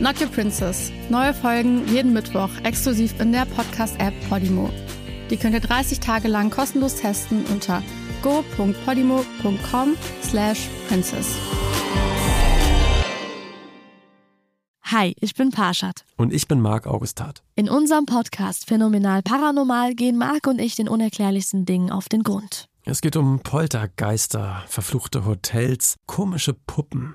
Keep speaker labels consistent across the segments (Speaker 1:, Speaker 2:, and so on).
Speaker 1: Not Your Princess. Neue Folgen jeden Mittwoch exklusiv in der Podcast-App Podimo. Die könnt ihr 30 Tage lang kostenlos testen unter go.podimo.com slash princess.
Speaker 2: Hi, ich bin Parshad.
Speaker 3: Und ich bin Marc Augustat.
Speaker 2: In unserem Podcast Phänomenal Paranormal gehen Marc und ich den unerklärlichsten Dingen auf den Grund.
Speaker 3: Es geht um Poltergeister, verfluchte Hotels, komische Puppen.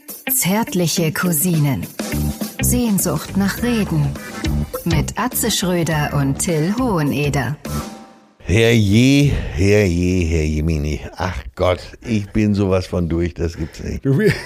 Speaker 4: Zärtliche Cousinen. Sehnsucht nach Reden. Mit Atze Schröder und Till Hoheneder.
Speaker 5: Herrje, herrje, herr Jemini. Ach Gott, ich bin sowas von durch, das gibt's nicht.
Speaker 6: Du, wie-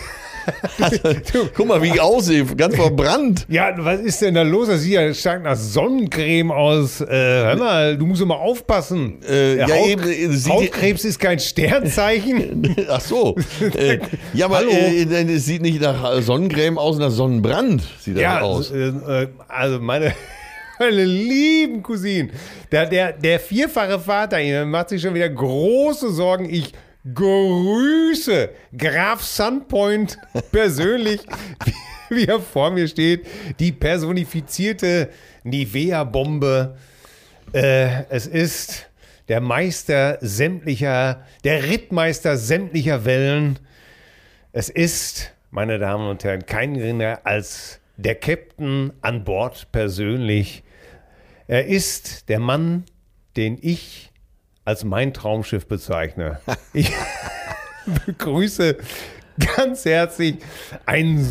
Speaker 5: Also, guck mal, wie ich aussehe, ganz verbrannt.
Speaker 6: Ja, was ist denn da los? Das sieht ja stark nach Sonnencreme aus. Äh, hör mal, du musst immer aufpassen.
Speaker 5: Äh,
Speaker 6: Der
Speaker 5: ja,
Speaker 6: Haut,
Speaker 5: eben, äh, sieht-
Speaker 6: Hautkrebs ist kein Sternzeichen.
Speaker 5: Ach so. Äh, ja, aber
Speaker 6: Hallo.
Speaker 5: äh, denn es sieht nicht nach äh, Sonnencreme aus, nach Sonnenbrand sieht das
Speaker 6: ja,
Speaker 5: aus.
Speaker 6: äh, äh, also meine, meine lieben Cousinen, der, der, der vierfache Vater hier macht sich schon wieder große Sorgen. Ich grüße Graf Sunpoint persönlich, wie, wie er vor mir steht, die personifizierte Nivea-Bombe. Äh, es ist der Meister sämtlicher, der Rittmeister sämtlicher Wellen. Es ist, meine Damen und Herren, kein geringer als der Captain an Bord persönlich. Er ist der Mann, den ich als mein Traumschiff bezeichne. Ich begrüße ganz herzlich einen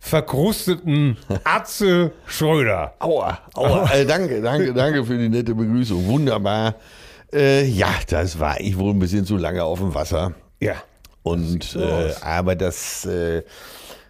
Speaker 6: sonnenverkrusteten Atze Schröder.
Speaker 5: Aua, aua. Äh, danke, danke, danke für die nette Begrüßung. Wunderbar. Äh, ja, das war ich wohl ein bisschen zu lange auf dem Wasser.
Speaker 6: Ja.
Speaker 5: Und äh, aber das, äh,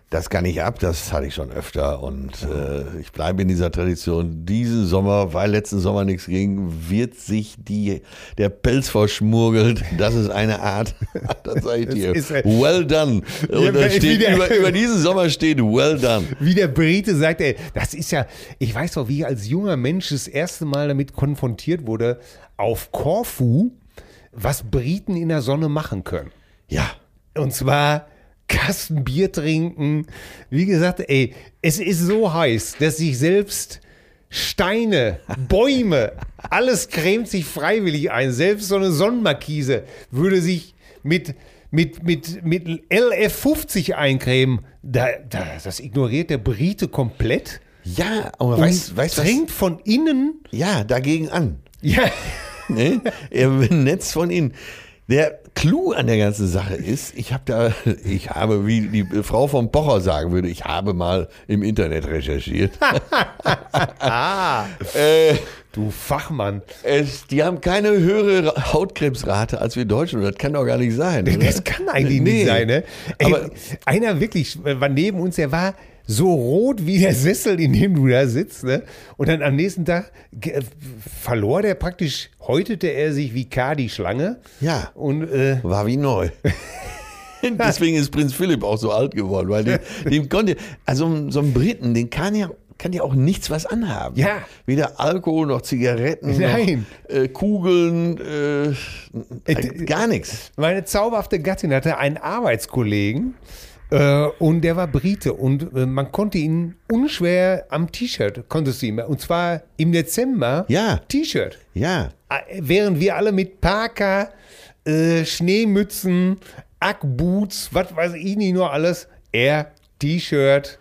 Speaker 5: das kann ich ab, das hatte ich schon öfter. Und äh, ich bleibe in dieser Tradition. Diesen Sommer, weil letzten Sommer nichts ging, wird sich die, der Pelz verschmurgelt. Das ist eine Art, das sage ich dir.
Speaker 6: ist, äh,
Speaker 5: well done. Und
Speaker 6: Ja,
Speaker 5: da
Speaker 6: wie
Speaker 5: steht,
Speaker 6: der-
Speaker 5: über, über diesen Sommer steht well done.
Speaker 6: Wie der Brite sagt, ey, das ist ja, ich weiß noch, wie ich als junger Mensch das erste Mal damit konfrontiert wurde, auf Korfu, was Briten in der Sonne machen können.
Speaker 5: Ja.
Speaker 6: Und zwar Kasten Bier trinken. Wie gesagt, ey, es ist so heiß, dass ich selbst Steine, Bäume, alles cremt sich freiwillig ein. Selbst so eine Sonnenmarkise würde sich mit, mit, mit, mit LF50 eincremen. Da, da, das ignoriert der Brite komplett.
Speaker 5: Ja, aber
Speaker 6: und
Speaker 5: weißt weißt was?
Speaker 6: trinkt von innen.
Speaker 5: Ja, dagegen an.
Speaker 6: Ja.
Speaker 5: ne? Er benetzt von ihnen. Der Clou an der ganzen Sache ist, ich habe da, ich habe, wie die äh, Frau vom Pocher sagen würde, ich habe mal im Internet recherchiert. äh,
Speaker 6: Du Fachmann.
Speaker 5: es, die haben keine höhere Ra- Hautkrebsrate als wir Deutschen. Das kann doch gar nicht sein. oder?
Speaker 6: Das kann eigentlich
Speaker 5: Nee.
Speaker 6: nicht sein, ne? Ey,
Speaker 5: Aber-
Speaker 6: einer wirklich war neben uns, der war so rot wie der Sessel, in dem du da sitzt, ne? Und dann am nächsten Tag ge- äh, verlor der praktisch, häutete er sich wie K die Schlange.
Speaker 5: Ja.
Speaker 6: Und äh,
Speaker 5: War wie neu. Deswegen ist Prinz Philipp auch so alt geworden, weil dem, dem konnte, also so einem Briten, den kann ja, kann ja auch nichts was anhaben.
Speaker 6: Ja.
Speaker 5: Weder Alkohol noch Zigaretten,
Speaker 6: Nein.
Speaker 5: Noch, äh, Kugeln, äh,
Speaker 6: Äh,
Speaker 5: gar nichts.
Speaker 6: meine zauberhafte Gattin hatte einen Arbeitskollegen. Äh, und der war Brite und äh, man konnte ihn unschwer am T-Shirt, konntest du ihm, und zwar im Dezember,
Speaker 5: Ja.
Speaker 6: T-Shirt. Äh,
Speaker 5: Ja.
Speaker 6: während wir alle mit Parker, äh, Schneemützen, Ackboots, was weiß ich nicht nur alles, er T-Shirt.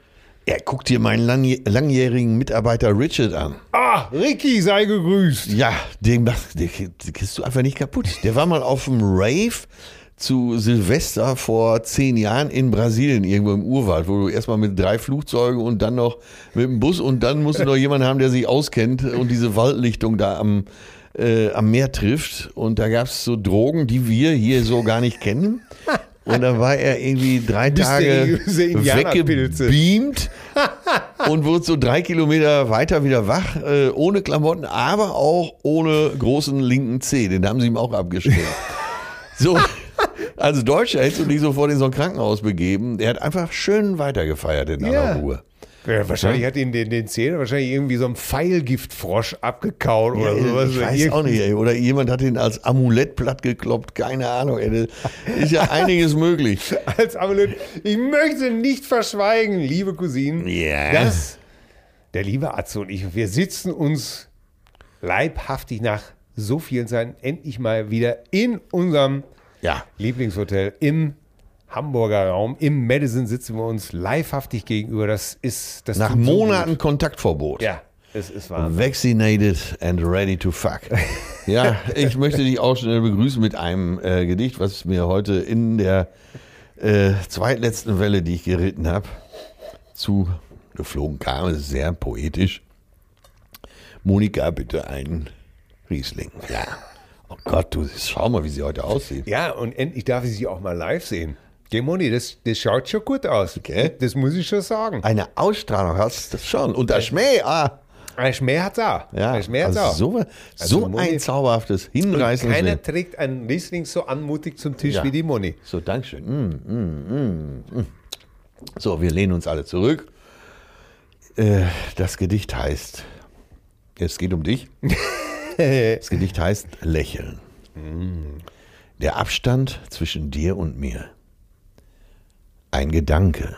Speaker 5: Ja, guck dir meinen langjäh- langjährigen Mitarbeiter Richard an.
Speaker 6: Ah, Ricky sei gegrüßt.
Speaker 5: Ja, den, mach- den kriegst du einfach nicht kaputt. Der war mal auf dem Rave. zu Silvester vor zehn Jahren in Brasilien, irgendwo im Urwald, wo du erstmal mit drei Flugzeugen und dann noch mit dem Bus und dann musst du noch jemanden haben, der sich auskennt und diese Waldlichtung da am, äh, am Meer trifft. Und da gab es so Drogen, die wir hier so gar nicht kennen. Und dann war er irgendwie drei Tage
Speaker 6: Mysteriöse Indianerpilze.
Speaker 5: weggebeamt und wurde so drei Kilometer weiter wieder wach, äh, ohne Klamotten, aber auch ohne großen linken Zeh. Den haben sie ihm auch abgeschnitten. So, als Deutscher hättest du dich sofort in so ein Krankenhaus begeben. Der hat einfach schön weitergefeiert in aller
Speaker 6: Ja.
Speaker 5: Ruhe.
Speaker 6: Ja, wahrscheinlich hat ihn den, den Zähler wahrscheinlich irgendwie so ein Pfeilgiftfrosch abgekaut oder
Speaker 5: Ja,
Speaker 6: sowas.
Speaker 5: ich weiß auch nicht, ey. oder jemand hat ihn als Amulett plattgekloppt, keine Ahnung. Ey. Das Ist ja einiges möglich.
Speaker 6: als Amulett. Ich möchte nicht verschweigen, liebe Cousinen,
Speaker 5: Ja.
Speaker 6: dass der liebe Atze und ich, wir sitzen uns leibhaftig nach so vielen Zeiten endlich mal wieder in unserem
Speaker 5: Ja.
Speaker 6: Lieblingshotel im Hamburger Raum. Im Madison sitzen wir uns leibhaftig gegenüber. Das ist das
Speaker 5: Nach
Speaker 6: tut so
Speaker 5: Monaten
Speaker 6: gut.
Speaker 5: Kontaktverbot.
Speaker 6: Ja, es ist wahr.
Speaker 5: Vaccinated and ready to fuck. Ja, ich möchte dich auch schnell begrüßen mit einem äh, Gedicht, was mir heute in der äh, zweitletzten Welle, die ich geritten habe, zugeflogen kam. Es ist sehr poetisch. Monika, bitte einen Riesling. Ja. Oh Gott, du schau mal, wie sie heute aussieht.
Speaker 6: Ja, und endlich darf ich sie auch mal live sehen. Gemoni, das, das schaut schon gut aus.
Speaker 5: Okay.
Speaker 6: Das muss ich schon sagen.
Speaker 5: Eine Ausstrahlung hast du schon. Und der Schmäh, ah.
Speaker 6: Ein Schmäh hat's auch.
Speaker 5: Ja,
Speaker 6: ein Schmäh hat's auch.
Speaker 5: also so, so
Speaker 6: Also Moni-
Speaker 5: ein zauberhaftes,
Speaker 6: Und
Speaker 5: hinreißendes.
Speaker 6: keiner
Speaker 5: Bild.
Speaker 6: trägt einen Riesling so anmutig zum Tisch
Speaker 5: Ja.
Speaker 6: wie die Moni.
Speaker 5: So, Dankeschön. Mm, mm, mm, mm. So, wir lehnen uns alle zurück. Äh, Das Gedicht heißt, es geht um dich. Das Gedicht heißt Lächeln. Der Abstand zwischen dir und mir. Ein Gedanke,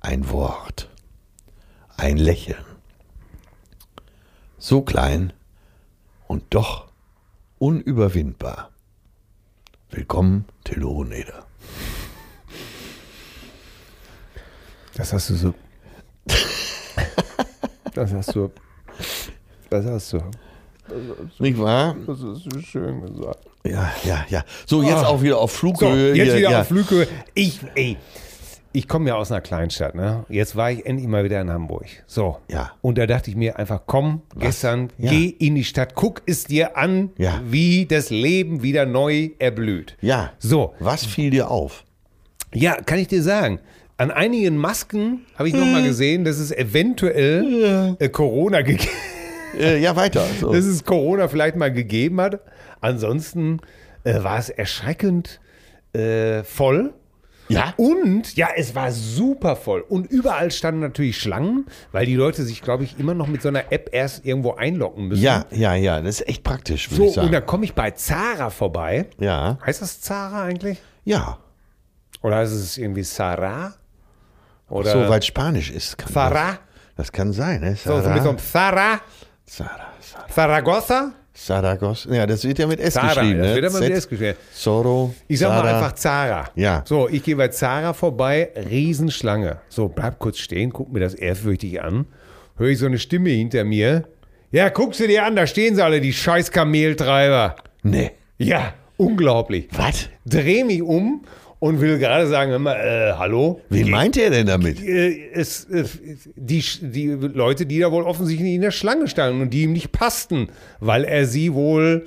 Speaker 5: ein Wort, ein Lächeln. So klein und doch unüberwindbar. Willkommen, Till Hoheneder.
Speaker 6: Das hast du so. das hast du. Das hast du.
Speaker 5: Nicht wahr?
Speaker 6: Das ist so schön gesagt.
Speaker 5: Ja, ja, ja. So, jetzt auch wieder auf
Speaker 6: Ah. So,
Speaker 5: Flughöhe.
Speaker 6: jetzt
Speaker 5: hier,
Speaker 6: wieder
Speaker 5: ja.
Speaker 6: auf Flüge. Ich, ey. Ich komme ja aus einer Kleinstadt, ne? Jetzt war ich endlich mal wieder in Hamburg. So.
Speaker 5: Ja.
Speaker 6: Und da dachte ich mir einfach, komm, gestern,
Speaker 5: Ja.
Speaker 6: geh in die Stadt, guck es dir an,
Speaker 5: Ja.
Speaker 6: wie das Leben wieder neu erblüht.
Speaker 5: Ja.
Speaker 6: So.
Speaker 5: Was fiel dir auf?
Speaker 6: Ja, kann ich dir sagen. An einigen Masken habe ich
Speaker 5: Äh.
Speaker 6: nochmal gesehen, dass es eventuell äh, Corona gegeben
Speaker 5: Äh, ja, weiter. So.
Speaker 6: dass es Corona vielleicht mal gegeben hat. Ansonsten äh, war es erschreckend äh, voll.
Speaker 5: ja.
Speaker 6: Und ja, es war super voll. Und überall standen natürlich Schlangen, weil die Leute sich, glaube ich, immer noch mit so einer App erst irgendwo einloggen müssen.
Speaker 5: Ja, ja, ja. Das ist echt praktisch, würde
Speaker 6: So,
Speaker 5: ich
Speaker 6: und da
Speaker 5: sagen.
Speaker 6: komme ich bei Zara vorbei.
Speaker 5: Ja.
Speaker 6: Heißt das Zara eigentlich?
Speaker 5: Ja.
Speaker 6: Oder heißt es irgendwie Sarah? Oder
Speaker 5: So weit Spanisch ist. Kann
Speaker 6: Farah?
Speaker 5: Das, das kann sein, ne?
Speaker 6: So, so mit so
Speaker 5: Sarah,
Speaker 6: einem Zara,
Speaker 5: Sarah, Sarah,
Speaker 6: Zaragoza?
Speaker 5: Saragossa. Ja, das wird ja mit S
Speaker 6: Sarah,
Speaker 5: geschrieben.
Speaker 6: das
Speaker 5: Ne?
Speaker 6: wird ja mit
Speaker 5: Z,
Speaker 6: S geschrieben.
Speaker 5: Zorro.
Speaker 6: Ich sag mal
Speaker 5: Sarah.
Speaker 6: einfach Zara.
Speaker 5: Ja.
Speaker 6: So, ich gehe bei Zara vorbei, Riesenschlange. So, bleib kurz stehen, guck mir das ehrfürchtig an. Höre ich so eine Stimme hinter mir. Ja, guck sie dir an, da stehen sie alle, die scheiß Kameltreiber.
Speaker 5: Nee.
Speaker 6: Ja, unglaublich.
Speaker 5: Was?
Speaker 6: Dreh mich um und will gerade sagen, hör mal, äh, hallo?
Speaker 5: Wen meint er denn damit?
Speaker 6: Äh, es, äh, die, Sch- die Leute, die da wohl offensichtlich in der Schlange standen und die ihm nicht passten, weil er sie wohl,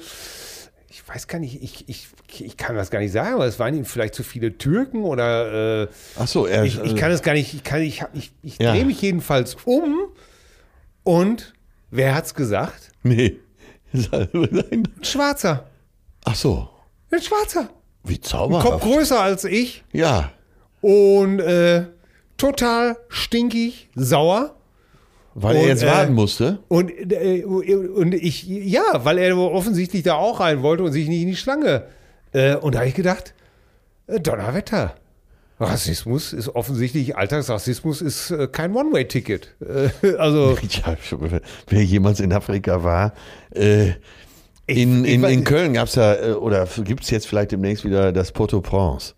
Speaker 6: ich weiß gar nicht, ich, ich, ich kann das gar nicht sagen, aber es waren ihm vielleicht zu viele Türken oder äh,
Speaker 5: Ach so, er
Speaker 6: ich, ich kann es gar nicht, ich kann, ich, hab- ich, ich
Speaker 5: also Ja.
Speaker 6: drehe mich jedenfalls um und wer hat's gesagt?
Speaker 5: Nee. Nein.
Speaker 6: Ein Schwarzer,
Speaker 5: Ach so.
Speaker 6: ein Schwarzer,
Speaker 5: Wie
Speaker 6: Kopf
Speaker 5: zauberhaft.
Speaker 6: größer als ich
Speaker 5: Ja.
Speaker 6: und äh, total stinkig, sauer.
Speaker 5: Weil
Speaker 6: Und,
Speaker 5: er jetzt
Speaker 6: äh,
Speaker 5: warten musste.
Speaker 6: Und, äh, und ich, ja, weil er wohl offensichtlich da auch rein wollte und sich nicht in die Schlange. Äh, und da habe ich gedacht, äh, Donnerwetter. Rassismus ist offensichtlich, Alltagsrassismus ist äh, kein One-Way-Ticket. Äh, also,
Speaker 5: Ja, schon, wer jemals in Afrika war. Äh, in,
Speaker 6: ich
Speaker 5: in,
Speaker 6: weiß-
Speaker 5: in Köln gab es ja, äh, oder gibt es jetzt vielleicht demnächst wieder das Port-au-Prince.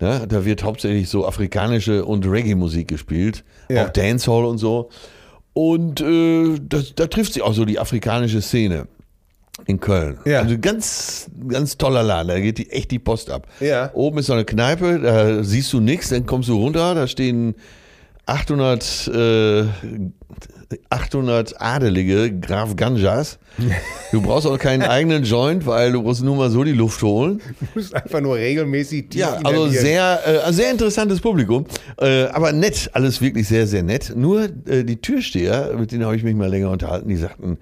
Speaker 5: Ne? Da wird hauptsächlich so afrikanische und Reggae-Musik gespielt,
Speaker 6: Ja.
Speaker 5: auch Dancehall und so. Und äh, das, da trifft sich auch so die afrikanische Szene. in Köln.
Speaker 6: Ja.
Speaker 5: Also ganz, ganz toller Laden. Da geht die, echt die Post ab.
Speaker 6: Ja.
Speaker 5: Oben ist so eine Kneipe, da siehst du nichts, dann kommst du runter, da stehen 800, äh, 800 Adelige, Graf Ganjas. Du brauchst auch keinen eigenen Joint, weil du musst nur mal so die Luft holen.
Speaker 6: Du musst einfach nur regelmäßig tief
Speaker 5: Ja, also
Speaker 6: inhalieren.
Speaker 5: sehr, äh, ein sehr interessantes Publikum, äh, aber nett, alles wirklich sehr, sehr nett. Nur äh, die Türsteher, mit denen habe ich mich mal länger unterhalten, die sagten,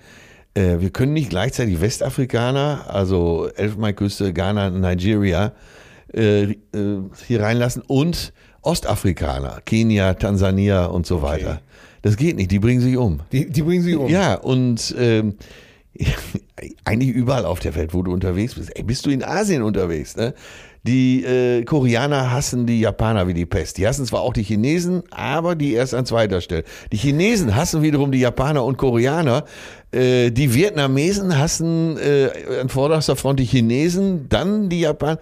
Speaker 5: äh, wir können nicht gleichzeitig Westafrikaner, also Elfenbeinküste, Ghana, Nigeria, äh, äh, hier reinlassen und Ostafrikaner, Kenia, Tansania und so weiter. Das geht nicht, die bringen sich um.
Speaker 6: Die, die bringen sie um.
Speaker 5: Ja, und ähm, eigentlich überall auf der Welt, wo du unterwegs bist. Ey, bist du in Asien unterwegs? Ne? Die äh, Koreaner hassen die Japaner wie die Pest. Die hassen zwar auch die Chinesen, aber die erst an zweiter Stelle. Die Chinesen hassen wiederum die Japaner und Koreaner. Äh, die Vietnamesen hassen äh, an vorderster Front die Chinesen, dann die Japaner.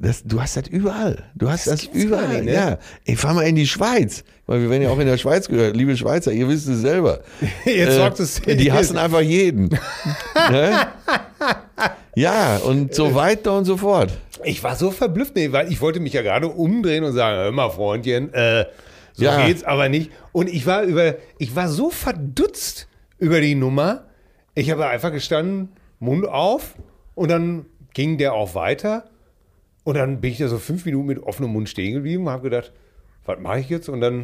Speaker 5: Das, du hast das überall. Du hast das, überall.
Speaker 6: nicht, ne?
Speaker 5: Ja. Ich fahr mal in die Schweiz. Weil wir werden ja auch in der Schweiz gehört. Liebe Schweizer, ihr wisst es selber.
Speaker 6: Jetzt sorgt es-
Speaker 5: Äh, Die hassen einfach jeden. ne? Ja, und
Speaker 6: Äh.
Speaker 5: so weiter und so fort.
Speaker 6: Ich war so verblüfft, nee, weil ich wollte mich ja gerade umdrehen und sagen, hör mal, Freundchen, äh, so
Speaker 5: Ja.
Speaker 6: geht's aber nicht. Und ich war über, ich war so verdutzt über die Nummer. Ich habe einfach gestanden, Mund auf, und dann ging der auch weiter. Und dann bin ich da so fünf Minuten mit offenem Mund stehen geblieben und habe gedacht, was mache ich jetzt? Und dann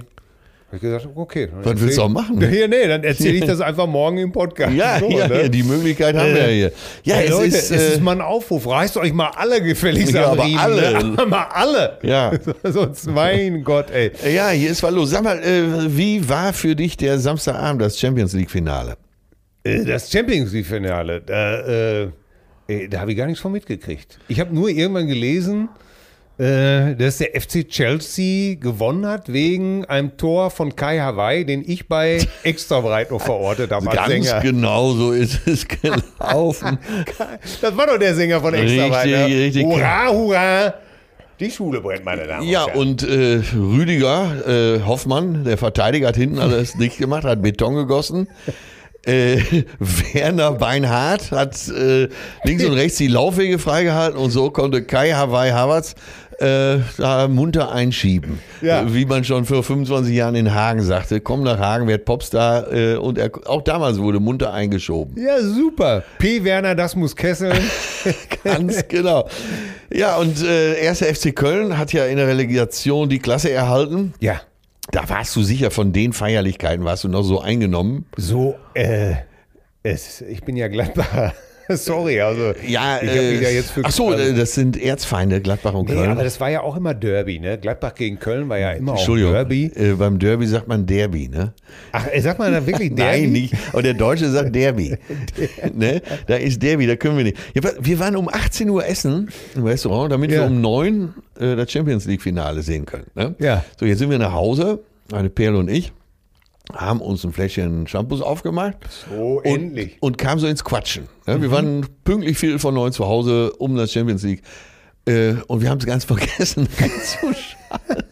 Speaker 6: habe ich gesagt, okay. dann
Speaker 5: Was willst du
Speaker 6: erzähl-
Speaker 5: auch machen? ne?
Speaker 6: Ja, nee, dann erzähle ich das einfach morgen im Podcast.
Speaker 5: Ja,
Speaker 6: So,
Speaker 5: ja,
Speaker 6: ne? Äh.
Speaker 5: ja, die Möglichkeit haben wir ja hier. Ja,
Speaker 6: Hey,
Speaker 5: es
Speaker 6: Leute,
Speaker 5: ist,
Speaker 6: es
Speaker 5: äh,
Speaker 6: ist mal ein Aufruf. Reißt euch mal alle gefälligst
Speaker 5: Ja,
Speaker 6: am
Speaker 5: aber
Speaker 6: Riemen,
Speaker 5: alle.
Speaker 6: Ne? Mal alle.
Speaker 5: Ja.
Speaker 6: Sonst, mein Gott, ey.
Speaker 5: ja, hier ist Wallo. Sag mal, äh, wie war für dich der Samstagabend, das Champions League-Finale?
Speaker 6: Äh, Das Champions League-Finale, da, äh, äh, da habe ich gar nichts von mitgekriegt. Ich habe nur irgendwann gelesen, äh, dass der FC Chelsea gewonnen hat wegen einem Tor von Kai Hawaii, den ich bei Extra breit noch verortet habe als
Speaker 5: Ganz
Speaker 6: Sänger.
Speaker 5: genau so ist es gelaufen.
Speaker 6: Das war doch der Sänger von Extra breit. Ne?
Speaker 5: Richtig, richtig.
Speaker 6: Hurra, hurra. Die Schule brennt, meine Damen
Speaker 5: Ja,
Speaker 6: und Herren.
Speaker 5: und äh, Rüdiger äh, Hoffmann, der Verteidiger, hat hinten alles dicht gemacht, hat Beton gegossen. Äh, Werner Beinhardt hat äh, links und rechts die Laufwege freigehalten und so konnte Kai Hawaii Havertz äh, da munter einschieben.
Speaker 6: Ja.
Speaker 5: Äh, Wie man schon vor 25 Jahren in Hagen sagte, komm nach Hagen, werd Popstar. Äh, und er, auch damals wurde munter eingeschoben.
Speaker 6: Ja, super. P. Werner, das muss kesseln.
Speaker 5: Ganz genau. Ja, und äh, erster FC Köln hat ja in der Relegation die Klasse erhalten.
Speaker 6: ja.
Speaker 5: Da warst du sicher, von den Feierlichkeiten warst du noch so eingenommen.
Speaker 6: So, äh, es, ich bin ja Gladbacher. Sorry, also. ich hab mich ja jetzt für.
Speaker 5: ach so,
Speaker 6: also,
Speaker 5: äh, das sind Erzfeinde, Gladbach und
Speaker 6: nee,
Speaker 5: Köln.
Speaker 6: aber das war ja auch immer Derby, ne? Gladbach gegen Köln war ja immer auch
Speaker 5: Entschuldigung,
Speaker 6: Derby.
Speaker 5: Äh, beim Derby sagt man Derby, ne?
Speaker 6: Ach, ey, sag mal da wirklich Derby?
Speaker 5: Nein, nicht. Aber der Deutsche sagt Derby. ne? Da ist Derby, da können wir nicht. Ja, wa- wir waren um 18 Uhr essen im Restaurant, damit wir
Speaker 6: Ja.
Speaker 5: um 9 äh, das Champions League-Finale sehen können. Ne?
Speaker 6: Ja.
Speaker 5: So, jetzt sind wir nach Hause, meine Perle und ich, haben uns ein Fläschchen Shampoos aufgemacht.
Speaker 6: So, endlich. Mhm.
Speaker 5: Und kam so ins Quatschen. ne? Wir waren pünktlich viel von neun zu Hause um das Champions League. Äh, Und wir haben es ganz vergessen reinzuschalten.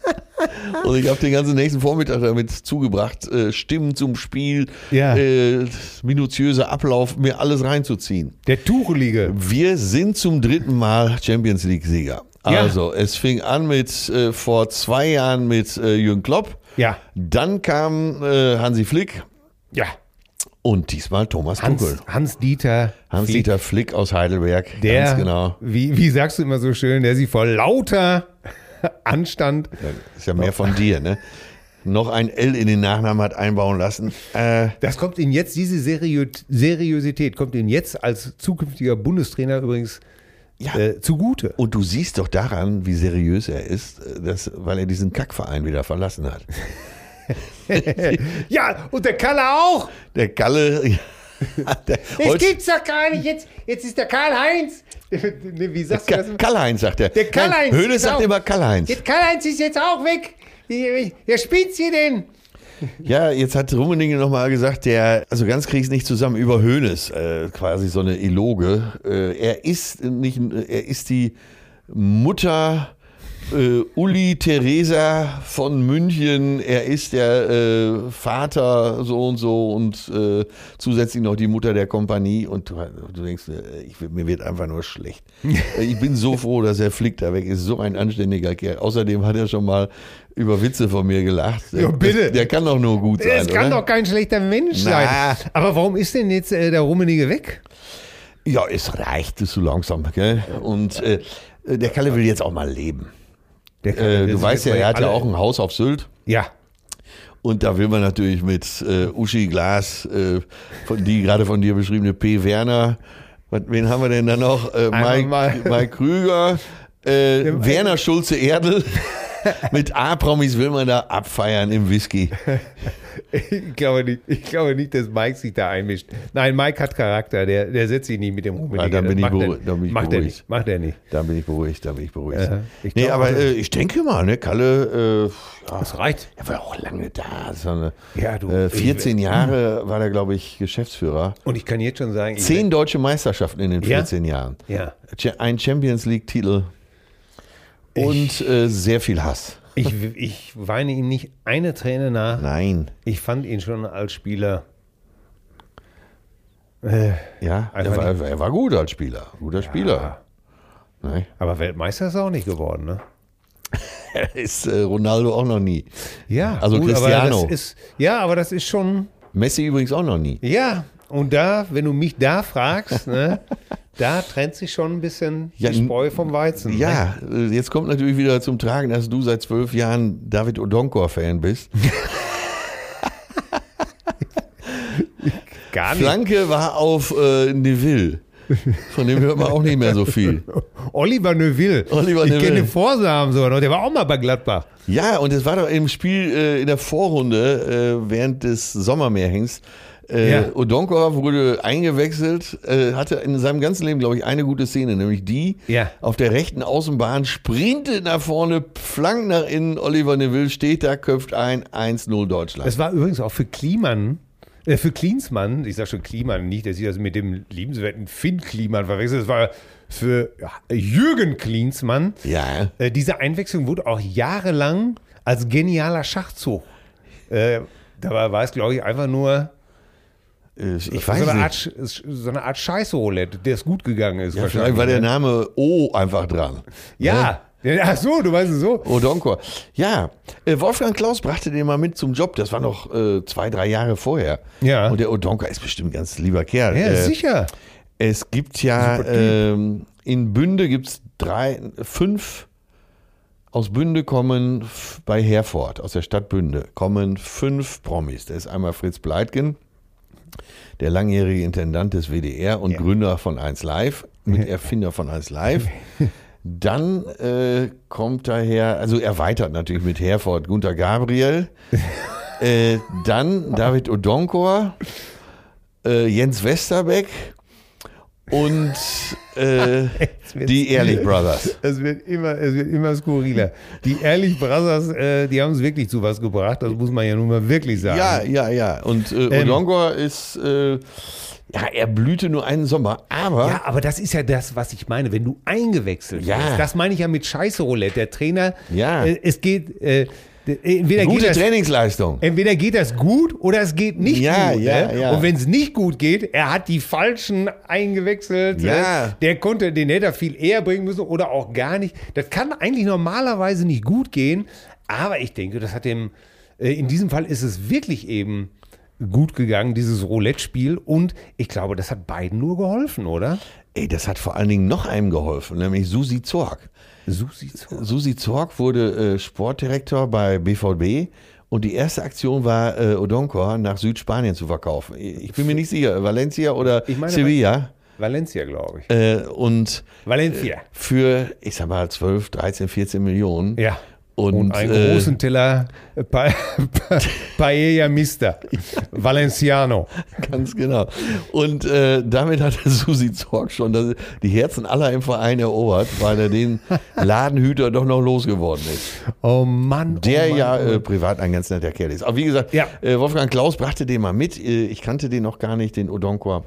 Speaker 5: Und ich habe den ganzen nächsten Vormittag damit zugebracht, äh, Stimmen zum Spiel,
Speaker 6: Ja.
Speaker 5: äh, minutiöser Ablauf, mir alles reinzuziehen.
Speaker 6: Der Tuchelige.
Speaker 5: Wir sind zum dritten Mal Champions League-Sieger.
Speaker 6: Ja.
Speaker 5: Also, es fing an mit äh, vor zwei Jahren mit äh, Jürgen Klopp.
Speaker 6: Ja.
Speaker 5: Dann kam äh, Hansi Flick
Speaker 6: Ja.
Speaker 5: und diesmal Thomas Tuchel.
Speaker 6: Hans, Hans Dieter.
Speaker 5: Hans-Dieter Flick aus Heidelberg.
Speaker 6: Der,
Speaker 5: ganz genau.
Speaker 6: Wie, wie sagst du immer so schön, der sie vor lauter Anstand.
Speaker 5: Ist ja mehr von dir, ne? Noch ein L in den Nachnamen hat einbauen lassen. Äh,
Speaker 6: Das kommt ihm jetzt, diese Seriö Seriosität kommt ihm jetzt als zukünftiger Bundestrainer übrigens
Speaker 5: ja.
Speaker 6: äh, zugute.
Speaker 5: Und du siehst doch daran, wie seriös er ist, äh, dass, weil er diesen Kackverein wieder verlassen hat.
Speaker 6: Ja, und der Kalle auch.
Speaker 5: Der Galle. der,
Speaker 6: Das
Speaker 5: heute-
Speaker 6: gibt's doch gar nicht. Jetzt, jetzt ist der Karl-Heinz. Nee, Wie sagst du das?
Speaker 5: Ka- Karl-Heinz sagt er.
Speaker 6: Der Karl-Heinz
Speaker 5: Nein, Höhle
Speaker 6: ist
Speaker 5: sagt
Speaker 6: auch-
Speaker 5: immer Karl-Heinz.
Speaker 6: Jetzt Karl-Heinz ist jetzt auch weg. Der spinnt hier denn.
Speaker 5: Ja, jetzt hat Rummenigge nochmal gesagt, der, also ganz krieg's nicht zusammen, über Hönes, äh, quasi so eine Eloge. Äh, er ist nicht, er ist die Mutter Äh, Uli Theresa von München, er ist der äh, Vater so und so und äh, zusätzlich noch die Mutter der Kompanie. Und du, du denkst, äh, ich, mir wird einfach nur schlecht. Äh, ich bin so froh, dass er Flick da weg ist. So ein anständiger Kerl. Außerdem hat er schon mal über Witze von mir gelacht.
Speaker 6: Ja, bitte.
Speaker 5: Der, der kann doch nur gut sein.
Speaker 6: Es kann
Speaker 5: oder?
Speaker 6: doch kein schlechter Mensch
Speaker 5: Na.
Speaker 6: sein. Aber warum ist denn jetzt äh, der Rummenige weg?
Speaker 5: Ja, es reicht, ist so langsam. Gell? Und äh, der Kalle will jetzt auch mal leben.
Speaker 6: Der kann-
Speaker 5: Äh, du
Speaker 6: das
Speaker 5: weißt
Speaker 6: ist
Speaker 5: ja, er hat ja
Speaker 6: alle-
Speaker 5: auch ein Haus auf Sylt.
Speaker 6: Ja.
Speaker 5: Und da will man natürlich mit äh, Uschi Glas, äh, von, die gerade von dir beschriebene P. Werner, was- wen haben wir denn da noch? Äh,
Speaker 6: Einmal
Speaker 5: Mike,
Speaker 6: mal.
Speaker 5: Mike Krüger, äh, Werner Schulze Erdel. mit A-Promis will man da abfeiern im Whisky.
Speaker 6: Ich glaube, nicht, ich glaube nicht, dass Mike sich da einmischt. Nein, Mike hat Charakter, der, der setzt sich nicht mit dem Rummenige.
Speaker 5: Ah, dann bin
Speaker 6: Das
Speaker 5: ich
Speaker 6: macht er-
Speaker 5: beruhigt, dann bin ich
Speaker 6: Macht er
Speaker 5: beruhigt.
Speaker 6: nicht. Macht er nicht.
Speaker 5: Da bin ich beruhigt, da bin ich beruhigt.
Speaker 6: Ja, ich
Speaker 5: nee,
Speaker 6: glaub,
Speaker 5: aber
Speaker 6: also-
Speaker 5: äh, ich denke mal, ne, Kalle, äh, ja,
Speaker 6: Das reicht.
Speaker 5: er war auch lange da. So eine,
Speaker 6: Ja, du,
Speaker 5: äh,
Speaker 6: ich-
Speaker 5: 14 Jahre war er, glaube ich, Geschäftsführer.
Speaker 6: Und ich kann jetzt schon sagen, ich
Speaker 5: Zehn deutsche Meisterschaften in den
Speaker 6: Ja?
Speaker 5: 14 Jahren.
Speaker 6: Ja.
Speaker 5: Cha- Ein Champions League-Titel. Und äh, sehr viel Hass.
Speaker 6: Ich, ich weine ihm nicht eine Träne nach.
Speaker 5: Nein.
Speaker 6: Ich fand ihn schon als Spieler.
Speaker 5: Ja, er
Speaker 6: Einfach
Speaker 5: war, er war gut als Spieler. Guter Spieler. Ne? Nein.
Speaker 6: Aber Weltmeister ist er auch nicht geworden, ne?
Speaker 5: Er Ist äh, Ronaldo auch noch nie.
Speaker 6: Ja,
Speaker 5: Also Cristiano.
Speaker 6: Aber das ist, ja, aber das ist schon.
Speaker 5: Messi übrigens auch noch nie.
Speaker 6: Ja, und da, wenn du mich da fragst, ne, da trennt sich schon ein bisschen
Speaker 5: Ja,
Speaker 6: die Spreu vom Weizen. ne?
Speaker 5: Ja, äh, jetzt kommt natürlich wieder zum Tragen, dass du seit zwölf Jahren David Odonkor-Fan bist.
Speaker 6: gar nicht.
Speaker 5: Flanke war auf äh, Neville. Von dem hört man auch nicht mehr so viel.
Speaker 6: Oliver Neuville.
Speaker 5: Oliver
Speaker 6: ich
Speaker 5: Neuville.
Speaker 6: kenne den Vorsamen sogar noch. Der war auch mal bei Gladbach.
Speaker 5: Ja, und es war doch im Spiel äh, in der Vorrunde äh, während des Sommermärchens. Äh,
Speaker 6: Ja.
Speaker 5: Odonkor wurde eingewechselt, äh, hatte in seinem ganzen Leben, glaube ich, eine gute Szene, nämlich die
Speaker 6: Ja.
Speaker 5: auf der rechten Außenbahn, sprintet nach vorne, flankt nach innen, Oliver Neville steht da, köpft ein, 1-0 Deutschland.
Speaker 6: Das war übrigens auch für Kliman, äh, für Klinsmann, ich sag schon Kliman, nicht, dass ich das mit dem liebenswerten Finn Kliman verwechselt, das war für Jürgen Klinsmann.
Speaker 5: ja,
Speaker 6: Äh, diese Einwechslung wurde auch jahrelang als genialer Schachzug. Äh, dabei war es, glaube ich, einfach nur
Speaker 5: äh, ich
Speaker 6: so
Speaker 5: weiß
Speaker 6: eine, Art,
Speaker 5: nicht.
Speaker 6: Sch- so eine Art Scheiß-Roulette, der es gut gegangen ist.
Speaker 5: Ja, vielleicht war
Speaker 6: ne?
Speaker 5: der Name O einfach dran.
Speaker 6: ja. ja, ach so, du weißt es so.
Speaker 5: Oh, Odonkor. Ja, äh, Wolfgang Klaus brachte den mal mit zum Job. Das war noch äh, zwei, drei Jahre vorher.
Speaker 6: Ja.
Speaker 5: Und der Odonkor ist bestimmt ein ganz lieber Kerl.
Speaker 6: Ja,
Speaker 5: äh,
Speaker 6: sicher.
Speaker 5: Es gibt ja
Speaker 6: Super Typ.
Speaker 5: ähm, in Bünde gibt es drei, fünf aus Bünde kommen f- bei Herford, aus der Stadt Bünde, kommen fünf Promis. Da ist einmal Fritz Pleitgen, der langjährige Intendant des WDR und Gründer von 1 Live, mit Erfinder von 1 Live. Dann äh, kommt daher, also erweitert natürlich mit Herford Gunter Gabriel. äh, dann David Odonkor, äh, Jens Westerbeck und äh, die Ehrlich Brothers.
Speaker 6: Es wird immer, es wird immer skurriler. Die Ehrlich Brothers, äh, die haben es wirklich zu was gebracht, das muss man ja nun mal wirklich sagen.
Speaker 5: Ja, ja, ja. Und äh,
Speaker 6: Ähm.
Speaker 5: Odonkor ist, äh, ja, er blühte nur einen Sommer, aber
Speaker 6: Ja, aber das ist ja das, was ich meine, wenn du eingewechselt
Speaker 5: Ja.
Speaker 6: wirst. Das meine ich ja mit Scheiße Roulette. Der Trainer,
Speaker 5: Ja.
Speaker 6: äh, es geht, äh, d- entweder, geht
Speaker 5: gute
Speaker 6: das, Ähm.
Speaker 5: Trainingsleistung.
Speaker 6: entweder geht das gut oder es geht nicht
Speaker 5: Ja,
Speaker 6: gut.
Speaker 5: ja,
Speaker 6: ne?
Speaker 5: ja.
Speaker 6: Und wenn es nicht gut geht, er hat die Falschen eingewechselt.
Speaker 5: Ja.
Speaker 6: ne? Der konnte, den hätte er viel eher bringen müssen oder auch gar nicht. Das kann eigentlich normalerweise nicht gut gehen, aber ich denke, das hat dem, äh, in diesem Fall ist es wirklich eben gut gegangen, dieses Roulette-Spiel. Und ich glaube, das hat beiden nur geholfen, oder?
Speaker 5: Ey, das hat vor allen Dingen noch einem geholfen, nämlich Susi Zorg.
Speaker 6: Susi Zorn.
Speaker 5: Susi Zorg wurde äh, Sportdirektor bei BVB und die erste Aktion war, äh, Odonkor nach Südspanien zu verkaufen. Ich bin mir nicht sicher, Valencia oder
Speaker 6: Ich meine,
Speaker 5: Sevilla.
Speaker 6: Valencia, glaube ich.
Speaker 5: Äh, und Äh,
Speaker 6: Valencia.
Speaker 5: für, ich sag mal, 12, 13, 14 Millionen.
Speaker 6: Ja.
Speaker 5: Und,
Speaker 6: Und einen
Speaker 5: äh,
Speaker 6: großen Teller pa pa Paella Mister. Valenciano.
Speaker 5: Ganz genau. Und äh, damit hat der Susi Zorg schon das, die Herzen aller im Verein erobert, weil er den Ladenhüter doch noch losgeworden ist.
Speaker 6: Oh Mann.
Speaker 5: Der
Speaker 6: oh Mann.
Speaker 5: ja äh, privat ein ganz netter Kerl ist. Aber wie gesagt,
Speaker 6: Ja.
Speaker 5: äh, Wolfgang Klaus brachte den mal mit. Äh, ich kannte den noch gar nicht, den Odonkor.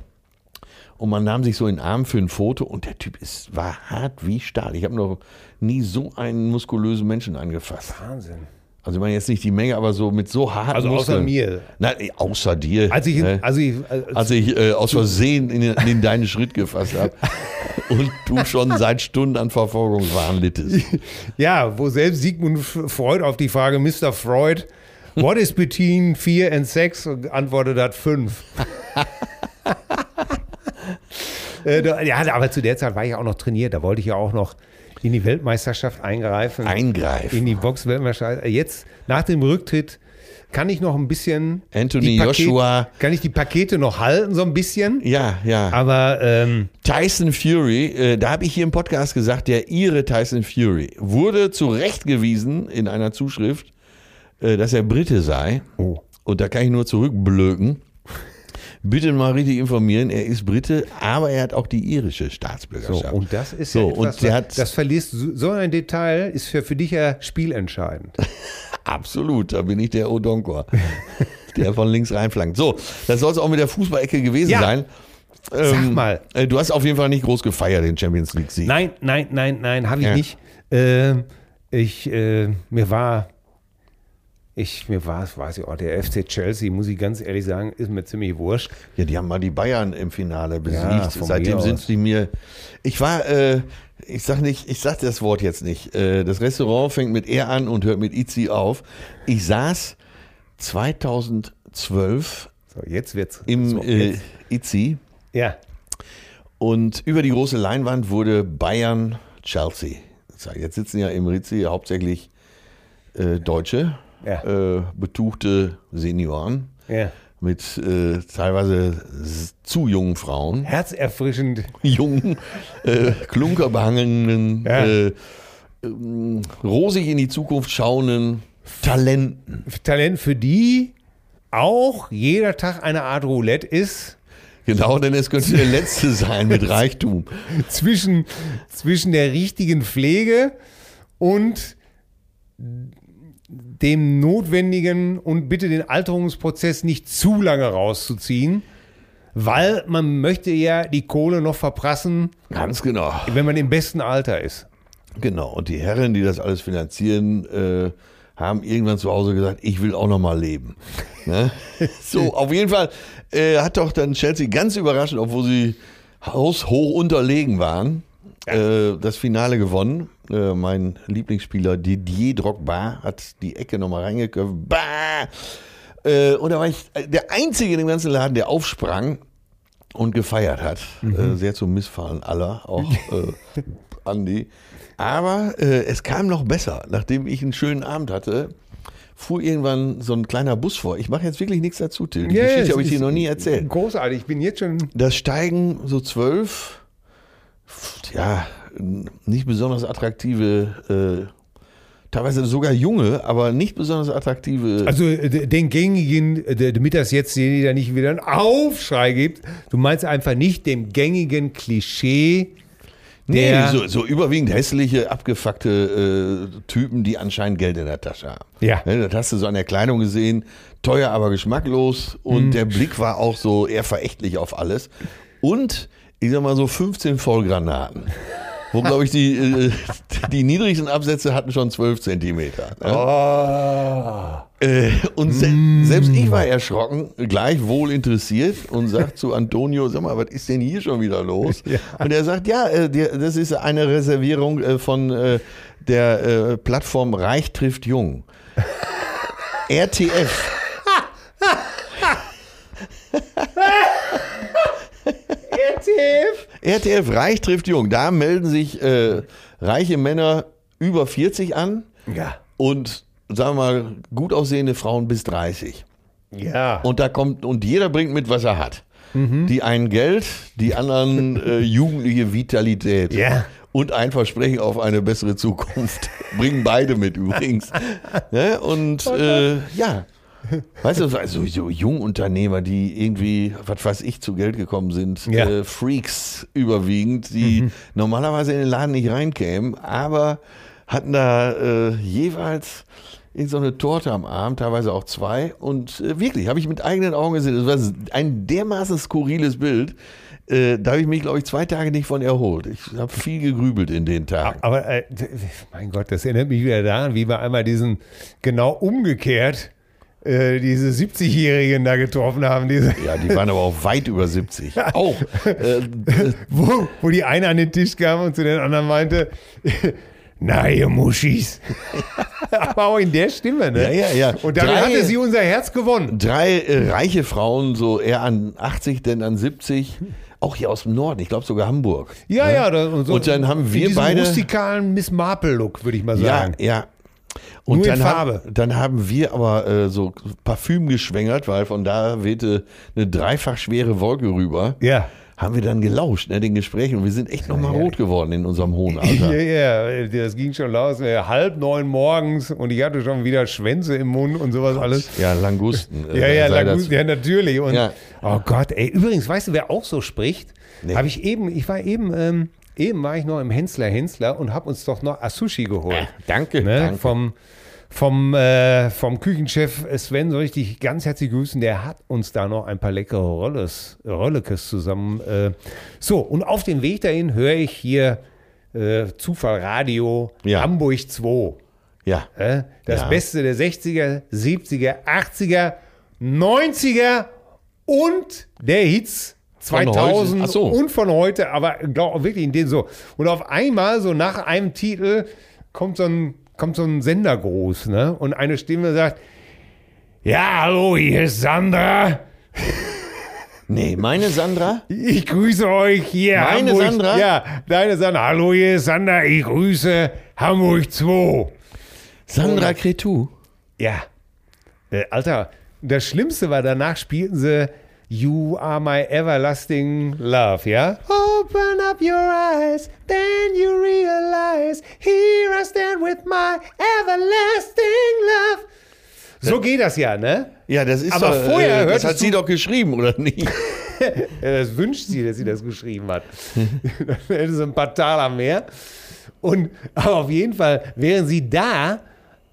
Speaker 5: Und man nahm sich so in den Arm für ein Foto und der Typ ist, war hart wie Stahl. Ich habe noch nie so einen muskulösen Menschen angefasst.
Speaker 6: Wahnsinn.
Speaker 5: Also ich meine jetzt nicht die Menge, aber so mit so harten
Speaker 6: Also außer
Speaker 5: Muskeln.
Speaker 6: mir.
Speaker 5: Nein, eh, außer dir.
Speaker 6: Als ich,
Speaker 5: ne?
Speaker 6: also ich,
Speaker 5: als ich äh, aus Versehen in, den- in deinen Schritt gefasst habe und du schon seit Stunden an Verfolgungswahn littest.
Speaker 6: äh, ja, wo selbst Sigmund F- Freud auf die Frage, Mr. Freud, what is between 4 and 6? Und antwortet hat 5. äh, da- ja, aber zu der Zeit war ich auch noch trainiert. Da wollte ich ja auch noch in die Weltmeisterschaft eingreifen. in
Speaker 5: Eingreifen.
Speaker 6: die Box Weltmeisterschaft. Jetzt nach dem Rücktritt kann ich noch ein bisschen
Speaker 5: Anthony
Speaker 6: die Pakete-
Speaker 5: Joshua.
Speaker 6: kann ich die Pakete noch halten so ein bisschen,
Speaker 5: Ja, ja.
Speaker 6: aber ähm,
Speaker 5: Tyson Fury, äh, da habe ich hier im Podcast gesagt, der Ire Tyson Fury wurde zurechtgewiesen in einer Zuschrift, äh, dass er Brite sei.
Speaker 6: oh,
Speaker 5: Und da kann ich nur zurückblöken. Bitte mal richtig informieren, er ist Brite, aber er hat auch die irische
Speaker 6: so
Speaker 5: Staatsbürgerschaft.
Speaker 6: und das ist
Speaker 5: so
Speaker 6: ja etwas,
Speaker 5: und der hat
Speaker 6: das verlierst so so ein Detail ist für, für dich ja spielentscheidend.
Speaker 5: absolut, da bin ich der Odonkor, der von links reinflankt. So, das soll es auch mit der Fußballecke gewesen
Speaker 6: Ja.
Speaker 5: sein. Ähm,
Speaker 6: mal.
Speaker 5: äh, Du hast auf jeden Fall nicht groß gefeiert den Champions League Sieg.
Speaker 6: Nein, nein, nein, nein, habe ich
Speaker 5: Ja.
Speaker 6: nicht. Ähm, ich äh, mir war ich mir war es weiß ich auch der FC Chelsea muss ich ganz ehrlich sagen ist mir ziemlich wurscht.
Speaker 5: Ja, die haben mal die Bayern im Finale besiegt.
Speaker 6: Ja, von
Speaker 5: Seitdem
Speaker 6: mir
Speaker 5: sind
Speaker 6: aus.
Speaker 5: sie mir. Ich war, äh, ich sag nicht, ich sag das Wort jetzt nicht. Äh, das Restaurant fängt mit R an und hört mit Izi auf. Ich saß 2012
Speaker 6: So jetzt wird's
Speaker 5: im
Speaker 6: so,
Speaker 5: äh,
Speaker 6: jetzt.
Speaker 5: Izi
Speaker 6: ja
Speaker 5: und über die große Leinwand wurde Bayern Chelsea. gezeigt. Jetzt sitzen ja im Rizzi hauptsächlich äh, Deutsche,
Speaker 6: Ja.
Speaker 5: äh, betuchte Senioren
Speaker 6: ja
Speaker 5: mit äh, teilweise s- zu jungen Frauen.
Speaker 6: herzerfrischend
Speaker 5: jungen, äh, klunkerbehangenen,
Speaker 6: Ja.
Speaker 5: äh, ähm, rosig in die Zukunft schauenden Talenten.
Speaker 6: Talent, für die auch jeder Tag eine Art Roulette ist
Speaker 5: Genau, denn es könnte der letzte sein mit Reichtum.
Speaker 6: zwischen, zwischen der richtigen Pflege und dem notwendigen und bitte den Alterungsprozess nicht zu lange rauszuziehen, weil man möchte ja die Kohle noch verprassen,
Speaker 5: Ganz genau.
Speaker 6: wenn man im besten Alter ist.
Speaker 5: Genau. Und die Herren, die das alles finanzieren, äh, haben irgendwann zu Hause gesagt, ich will auch noch mal leben. Ne? So, auf jeden Fall äh, hat doch dann Chelsea ganz überraschend, obwohl sie haushoch unterlegen waren, äh, das Finale gewonnen. Äh, mein Lieblingsspieler Didier Drogba hat die Ecke nochmal reingeköpft. Bah! Äh, und da war ich der Einzige in dem ganzen Laden, der aufsprang und gefeiert hat.
Speaker 6: Mhm.
Speaker 5: Äh, sehr zum Missfallen aller, auch äh, Andi. Aber äh, es kam noch besser. Nachdem ich einen schönen Abend hatte, fuhr irgendwann so ein kleiner Bus vor. Ich mache jetzt wirklich nichts dazu, Till. Die
Speaker 6: es
Speaker 5: Geschichte habe ich
Speaker 6: ist äh,
Speaker 5: dir noch nie erzählt.
Speaker 6: Großartig, ich bin jetzt schon.
Speaker 5: Das steigen so zwölf, pf, ja, n- nicht besonders attraktive, äh, teilweise sogar junge, aber nicht besonders attraktive.
Speaker 6: Also äh, d- den gängigen, äh, d- damit das jetzt hier wieder nicht wieder einen Aufschrei gibt, du meinst einfach nicht dem gängigen Klischee der-
Speaker 5: nee, so, so überwiegend hässliche, abgefuckte äh, Typen, die anscheinend Geld in der Tasche haben.
Speaker 6: Ja.
Speaker 5: Ne, das hast du so an der Kleidung gesehen. Teuer, aber geschmacklos. Und
Speaker 6: Mhm.
Speaker 5: der Blick war auch so eher verächtlich auf alles. Und ich sag mal so 15 Vollgranaten. Wo, glaube ich, die, äh, die niedrigsten Absätze hatten schon 12 Zentimeter.
Speaker 6: Oh,
Speaker 5: Ne? Äh, und se selbst ich war erschrocken, gleichwohl interessiert und sagt zu Antonio, sag mal, was ist denn hier schon wieder los? Und er sagt, ja, äh, der- das ist eine Reservierung äh, von äh, der äh, Plattform Reich trifft Jung. RTF. RTF Reich trifft Jung. Da melden sich äh, reiche Männer über 40 an
Speaker 6: Ja.
Speaker 5: und sagen wir mal gut aussehende Frauen bis 30.
Speaker 6: Ja. Mhm.
Speaker 5: Und da kommt und jeder bringt mit, was er hat. Die einen Geld, die anderen äh, jugendliche Vitalität.
Speaker 6: Ja.
Speaker 5: Und ein Versprechen auf eine bessere Zukunft. Bringen beide mit übrigens. ne? Und
Speaker 6: Oh
Speaker 5: äh, ja. Weißt du, also so Jungunternehmer, die irgendwie, was weiß ich, zu Geld gekommen sind,
Speaker 6: Ja.
Speaker 5: äh, Freaks überwiegend, die normalerweise in den Laden nicht reinkämen, aber hatten da äh, jeweils irgend so eine Torte am Arm, teilweise auch zwei. Und äh, wirklich, habe ich mit eigenen Augen gesehen. Das war ein dermaßen skurriles Bild. Äh, äh, da habe ich mich, glaube ich, zwei Tage nicht von erholt. Ich habe viel gegrübelt in den Tagen.
Speaker 6: Aber äh, mein Gott, das erinnert mich wieder daran, wie wir einmal diesen genau umgekehrt äh, diese 70-Jährigen da getroffen haben, diese,
Speaker 5: Ja, die waren aber auch weit über 70. Auch. Äh,
Speaker 6: wo, wo die eine an den Tisch kam und zu den anderen meinte, na ihr Muschis. aber auch in der Stimme, ne?
Speaker 5: Ja, ja, ja.
Speaker 6: Und damit
Speaker 5: Drei-
Speaker 6: hatte sie unser Herz gewonnen.
Speaker 5: drei äh, reiche Frauen, so eher an 80, denn an 70. Auch hier aus dem Norden, ich glaube sogar Hamburg.
Speaker 6: Ja, ja. da-
Speaker 5: Und dann haben wir
Speaker 6: in diesem
Speaker 5: beide-
Speaker 6: rustikalen Miss Marple-Look, würde ich mal sagen.
Speaker 5: Ja, ja. Und
Speaker 6: Nur
Speaker 5: dann,
Speaker 6: in Farbe.
Speaker 5: Haben, dann haben wir aber äh, so Parfüm geschwängert, weil von da wehte eine dreifach schwere Wolke rüber.
Speaker 6: Ja.
Speaker 5: Haben wir dann gelauscht, ne, den Gesprächen. Und wir sind echt nochmal rot geworden in unserem hohen
Speaker 6: Ja,
Speaker 5: Alter.
Speaker 6: ja, das ging schon los. äh, Halb neun morgens und ich hatte schon wieder Schwänze im Mund und sowas alles.
Speaker 5: Ja, Langusten. äh,
Speaker 6: Ja, ja,
Speaker 5: sei das-
Speaker 6: Lagus, ja, natürlich. Und
Speaker 5: Ja.
Speaker 6: oh Gott, ey, übrigens, weißt du, wer auch so spricht? Habe ich eben, ich war eben, ähm, eben war ich noch im Hensler Hensler und habe uns doch noch Asushi geholt.
Speaker 5: Ah, danke,
Speaker 6: Ne?
Speaker 5: danke.
Speaker 6: Vom, vom, äh, vom Küchenchef Sven soll ich dich ganz herzlich grüßen. Der hat uns da noch ein paar leckere Rolles, Rollekes zusammen. Äh. So, und auf dem Weg dahin höre ich hier äh, Zufallradio
Speaker 5: Ja.
Speaker 6: Hamburg 2.
Speaker 5: Ja.
Speaker 6: Äh, Das
Speaker 5: Ja.
Speaker 6: Beste der 60er, 70er, 80er, 90er und der Hits
Speaker 5: Von heute.
Speaker 6: 2000
Speaker 5: Ach so.
Speaker 6: und von heute, aber glaub, wirklich in den so. Und auf einmal, so nach einem Titel, kommt so ein, kommt so ein Sender groß ne? und eine Stimme sagt, ja, hallo, hier ist Sandra.
Speaker 5: Nee, meine Sandra?
Speaker 6: Ich grüße euch hier.
Speaker 5: Meine
Speaker 6: Hamburg.
Speaker 5: Sandra?
Speaker 6: Ja, deine Sandra. Hallo, hier ist Sandra. Ich grüße Hamburg 2.
Speaker 5: Sandra Cretu.
Speaker 6: Ja. Äh, Alter, das Schlimmste war, danach spielten sie You Are My Everlasting Love, ja? Open up your eyes, then you realize, here I stand with my everlasting love. So geht das ja, ne?
Speaker 5: Ja, das ist
Speaker 6: Aber
Speaker 5: doch,
Speaker 6: vorher
Speaker 5: äh, das
Speaker 6: hörtest
Speaker 5: hat sie
Speaker 6: du-
Speaker 5: doch geschrieben, oder nicht?
Speaker 6: Ja, Äh, Das wünscht sie, dass sie das geschrieben hat. Dann hätte sie ein paar Taler mehr. Und aber auf jeden Fall wären sie da,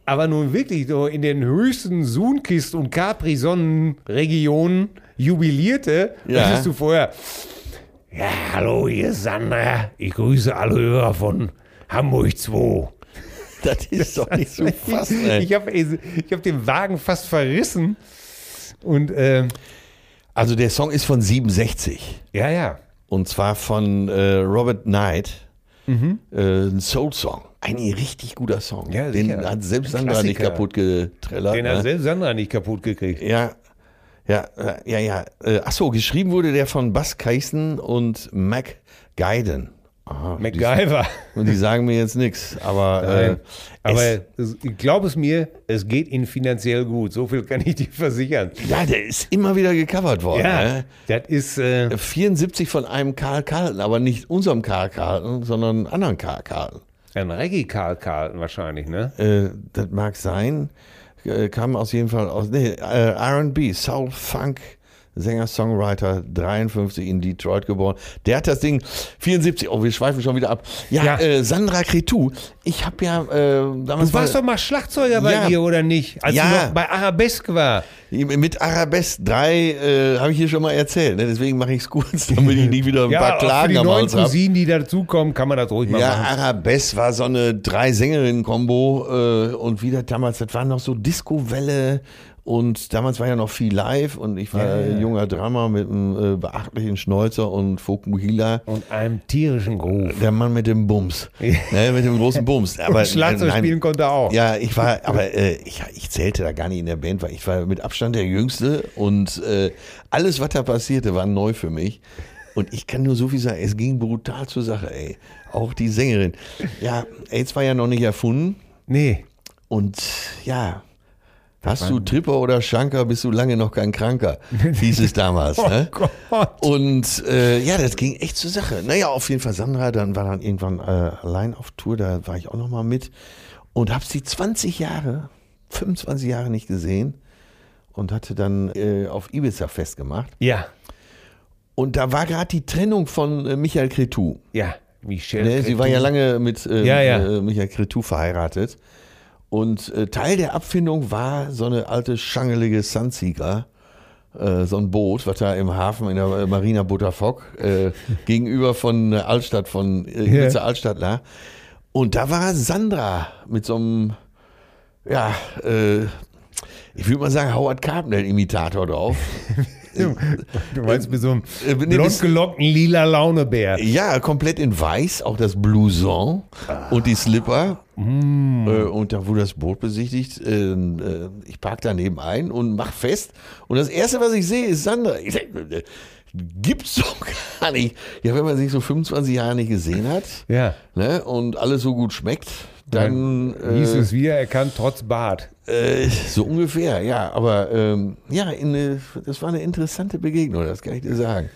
Speaker 6: aber nun wirklich so in den höchsten Sunkist- und Capri-Sonnen-Regionen jubilierte,
Speaker 5: Ja.
Speaker 6: hattest du vorher. Ja, hallo, hier ist Sandra. Ich grüße alle Hörer von Hamburg 2.
Speaker 5: Das ist doch nicht zu fassen. ey.
Speaker 6: Ich habe ich hab den Wagen fast verrissen. Und ähm,
Speaker 5: Also der Song ist von 67.
Speaker 6: ja, ja.
Speaker 5: Und zwar von äh, Robert Knight. Äh, ein Soul-Song. Ein richtig guter Song.
Speaker 6: Mhm. Ja,
Speaker 5: Den
Speaker 6: sicher.
Speaker 5: hat selbst
Speaker 6: Ein
Speaker 5: Sandra nicht
Speaker 6: Klassiker.
Speaker 5: kaputt getrellert.
Speaker 6: Den
Speaker 5: ne?
Speaker 6: hat selbst Sandra nicht kaputt gekriegt.
Speaker 5: Ja, ja, äh, ja, ja. Äh, ach so, geschrieben wurde der von Bas Kaysen und Mac Guyden. Aha,
Speaker 6: MacGyver.
Speaker 5: Die, und die sagen mir jetzt nichts, aber, äh,
Speaker 6: Nein. Aber
Speaker 5: es,
Speaker 6: es, glaub es mir, es geht Ihnen finanziell gut. So viel kann ich dir versichern.
Speaker 5: ja, der ist immer wieder gecovert worden.
Speaker 6: Ja,
Speaker 5: Ne?
Speaker 6: das ist. Äh,
Speaker 5: 74 von einem Karl Carlton, aber nicht unserem Karl Carlton, sondern einem anderen Karl Carlton.
Speaker 6: Ein Reggie Karl Carlton wahrscheinlich, ne?
Speaker 5: Äh, das mag sein. Äh, kam aus jeden Fall aus. Nee, äh, RB, Soul Funk. Sänger, Songwriter, 53 in Detroit geboren. Der hat das Ding 74. Oh, wir schweifen schon wieder ab. Ja,
Speaker 6: Ja.
Speaker 5: Äh, Sandra Cretu. Ich habe ja äh, damals
Speaker 6: Du warst doch
Speaker 5: mal,
Speaker 6: mal Schlagzeuger bei
Speaker 5: Ja.
Speaker 6: dir, oder nicht? Als
Speaker 5: Ja.
Speaker 6: du noch bei Arabesque war.
Speaker 5: mit Arabesque 3 äh, habe ich hier schon mal erzählt. Ne? Deswegen mache ich es kurz, damit ich nicht wieder ein
Speaker 6: Ja,
Speaker 5: paar
Speaker 6: auch für
Speaker 5: Klagen
Speaker 6: die
Speaker 5: am
Speaker 6: neuen
Speaker 5: Hals habe.
Speaker 6: Cousinen, die dazukommen, kann man das ruhig mal
Speaker 5: Ja,
Speaker 6: machen.
Speaker 5: Arabesque war so eine Drei-Sängerinnen-Kombo äh, und wieder damals, das war noch so Disco-Welle und damals war ja noch viel live und ich war ein junger Drama mit einem äh, beachtlichen Schnäuzer und Fokumhila.
Speaker 6: Und einem tierischen Groove.
Speaker 5: Der Mann mit dem Bums, ne, mit dem großen Bums. Aber
Speaker 6: Schlagzeug
Speaker 5: nein,
Speaker 6: spielen konnte er auch.
Speaker 5: Ja, ich war, aber äh, ich, ich zählte da gar nicht in der Band, weil ich war mit Abstand der Jüngste und äh, alles, was da passierte, war neu für mich. Und ich kann nur so viel sagen, es ging brutal zur Sache, ey. Auch die Sängerin. Ja, AIDS war ja noch nicht erfunden.
Speaker 6: Nee.
Speaker 5: Und ja, hast du Tripper oder Schanker, bist du lange noch kein Kranker, hieß es damals.
Speaker 6: Oh
Speaker 5: ne?
Speaker 6: Gott.
Speaker 5: Und äh, ja, das ging echt zur Sache. Naja, auf jeden Fall Sandra, dann war dann irgendwann äh, allein auf Tour, da war ich auch nochmal mit und habe sie 20 Jahre, 25 Jahre nicht gesehen und hatte dann äh, auf Ibiza festgemacht.
Speaker 6: Ja,
Speaker 5: Und da war gerade die Trennung von äh, Michael Cretu.
Speaker 6: ja. Michelle.
Speaker 5: Ne, sie war ja lange mit äh,
Speaker 6: Ja, ja.
Speaker 5: äh, Michael Cretu verheiratet. Und äh, Teil der Abfindung war so eine alte, schangelige Sunseeker, äh, so ein Boot, was da im Hafen in der äh, Marina Butterfock äh, gegenüber von äh, Altstadt, von äh, Ibiza Altstadt lag. Und da war Sandra mit so einem, ja, äh, ich würde mal sagen, Howard Carpendale-Imitator drauf.
Speaker 6: Du meinst mit so einem
Speaker 5: Äh, nee,
Speaker 6: blond
Speaker 5: das-
Speaker 6: gelockten lila Launebär.
Speaker 5: Ja, komplett in weiß, auch das Blouson und die Slipper. Äh, Und da wurde das Boot besichtigt. Äh, äh, Ich park daneben ein und mach fest. Und das Erste, was ich sehe, ist Sandra. Ich sag, äh, Gibt's doch gar nicht. Ja, wenn man sich so 25 Jahre nicht gesehen hat
Speaker 6: Ja.
Speaker 5: ne, und alles so gut schmeckt, dann.
Speaker 6: Hieß
Speaker 5: äh,
Speaker 6: es wieder, erkannt trotz Bart.
Speaker 5: äh, so ungefähr, ja. Aber ähm, ja, in eine, das war eine interessante Begegnung, das kann ich dir sagen.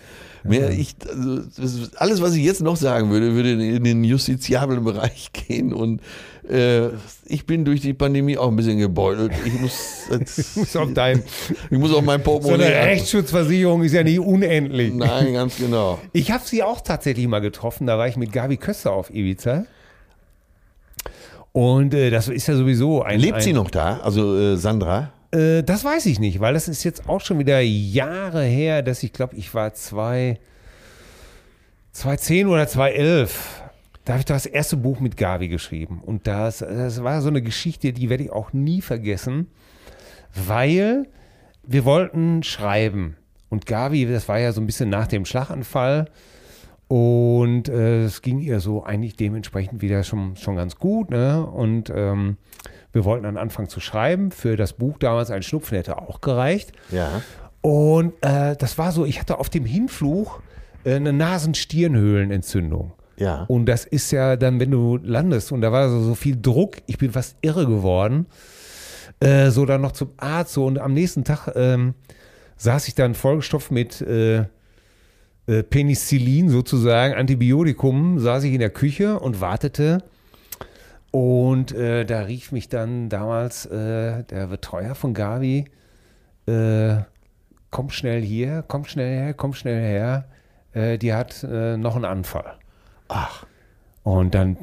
Speaker 5: Mehr, ich, also, das, alles, was ich jetzt noch sagen würde, würde in, in den justiziablen Bereich gehen. Und äh, ich bin durch die Pandemie auch ein bisschen gebeutelt. Ich muss, jetzt,
Speaker 6: Muss auf dein.
Speaker 5: ich muss auch mein
Speaker 6: So
Speaker 5: Portemonnaie.
Speaker 6: eine Rechtsschutzversicherung ist ja nicht unendlich.
Speaker 5: Nein, ganz genau.
Speaker 6: Ich habe sie auch tatsächlich mal getroffen. Da war ich mit Gabi Köster auf Ibiza. Und äh, das ist ja sowieso ein. ein,
Speaker 5: Lebt sie noch da? Also äh, Sandra?
Speaker 6: Äh, das weiß ich nicht, weil das ist jetzt auch schon wieder Jahre her, dass ich glaube, ich war zwei, 2010 oder 2011. Da habe ich doch das erste Buch mit Gavi geschrieben. Und das, das war so eine Geschichte, die werde ich auch nie vergessen, weil wir wollten schreiben. Und Gavi, das war ja so ein bisschen nach dem Schlaganfall. Und äh, es ging ihr so eigentlich dementsprechend wieder schon, schon ganz gut. Ne? Und ähm, wir wollten dann anfangen zu schreiben. Für das Buch damals ein Schnupfen hätte auch gereicht.
Speaker 5: Ja.
Speaker 6: Und äh, das war so, ich hatte auf dem Hinflug äh, eine Nasenstirnhöhlenentzündung.
Speaker 5: Ja.
Speaker 6: Und das ist ja dann, wenn du landest, und da war so, so viel Druck, ich bin fast irre geworden. Äh, so dann noch zum Arzt, so und am nächsten Tag ähm, saß ich dann vollgestopft mit äh, äh, Penicillin sozusagen, Antibiotikum, saß ich in der Küche und wartete. Und äh, da rief mich dann damals äh, der Betreuer von Gavi, äh, komm schnell hier, komm schnell her, komm schnell her, äh, die hat äh, noch einen Anfall. Ach. Und dann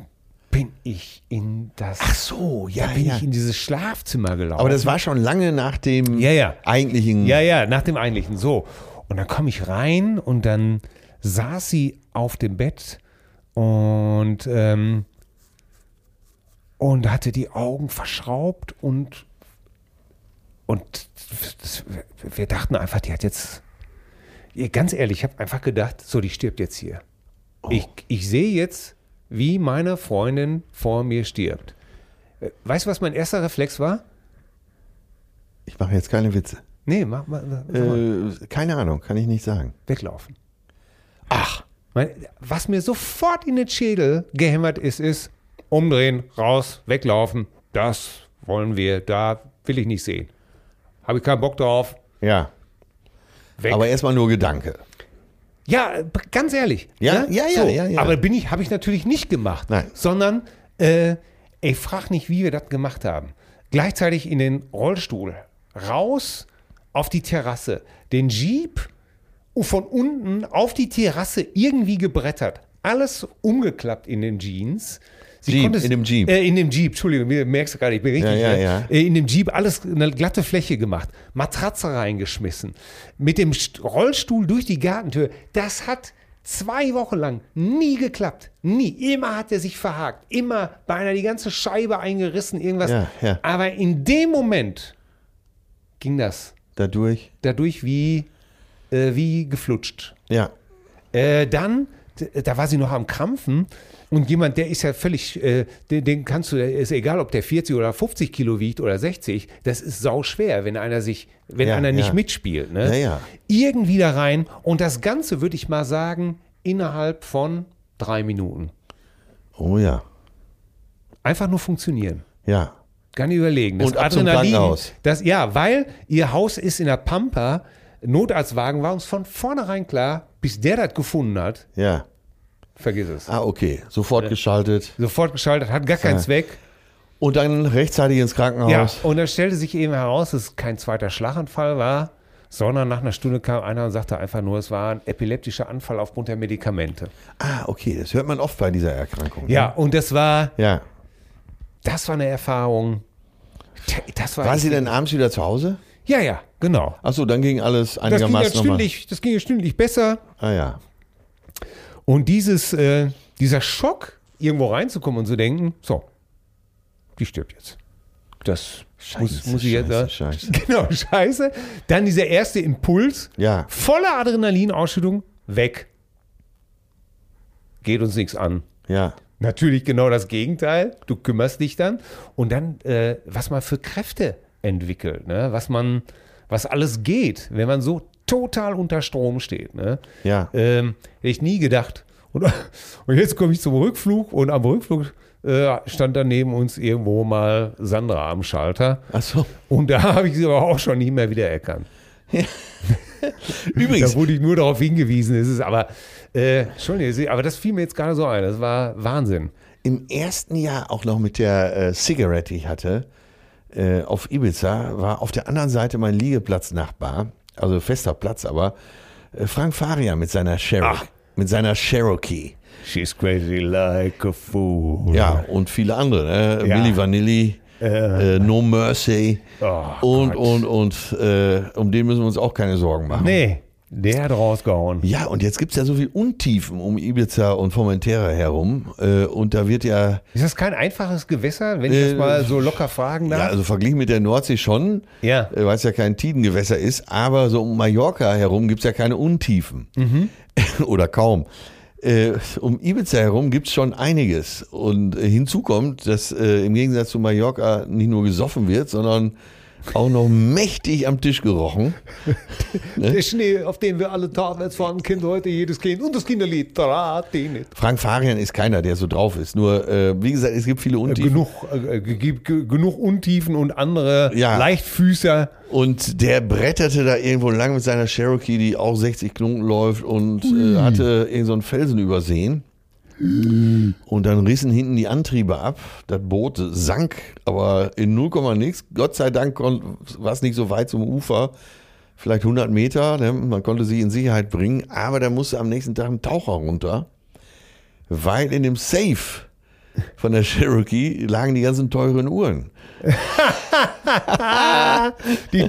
Speaker 6: bin ich in das,
Speaker 5: Ach so, ja,
Speaker 6: bin
Speaker 5: ja.
Speaker 6: ich in dieses Schlafzimmer gelaufen.
Speaker 5: Aber das war schon lange nach dem
Speaker 6: Ja, ja.
Speaker 5: eigentlichen.
Speaker 6: Ja, ja, nach dem eigentlichen. So. Und dann komme ich rein und dann saß sie auf dem Bett und, ähm, und hatte die Augen verschraubt und, und das, wir dachten einfach, die hat jetzt. Ja, Ganz ehrlich, ich habe einfach gedacht, so, die stirbt jetzt hier. Ich, ich sehe jetzt, wie meine Freundin vor mir stirbt. Äh, Weißt du, was mein erster Reflex war?
Speaker 5: Ich mache jetzt keine Witze.
Speaker 6: Nee, mach mal. Sag mal.
Speaker 5: Äh, keine Ahnung, kann ich nicht sagen.
Speaker 6: weglaufen. Ach. Mein, was mir sofort in den Schädel gehämmert ist, ist umdrehen, raus, weglaufen. Das wollen wir, da will ich nicht sehen. Habe ich keinen Bock drauf.
Speaker 5: Ja.
Speaker 6: Weg.
Speaker 5: Aber erstmal nur Gedanke.
Speaker 6: ja, äh, b- ganz ehrlich.
Speaker 5: Ja,
Speaker 6: ne?
Speaker 5: ja, ja,
Speaker 6: so,
Speaker 5: ja, ja.
Speaker 6: Aber bin ich, habe ich natürlich nicht gemacht,
Speaker 5: Nein.
Speaker 6: sondern äh, ich frage nicht, wie wir das gemacht haben. Gleichzeitig in den Rollstuhl, raus auf die Terrasse, den Jeep von unten auf die Terrasse irgendwie gebrettert. Alles umgeklappt in den Jeans. Sie
Speaker 5: Jeep, in dem Jeep.
Speaker 6: Äh, in dem Jeep, Entschuldigung, mir- merkst du gerade, ich bin richtig.
Speaker 5: Ja, ja,
Speaker 6: ne?
Speaker 5: ja.
Speaker 6: Äh, In dem Jeep alles eine glatte Fläche gemacht, Matratze reingeschmissen, mit dem St- Rollstuhl durch die Gartentür. Das hat zwei Wochen lang nie geklappt. Nie. Immer hat er sich verhakt. Immer beinahe die ganze Scheibe eingerissen, irgendwas.
Speaker 5: Ja, ja.
Speaker 6: Aber in dem Moment ging das
Speaker 5: Dadurch.
Speaker 6: dadurch wie, äh, wie geflutscht.
Speaker 5: Ja.
Speaker 6: Äh, dann, d- da war sie noch am Krampfen und jemand, der ist ja völlig, äh, den, den kannst du, ist egal, ob der 40 oder 50 Kilo wiegt oder 60, das ist sau schwer, wenn einer sich, wenn
Speaker 5: Ja,
Speaker 6: einer nicht
Speaker 5: ja.
Speaker 6: mitspielt. Ne?
Speaker 5: Ja, ja.
Speaker 6: Irgendwie da rein und das Ganze würde ich mal sagen, innerhalb von drei Minuten.
Speaker 5: Oh ja.
Speaker 6: Einfach nur funktionieren.
Speaker 5: Ja.
Speaker 6: Gar nicht überlegen.
Speaker 5: Und ab zum Krankenhaus.
Speaker 6: das, ja, weil ihr Haus ist in der Pampa, Notarztwagen war uns von vornherein klar, bis der das gefunden hat,
Speaker 5: Ja.
Speaker 6: vergiss es.
Speaker 5: Ah, okay. Sofort geschaltet.
Speaker 6: Sofort geschaltet, hat gar keinen
Speaker 5: Ja.
Speaker 6: Zweck.
Speaker 5: Und dann rechtzeitig ins
Speaker 6: Ja,
Speaker 5: Krankenhaus.
Speaker 6: und dann stellte sich eben heraus, dass es kein zweiter Schlaganfall war, sondern nach einer Stunde kam einer und sagte einfach nur, es war ein epileptischer Anfall aufgrund der Medikamente.
Speaker 5: Ah, okay. Das hört man oft bei dieser Erkrankung. ne?
Speaker 6: Ja, und das war,
Speaker 5: Ja.
Speaker 6: das war eine Erfahrung. Tja, Das war, Ah,
Speaker 5: War sie denn abends wieder zu Hause?
Speaker 6: Ja, ja, genau.
Speaker 5: Achso, dann ging alles
Speaker 6: Das ging, ja
Speaker 5: einigermaßen nochmal.
Speaker 6: stündlich, das ging ja stündlich besser.
Speaker 5: Ah ja.
Speaker 6: Und dieses, äh, dieser Schock, irgendwo reinzukommen und zu denken, so, die stirbt jetzt. Das muss, muss ich
Speaker 5: scheiße,
Speaker 6: jetzt.
Speaker 5: scheiße.
Speaker 6: Genau, scheiße. Dann dieser erste Impuls,
Speaker 5: Ja.
Speaker 6: volle Adrenalinausschüttung, weg. Geht uns nichts an.
Speaker 5: Ja.
Speaker 6: Natürlich genau das Gegenteil. Du kümmerst dich dann. Und dann, äh, was man für Kräfte entwickelt, ne? was man, was alles geht, wenn man so total unter Strom steht. Ne?
Speaker 5: Ja.
Speaker 6: Ähm, hätte ich nie gedacht. Und, und jetzt komme ich zum Rückflug und am Rückflug äh, stand dann neben uns irgendwo mal Sandra am Schalter.
Speaker 5: Achso.
Speaker 6: Und da habe ich sie aber auch schon nicht mehr wiedererkannt.
Speaker 5: Übrigens,
Speaker 6: Da wurde ich nur darauf hingewiesen. Es ist aber, äh, Entschuldigung, aber das fiel mir jetzt gerade so ein. Das war Wahnsinn.
Speaker 5: im ersten Jahr auch noch mit der äh, Cigarette, die ich hatte, äh, auf Ibiza, war auf der anderen Seite mein Liegeplatznachbar, also fester Platz, aber äh, Frank Faria mit seiner
Speaker 6: Ah.
Speaker 5: Cherokee. Mit seiner Cherokee.
Speaker 6: She's crazy like a fool.
Speaker 5: Ja, und viele andere. Ne?
Speaker 6: Ja.
Speaker 5: Milli Vanilli, äh, No Mercy
Speaker 6: Oh,
Speaker 5: und,
Speaker 6: Gott.
Speaker 5: und, und, äh, um den müssen wir uns auch keine Sorgen machen.
Speaker 6: Nee, der hat rausgehauen.
Speaker 5: Ja, und jetzt gibt's ja so viel Untiefen um Ibiza und Formentera herum. Äh, und da wird ja,
Speaker 6: Ist das kein einfaches Gewässer, wenn ich
Speaker 5: Äh,
Speaker 6: das mal so locker fragen
Speaker 5: ja,
Speaker 6: darf?
Speaker 5: also verglichen mit der Nordsee schon,
Speaker 6: Ja.
Speaker 5: äh, weil es ja kein Tidengewässer ist, aber so um Mallorca herum gibt's ja keine Untiefen. Oder kaum. Äh, um Ibiza herum gibt's schon einiges. Und äh, hinzu kommt, dass äh, im Gegensatz zu Mallorca nicht nur gesoffen wird, sondern auch noch mächtig am Tisch gerochen. ne?
Speaker 6: Der Schnee, auf den wir alle Tagwärts fahren, kennt heute jedes Kind. Und das Kinderlied, da, den nicht.
Speaker 5: Frank Farian ist keiner, der so drauf ist. Nur, äh, wie gesagt, es gibt viele Untiefen.
Speaker 6: Genug, äh, ge- ge- ge- genug Untiefen und andere
Speaker 5: Ja.
Speaker 6: Leichtfüßer.
Speaker 5: Und der bretterte da irgendwo lang mit seiner Cherokee, die auch 60 Knoten läuft und äh, hatte irgend so einen Felsen übersehen. Und dann rissen hinten die Antriebe ab. Das Boot sank, aber in 0, Komma nix. Gott sei Dank kon- war es nicht so weit zum Ufer. Vielleicht 100 Meter. Ne? Man konnte sie in Sicherheit bringen. Aber da musste am nächsten Tag ein Taucher runter, weil in dem Safe von der Cherokee lagen die ganzen teuren Uhren.
Speaker 6: Die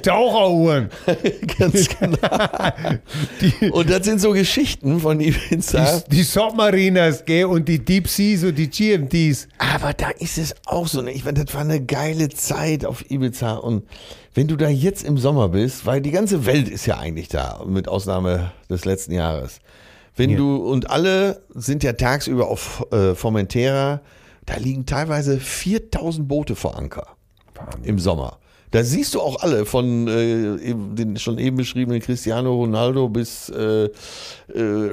Speaker 6: Taucheruhren.
Speaker 5: Ganz genau. und das sind so Geschichten von Ibiza.
Speaker 6: Die, die Submariners, gell, und die Deep Seas und die GMTs.
Speaker 5: Aber da ist es auch so. ne? Ich meine, das war eine geile Zeit auf Ibiza. Und wenn du da jetzt im Sommer bist, weil die ganze Welt ist ja eigentlich da, mit Ausnahme des letzten Jahres. Wenn du, und alle sind ja tagsüber auf äh, Formentera, da liegen teilweise 4000 Boote vor Anker im Sommer. Da siehst du auch alle, von äh, eben, den schon eben beschriebenen Cristiano Ronaldo bis äh, äh,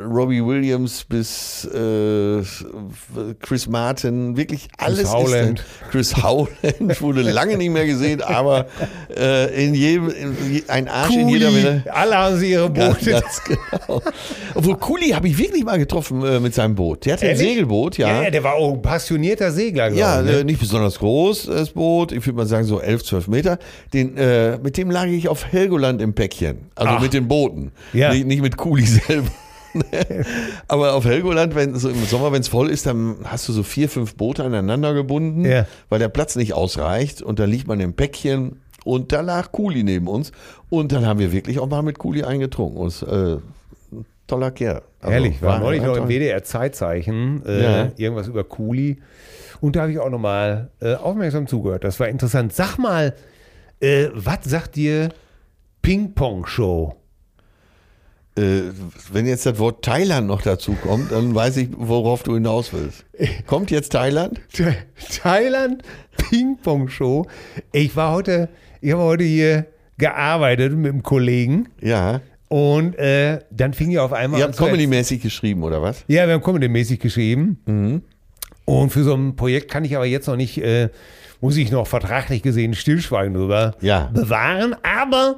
Speaker 5: Robbie Williams bis äh, Chris Martin, wirklich alles. ist
Speaker 6: Howland.
Speaker 5: da. Chris Howland wurde lange nicht mehr gesehen, aber äh, in jedem, in, je- ein Arsch in jeder Welle.
Speaker 6: alle haben sie ihre
Speaker 5: Ganz,
Speaker 6: Boote.
Speaker 5: ganz genau. Obwohl Kuli habe ich wirklich mal getroffen äh, mit seinem Boot. Der hatte ein
Speaker 6: Ehrlich?
Speaker 5: Segelboot,
Speaker 6: Ja, ja, der war auch ein passionierter Segler, glaube
Speaker 5: ja,
Speaker 6: ich. Ne?
Speaker 5: äh, nicht besonders groß, das Boot. Ich würde mal sagen, so 11, 12 Meter. Den, äh, mit dem lag ich auf Helgoland im Päckchen. Also
Speaker 6: Ach.
Speaker 5: mit den Booten.
Speaker 6: Ja.
Speaker 5: Nicht, nicht mit Kuli selber. ne? Aber auf Helgoland, wenn so im Sommer, wenn es voll ist, dann hast du so vier, fünf Boote aneinander gebunden,
Speaker 6: Ja.
Speaker 5: weil der Platz nicht ausreicht. Und dann liegt man im Päckchen und da lag Kuli neben uns. Und dann haben wir wirklich auch mal mit Kuli eingetrunken. Und, es, äh, ein toller Kerl. Also,
Speaker 6: Ehrlich, war neulich
Speaker 5: ein
Speaker 6: noch im
Speaker 5: toller-
Speaker 6: WDR-Zeitzeichen, äh,
Speaker 5: Ja.
Speaker 6: irgendwas über Kuli. Und da habe ich auch nochmal äh, aufmerksam zugehört. Das war interessant. Sag mal, äh, was sagt dir Ping-Pong-Show?
Speaker 5: Äh, wenn jetzt das Wort Thailand noch dazu kommt, dann weiß ich, worauf du hinaus willst. Kommt jetzt Thailand?
Speaker 6: Th- Thailand Ping-Pong-Show. Ich war heute, ich habe heute hier gearbeitet mit einem Kollegen
Speaker 5: Ja.
Speaker 6: und äh, dann fing ja auf einmal
Speaker 5: Ihr
Speaker 6: an
Speaker 5: habt
Speaker 6: zu erzählen.
Speaker 5: comedymäßig geschrieben, oder was?
Speaker 6: Ja, wir haben Comedy-mäßig geschrieben.
Speaker 5: Mhm.
Speaker 6: Und für so ein Projekt kann ich aber jetzt noch nicht, äh, muss ich noch vertraglich gesehen Stillschweigen drüber
Speaker 5: Ja.
Speaker 6: bewahren. Aber,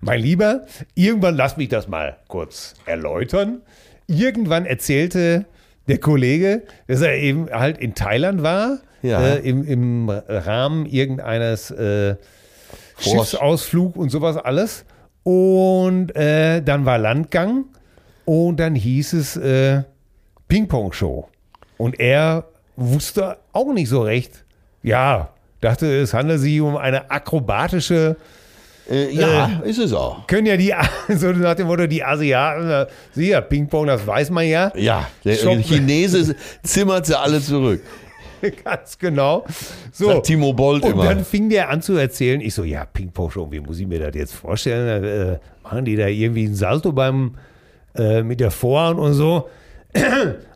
Speaker 6: mein Lieber, irgendwann lass mich das mal kurz erläutern. Irgendwann erzählte der Kollege, dass er eben halt in Thailand war,
Speaker 5: Ja.
Speaker 6: äh, im, im Rahmen irgendeines äh,
Speaker 5: Horst.
Speaker 6: Schiffsausflug und sowas alles. Und äh, dann war Landgang und dann hieß es äh, Ping-Pong-Show. Und er wusste auch nicht so recht. Ja, dachte, es handelt sich um eine akrobatische
Speaker 5: Äh, ja, ist es auch.
Speaker 6: Können ja die, so nach dem Motto, die Asiaten, äh, sie ja, Ping-Pong, das weiß man ja.
Speaker 5: Ja, der
Speaker 6: Shoppen.
Speaker 5: Chinese zimmert sie alle zurück.
Speaker 6: Ganz genau. So.
Speaker 5: Sagt Timo Bold
Speaker 6: und
Speaker 5: immer.
Speaker 6: dann fing der an zu erzählen. Ich so, ja, Ping-Pong-Show, wie muss ich mir das jetzt vorstellen? Äh, machen die da irgendwie einen Salto beim, äh, mit der Vorhand und so?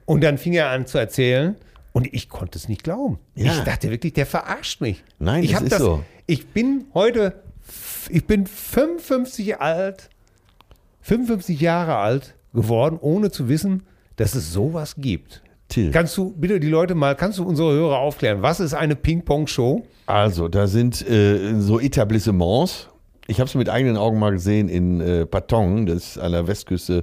Speaker 6: Und dann fing er an zu erzählen und ich konnte es nicht glauben.
Speaker 5: Ja.
Speaker 6: Ich dachte wirklich, der verarscht mich.
Speaker 5: Nein,
Speaker 6: ich
Speaker 5: das
Speaker 6: hab
Speaker 5: ist so.
Speaker 6: Ich bin heute, f- ich bin 55 alt, 55 Jahre alt geworden, ohne zu wissen, dass es sowas gibt.
Speaker 5: Till.
Speaker 6: Kannst du bitte die Leute mal, kannst du unsere Hörer aufklären, was ist eine Ping-Pong-Show?
Speaker 5: Also, da sind äh, so Etablissements. Ich habe es mit eigenen Augen mal gesehen in äh, Patong, das ist an der Westküste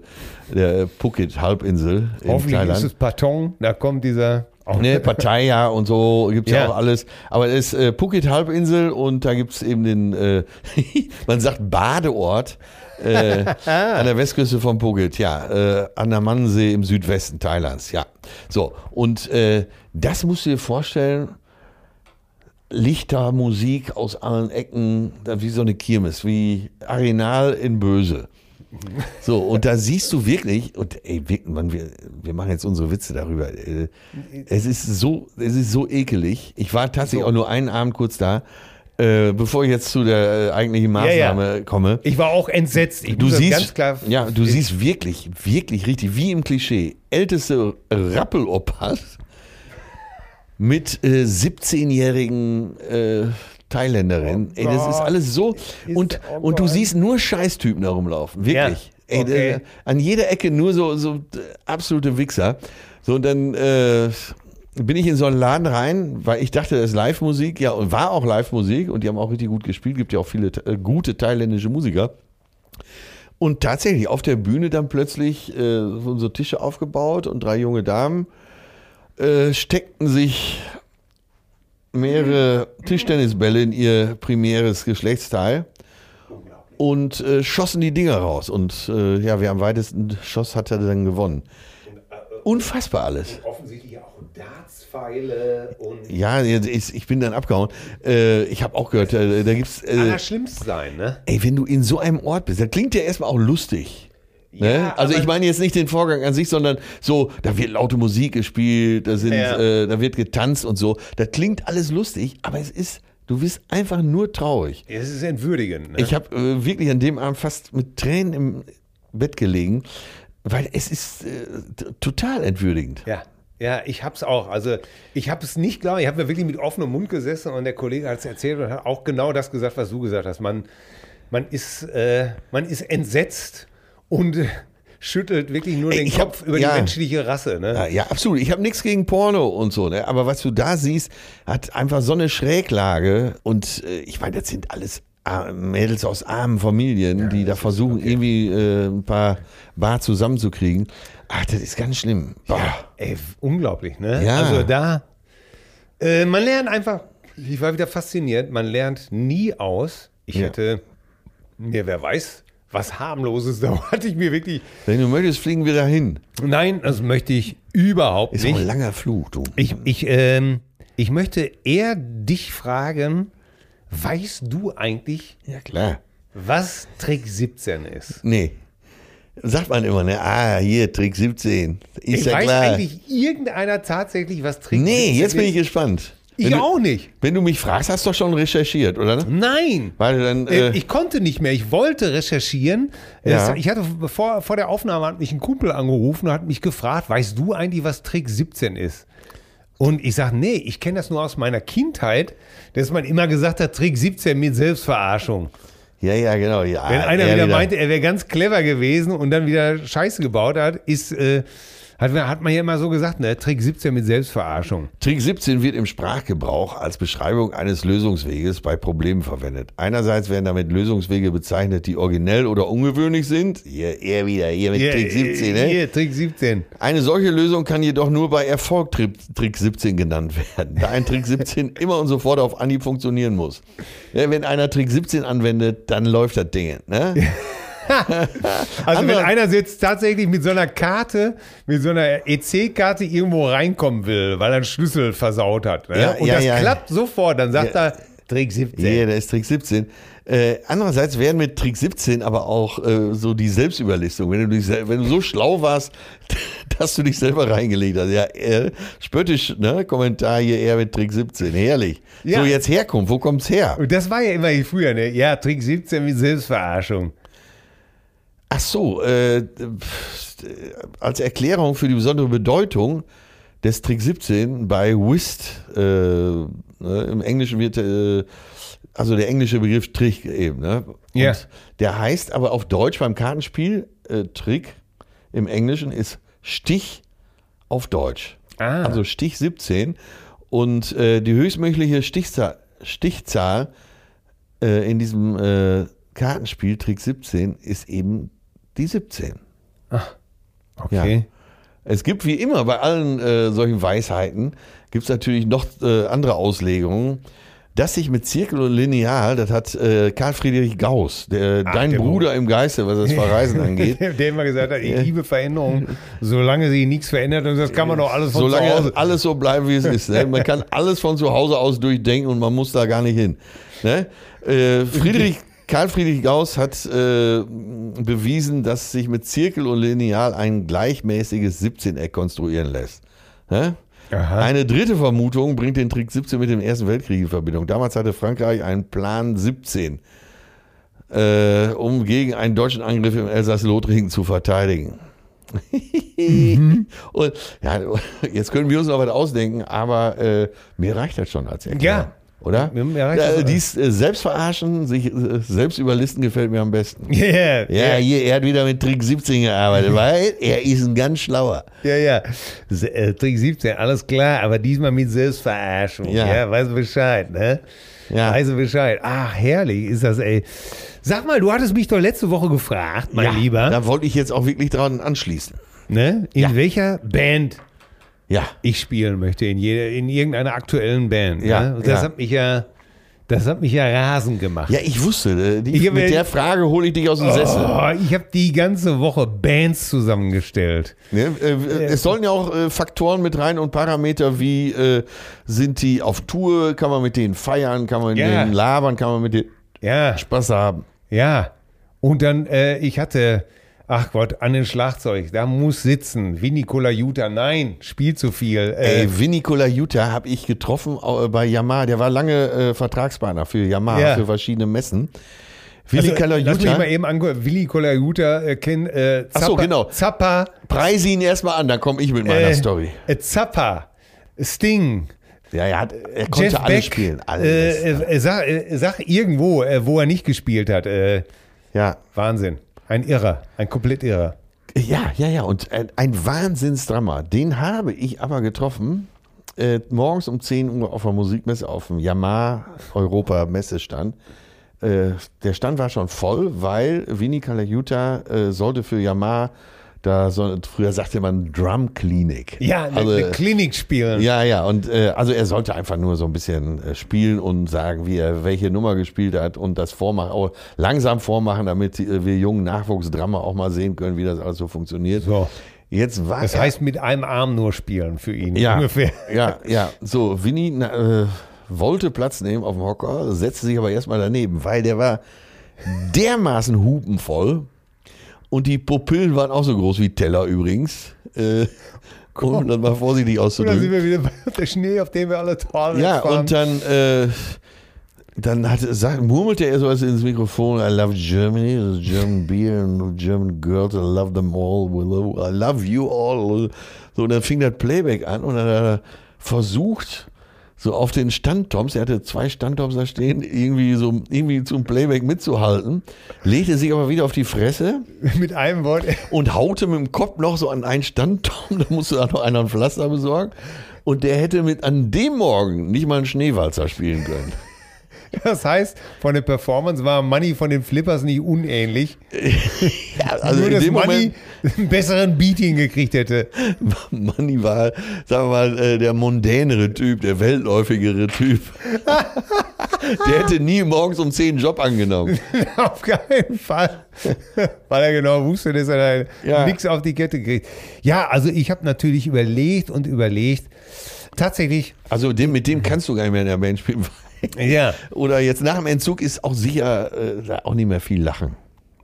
Speaker 5: der äh, Phuket-Halbinsel in
Speaker 6: Hoffentlich ist
Speaker 5: Thailand.
Speaker 6: es Patong, da kommt dieser. auch-
Speaker 5: Ne, Pattaya und so gibt's ja.
Speaker 6: Ja.
Speaker 5: auch alles. Aber es ist äh, Phuket-Halbinsel und da gibt's eben den, äh, man sagt Badeort äh, an der Westküste von Phuket, ja, äh, an der Mannsee im Südwesten Thailands, ja. So, und äh, das musst du dir vorstellen, Lichter, Musik aus allen Ecken, da wie so eine Kirmes, wie Arenal in Böse. So, und da siehst du wirklich, und ey, wir, man, wir, wir machen jetzt unsere Witze darüber. äh, Es ist so, es ist so ekelig. Ich war tatsächlich auch nur einen Abend kurz da, äh, bevor ich jetzt zu der äh, eigentlichen
Speaker 6: Ja, ja.
Speaker 5: Maßnahme komme.
Speaker 6: Ich war auch entsetzt. Ich
Speaker 5: Du
Speaker 6: muss das
Speaker 5: siehst,
Speaker 6: ganz klar.
Speaker 5: ja, du siehst wirklich, wirklich richtig, wie im Klischee, älteste Rappelopas mit äh, 17-jährigen äh, Thailänderin. Ey, das ist
Speaker 6: Oh Gott.
Speaker 5: alles so.
Speaker 6: Ist-
Speaker 5: Und,
Speaker 6: oh
Speaker 5: und du
Speaker 6: Gott.
Speaker 5: siehst nur Scheißtypen da rumlaufen. Wirklich.
Speaker 6: Ja,
Speaker 5: Ey, der-
Speaker 6: okay.
Speaker 5: an jeder Ecke nur so, so äh, absolute Wichser. So, und dann äh, bin ich in so einen Laden rein, weil ich dachte, das ist Live-Musik. Ja, und war auch Live-Musik und die haben auch richtig gut gespielt. Gibt ja auch viele äh, gute thailändische Musiker. Und tatsächlich auf der Bühne dann plötzlich äh, wurden so Tische aufgebaut und drei junge Damen äh, steckten sich mehrere Tischtennisbälle in ihr primäres Geschlechtsteil und äh, schossen die Dinger raus. Und äh, ja, wer am weitesten schoss, hat er dann gewonnen. Unfassbar alles.
Speaker 6: Offensichtlich auch Dartspfeile und.
Speaker 5: Ja, ich, ich bin dann abgehauen. Äh, ich habe auch gehört, äh, da gibt's.
Speaker 6: Kann
Speaker 5: Äh,
Speaker 6: das schlimmst sein, ne?
Speaker 5: ey, wenn du in so einem Ort bist, das klingt ja erstmal auch lustig. Ne?
Speaker 6: Ja,
Speaker 5: also
Speaker 6: aber-
Speaker 5: ich meine jetzt nicht den Vorgang an sich, sondern so, da wird laute Musik gespielt, da, sind,
Speaker 6: Ja.
Speaker 5: äh, da wird getanzt und so. Das klingt alles lustig, aber es ist, du bist einfach nur traurig.
Speaker 6: Es ist entwürdigend. Ne?
Speaker 5: Ich habe äh, wirklich an dem Abend fast mit Tränen im Bett gelegen, weil es ist äh, t- total entwürdigend.
Speaker 6: Ja, ja, ich hab's auch. Also ich habe es nicht klar. Ich habe mir wirklich mit offenem Mund gesessen und der Kollege hat es erzählt und hat auch genau das gesagt, was du gesagt hast. Man, man ist, äh, man ist entsetzt und äh, schüttelt wirklich nur
Speaker 5: Ey,
Speaker 6: den
Speaker 5: ich hab-
Speaker 6: Kopf über
Speaker 5: ja.
Speaker 6: die menschliche Rasse. Ne?
Speaker 5: Ja, ja, absolut. Ich habe nichts gegen Porno und so, ne? aber was du da siehst, hat einfach so eine Schräglage. Und äh, ich meine, das sind alles ar- Mädels aus armen Familien, die da versuchen, irgendwie äh, ein paar Bar zusammenzukriegen. Ach, das ist ganz schlimm. Boah.
Speaker 6: Ey, unglaublich, ne?
Speaker 5: Ja.
Speaker 6: Also da, äh, man lernt einfach, ich war wieder fasziniert, man lernt nie aus. Ich
Speaker 5: Ja.
Speaker 6: hätte mir, wer weiß, was harmloses, da hatte ich mir wirklich,
Speaker 5: Wenn du möchtest, fliegen wir dahin.
Speaker 6: nein, das möchte ich überhaupt
Speaker 5: Ist auch ein
Speaker 6: nicht.
Speaker 5: langer Flug, du.
Speaker 6: Ich, ich, ähm, ich möchte eher dich fragen, weißt du eigentlich,
Speaker 5: ja, klar.
Speaker 6: was Trick 17 ist?
Speaker 5: Nee. Sagt man immer, ne? Ah, hier, Trick 17. Ist
Speaker 6: ich
Speaker 5: ja
Speaker 6: weiß
Speaker 5: klar.
Speaker 6: eigentlich irgendeiner tatsächlich, was Trick 17
Speaker 5: nee,
Speaker 6: ist.
Speaker 5: jetzt bin ich gespannt.
Speaker 6: Ich
Speaker 5: wenn
Speaker 6: auch
Speaker 5: du,
Speaker 6: nicht.
Speaker 5: Wenn du mich fragst, hast du doch schon recherchiert, oder?
Speaker 6: Nein.
Speaker 5: Weil dann.
Speaker 6: Äh,
Speaker 5: Äh,
Speaker 6: ich konnte nicht mehr. Ich wollte recherchieren.
Speaker 5: Ja.
Speaker 6: Es- Ich hatte vor, vor der Aufnahme hat mich ein Kumpel angerufen und hat mich gefragt, weißt du eigentlich, was Trick 17 ist? Und ich sage, nee, ich kenne das nur aus meiner Kindheit, dass man immer gesagt hat, Trick 17 mit Selbstverarschung.
Speaker 5: ja, ja, genau. Ja,
Speaker 6: Wenn einer
Speaker 5: er
Speaker 6: wieder, meinte, er wäre ganz clever gewesen und dann wieder Scheiße gebaut hat, ist, äh, hat, hat man ja immer so gesagt, ne, Trick 17 mit Selbstverarschung.
Speaker 5: Trick 17 wird im Sprachgebrauch als Beschreibung eines Lösungsweges bei Problemen verwendet. Einerseits werden damit Lösungswege bezeichnet, die originell oder ungewöhnlich sind. Hier, er wieder, hier mit Trick 17, ne?
Speaker 6: Hier, Trick 17.
Speaker 5: Eine solche Lösung kann jedoch nur bei Erfolg Tri- Trick 17 genannt werden, da ein Trick 17 immer und sofort auf Anhieb funktionieren muss. Ja, wenn einer Trick 17 anwendet, dann läuft das Ding. Ne?
Speaker 6: Also
Speaker 5: Andere-
Speaker 6: wenn einer jetzt tatsächlich mit so einer Karte, mit so einer EC-Karte irgendwo reinkommen will, weil er einen Schlüssel versaut hat. Ne?
Speaker 5: Ja,
Speaker 6: und
Speaker 5: ja,
Speaker 6: das
Speaker 5: ja.
Speaker 6: klappt sofort, dann sagt
Speaker 5: Ja.
Speaker 6: er Trick 17.
Speaker 5: Ja, da ist Trick 17. Äh, andererseits wären mit Trick 17 aber auch äh, so die Selbstüberlistung. Wenn du, dich, sel- wenn du so schlau warst, dass du dich selber reingelegt hast. Ja, äh, spöttisch, ne? Kommentar hier eher mit Trick 17. Herrlich.
Speaker 6: Ja.
Speaker 5: So, jetzt Herkunft. Wo kommt's her?
Speaker 6: Und das war ja immer hier früher, ne? Ja, Trick 17 mit Selbstverarschung.
Speaker 5: Ach so, äh, pf, äh, als Erklärung für die besondere Bedeutung des Trick 17 bei Whist, äh, ne, im Englischen wird, äh, also der englische Begriff Trick eben, ne? Und
Speaker 6: Ja.
Speaker 5: Der heißt aber auf Deutsch beim Kartenspiel äh, Trick im Englischen ist Stich auf Deutsch.
Speaker 6: Ah.
Speaker 5: Also Stich 17 und äh, die höchstmögliche Stichzahl, Stichzahl äh, in diesem äh, Kartenspiel Trick 17 ist eben die 17.
Speaker 6: Okay.
Speaker 5: Es gibt wie immer bei allen äh, solchen Weisheiten, gibt es natürlich noch äh, andere Auslegungen. Dass sich mit Zirkel und Lineal, das hat äh, Karl Friedrich Gauss, der, äh, dein
Speaker 6: Ah, der
Speaker 5: Bruder im Geiste, was das Verreisen angeht,
Speaker 6: Der, der immer gesagt hat, ich liebe Veränderung, solange sich nichts verändert und das kann man doch alles von zu Hause.
Speaker 5: Solange alles so bleiben, wie es ist. Ne? Man kann alles von zu Hause aus durchdenken und man muss da gar nicht hin. Ne? Äh, Friedrich, Karl Friedrich Gauss hat äh, bewiesen, dass sich mit Zirkel und Lineal ein gleichmäßiges 17-Eck konstruieren lässt. Ne?
Speaker 6: Aha.
Speaker 5: Eine dritte Vermutung bringt den Trick 17 mit dem Ersten Weltkrieg in Verbindung. Damals hatte Frankreich einen Plan 17, äh, um gegen einen deutschen Angriff im Elsass-Lothringen zu verteidigen.
Speaker 6: Mhm.
Speaker 5: Und ja, jetzt können wir uns noch was ausdenken, aber äh, mir reicht das schon als Erklärung.
Speaker 6: Ja.
Speaker 5: Oder?
Speaker 6: Mir- mir reicht das
Speaker 5: äh,
Speaker 6: schon.
Speaker 5: dies äh, selbst verarschen, sich äh, selbst überlisten gefällt mir am besten.
Speaker 6: Yeah,
Speaker 5: Ja, hier, er hat wieder mit Trick 17 gearbeitet, weil er ist ein ganz schlauer.
Speaker 6: Ja, ja. Se- äh, Trick 17, alles klar, aber diesmal mit Selbstverarschung. Ja,
Speaker 5: Ja.
Speaker 6: weißt du Bescheid, ne?
Speaker 5: Ja.
Speaker 6: Weißt du Bescheid. Ah, herrlich ist das, ey. Sag mal, du hattest mich doch letzte Woche gefragt, mein Lieber,
Speaker 5: Da wollte ich jetzt auch wirklich dran anschließen.
Speaker 6: ne? In welcher Band
Speaker 5: Ja.
Speaker 6: ich spielen möchte, in, jeder, in irgendeiner aktuellen Band.
Speaker 5: Ja,
Speaker 6: ne? Und das
Speaker 5: ja.
Speaker 6: hat mich ja, das hat mich ja rasend gemacht.
Speaker 5: Ja, ich wusste, äh, die,
Speaker 6: Ich hab mir-
Speaker 5: mit der Frage hole ich dich aus dem Sessel.
Speaker 6: Oh, ich habe die ganze Woche Bands zusammengestellt.
Speaker 5: Ne? Äh, äh, Es sollen ja auch äh, Faktoren mit rein und Parameter wie äh, sind die auf Tour, kann man mit denen feiern, kann man mit
Speaker 6: Ja.
Speaker 5: denen labern, kann man mit denen
Speaker 6: Ja.
Speaker 5: Spaß haben.
Speaker 6: Ja, und dann, äh, ich hatte, ach Gott, an den Schlagzeug, da muss sitzen. Wie Nikola Jutta, nein, spielt zu viel. Äh,
Speaker 5: Ey, Vinikola Jutta habe ich getroffen äh, bei Yamaha. Der war lange äh, Vertragspartner für Yamaha,
Speaker 6: Ja.
Speaker 5: für verschiedene Messen. Vinikola
Speaker 6: also, lass mich
Speaker 5: Jutta,
Speaker 6: mal eben angucken. Willi Nikola Jutta äh, kennt äh,
Speaker 5: Ach so,
Speaker 6: Zappa-
Speaker 5: genau.
Speaker 6: Zappa,
Speaker 5: preise ihn erstmal an, dann komme ich mit meiner
Speaker 6: äh,
Speaker 5: Story.
Speaker 6: Äh, Zappa, Sting,
Speaker 5: Ja, er, hat, er konnte
Speaker 6: Jeff
Speaker 5: alles
Speaker 6: Beck.
Speaker 5: spielen. Alles.
Speaker 6: Äh, äh, sag, äh, sag irgendwo, äh, wo er nicht gespielt hat. Äh,
Speaker 5: ja.
Speaker 6: Wahnsinn. Ein Irrer, ein komplett Irrer.
Speaker 5: Ja, ja, ja. Und ein, ein Wahnsinnsdrama. Den habe ich aber getroffen. Äh, morgens um 10 Uhr auf der Musikmesse auf dem Yamaha Europa Messestand. Äh, der Stand war schon voll, weil Vinny Calajuta äh, sollte für Yamaha, da so, früher sagte man Drum Clinic.
Speaker 6: Ja, ne, eine,
Speaker 5: Also,
Speaker 6: eine Klinik spielen.
Speaker 5: ja, ja, und äh, also er sollte einfach nur so ein bisschen äh, spielen und sagen, wie er welche Nummer gespielt hat und das vormachen, auch langsam vormachen, damit äh, wir jungen Nachwuchsdrama auch mal sehen können, wie das alles so funktioniert.
Speaker 6: So.
Speaker 5: Jetzt war
Speaker 6: Das
Speaker 5: er-
Speaker 6: heißt, mit einem Arm nur spielen für ihn
Speaker 5: ja,
Speaker 6: ungefähr.
Speaker 5: Ja, ja. So, Winnie na, äh, wollte Platz nehmen auf dem Hocker, setzte sich aber erstmal daneben, weil der war dermaßen hupenvoll und die Pupillen waren auch so groß wie Teller übrigens. Äh, um das mal vorsichtig
Speaker 6: Und dann sind
Speaker 5: auszudrücken.
Speaker 6: wir wieder bei der Schnee, auf dem wir alle total
Speaker 5: Ja,
Speaker 6: fahren.
Speaker 5: und dann, äh, dann hat, sagt, murmelte er sowas ins Mikrofon, I love Germany, I love German beer and German girls, I love them all, we love- I love you all. So, und dann fing das Playback an und dann hat er versucht, so auf den Standtoms, er hatte zwei Standtoms da stehen, irgendwie so irgendwie zum Playback mitzuhalten, legte sich aber wieder auf die Fresse
Speaker 6: mit einem Wort.
Speaker 5: und haute mit dem Kopf noch so an einen Standturm. Da musste da noch einer ein Pflaster besorgen. Und der hätte mit an dem Morgen nicht mal einen Schneewalzer spielen können.
Speaker 6: Das heißt, von der Performance war Money von den Flippers nicht unähnlich.
Speaker 5: Ja, also
Speaker 6: nur,
Speaker 5: in
Speaker 6: dass
Speaker 5: dem
Speaker 6: Money
Speaker 5: Moment,
Speaker 6: einen besseren Beating gekriegt hätte.
Speaker 5: Manni war, sagen wir mal, äh, der mondänere Typ, der weltläufigere Typ. der hätte nie morgens um 10 einen Job angenommen.
Speaker 6: auf keinen Fall. Weil er genau wusste, dass er da
Speaker 5: Ja.
Speaker 6: nichts auf die Kette kriegt. Ja, also ich habe natürlich überlegt und überlegt. Tatsächlich
Speaker 5: Also dem, mit dem kannst du gar nicht mehr in der Band spielen. weil
Speaker 6: Ja.
Speaker 5: Oder jetzt nach dem Entzug ist auch sicher äh, da auch nicht mehr viel Lachen.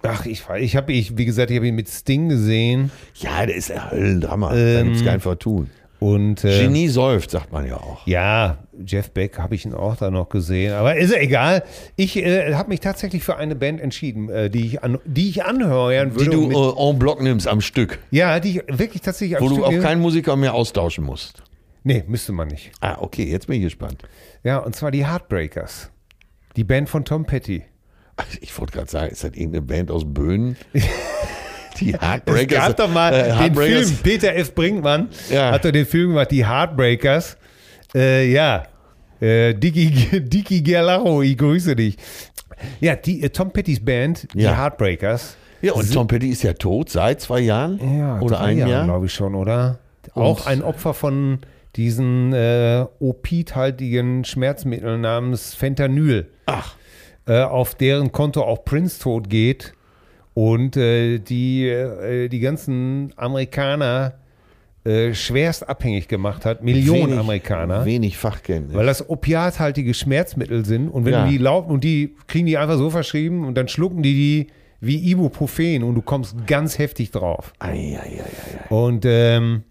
Speaker 6: Ach, ich, ich habe, ich, wie gesagt, ich habe ihn mit Sting gesehen.
Speaker 5: Ja, der ist ein Höllendrama. da
Speaker 6: Ähm.
Speaker 5: gibt es kein Vertun.
Speaker 6: Und, äh,
Speaker 5: Genie säuft, sagt man ja auch.
Speaker 6: Ja, Jeff Beck habe ich ihn auch da noch gesehen. Aber ist ja egal. Ich äh, habe mich tatsächlich für eine Band entschieden, äh, die, ich an, die ich anhören
Speaker 5: Die
Speaker 6: würde.
Speaker 5: du
Speaker 6: und mit,
Speaker 5: äh, en bloc nimmst am Stück,
Speaker 6: ja, die ich wirklich tatsächlich am
Speaker 5: wo du
Speaker 6: Stück
Speaker 5: auch
Speaker 6: nehme.
Speaker 5: keinen Musiker mehr austauschen musst.
Speaker 6: Nee, müsste man nicht.
Speaker 5: Ah, okay, jetzt bin ich gespannt.
Speaker 6: Ja, und zwar die Heartbreakers. Die Band von Tom Petty.
Speaker 5: Also, Ich wollte gerade sagen, ist das irgendeine Band aus Böhnen? Die Heartbreakers.
Speaker 6: Es gab doch mal
Speaker 5: äh,
Speaker 6: den
Speaker 5: Heartbreakers.
Speaker 6: Film, Peter F. Brinkmann
Speaker 5: Ja.
Speaker 6: hat doch den Film gemacht, die Heartbreakers. Äh, ja, äh, Dicky, Dicky Gerlacho, ich grüße dich. Ja, die äh, Tom Pettys Band, die
Speaker 5: Ja.
Speaker 6: Heartbreakers.
Speaker 5: Ja, und Tom Petty ist ja tot seit zwei Jahren
Speaker 6: Ja,
Speaker 5: oder
Speaker 6: drei
Speaker 5: ein
Speaker 6: Jahre,
Speaker 5: Jahr.
Speaker 6: glaube ich schon, oder? Auch ein Opfer von diesen äh, opidhaltigen Schmerzmitteln namens Fentanyl. Ach. Äh, auf deren Konto auch Prince tot geht. Und äh, die, äh, die ganzen Amerikaner äh, schwerst abhängig gemacht hat. Millionen
Speaker 5: Wenig-
Speaker 6: Amerikaner.
Speaker 5: Wenig Fachkenntnis.
Speaker 6: Weil das opiathaltige Schmerzmittel sind und wenn
Speaker 5: Ja.
Speaker 6: du die laufen und die kriegen die einfach so verschrieben und dann schlucken die die wie Ibuprofen und du kommst ganz heftig drauf.
Speaker 5: Ah,
Speaker 6: Und ähm,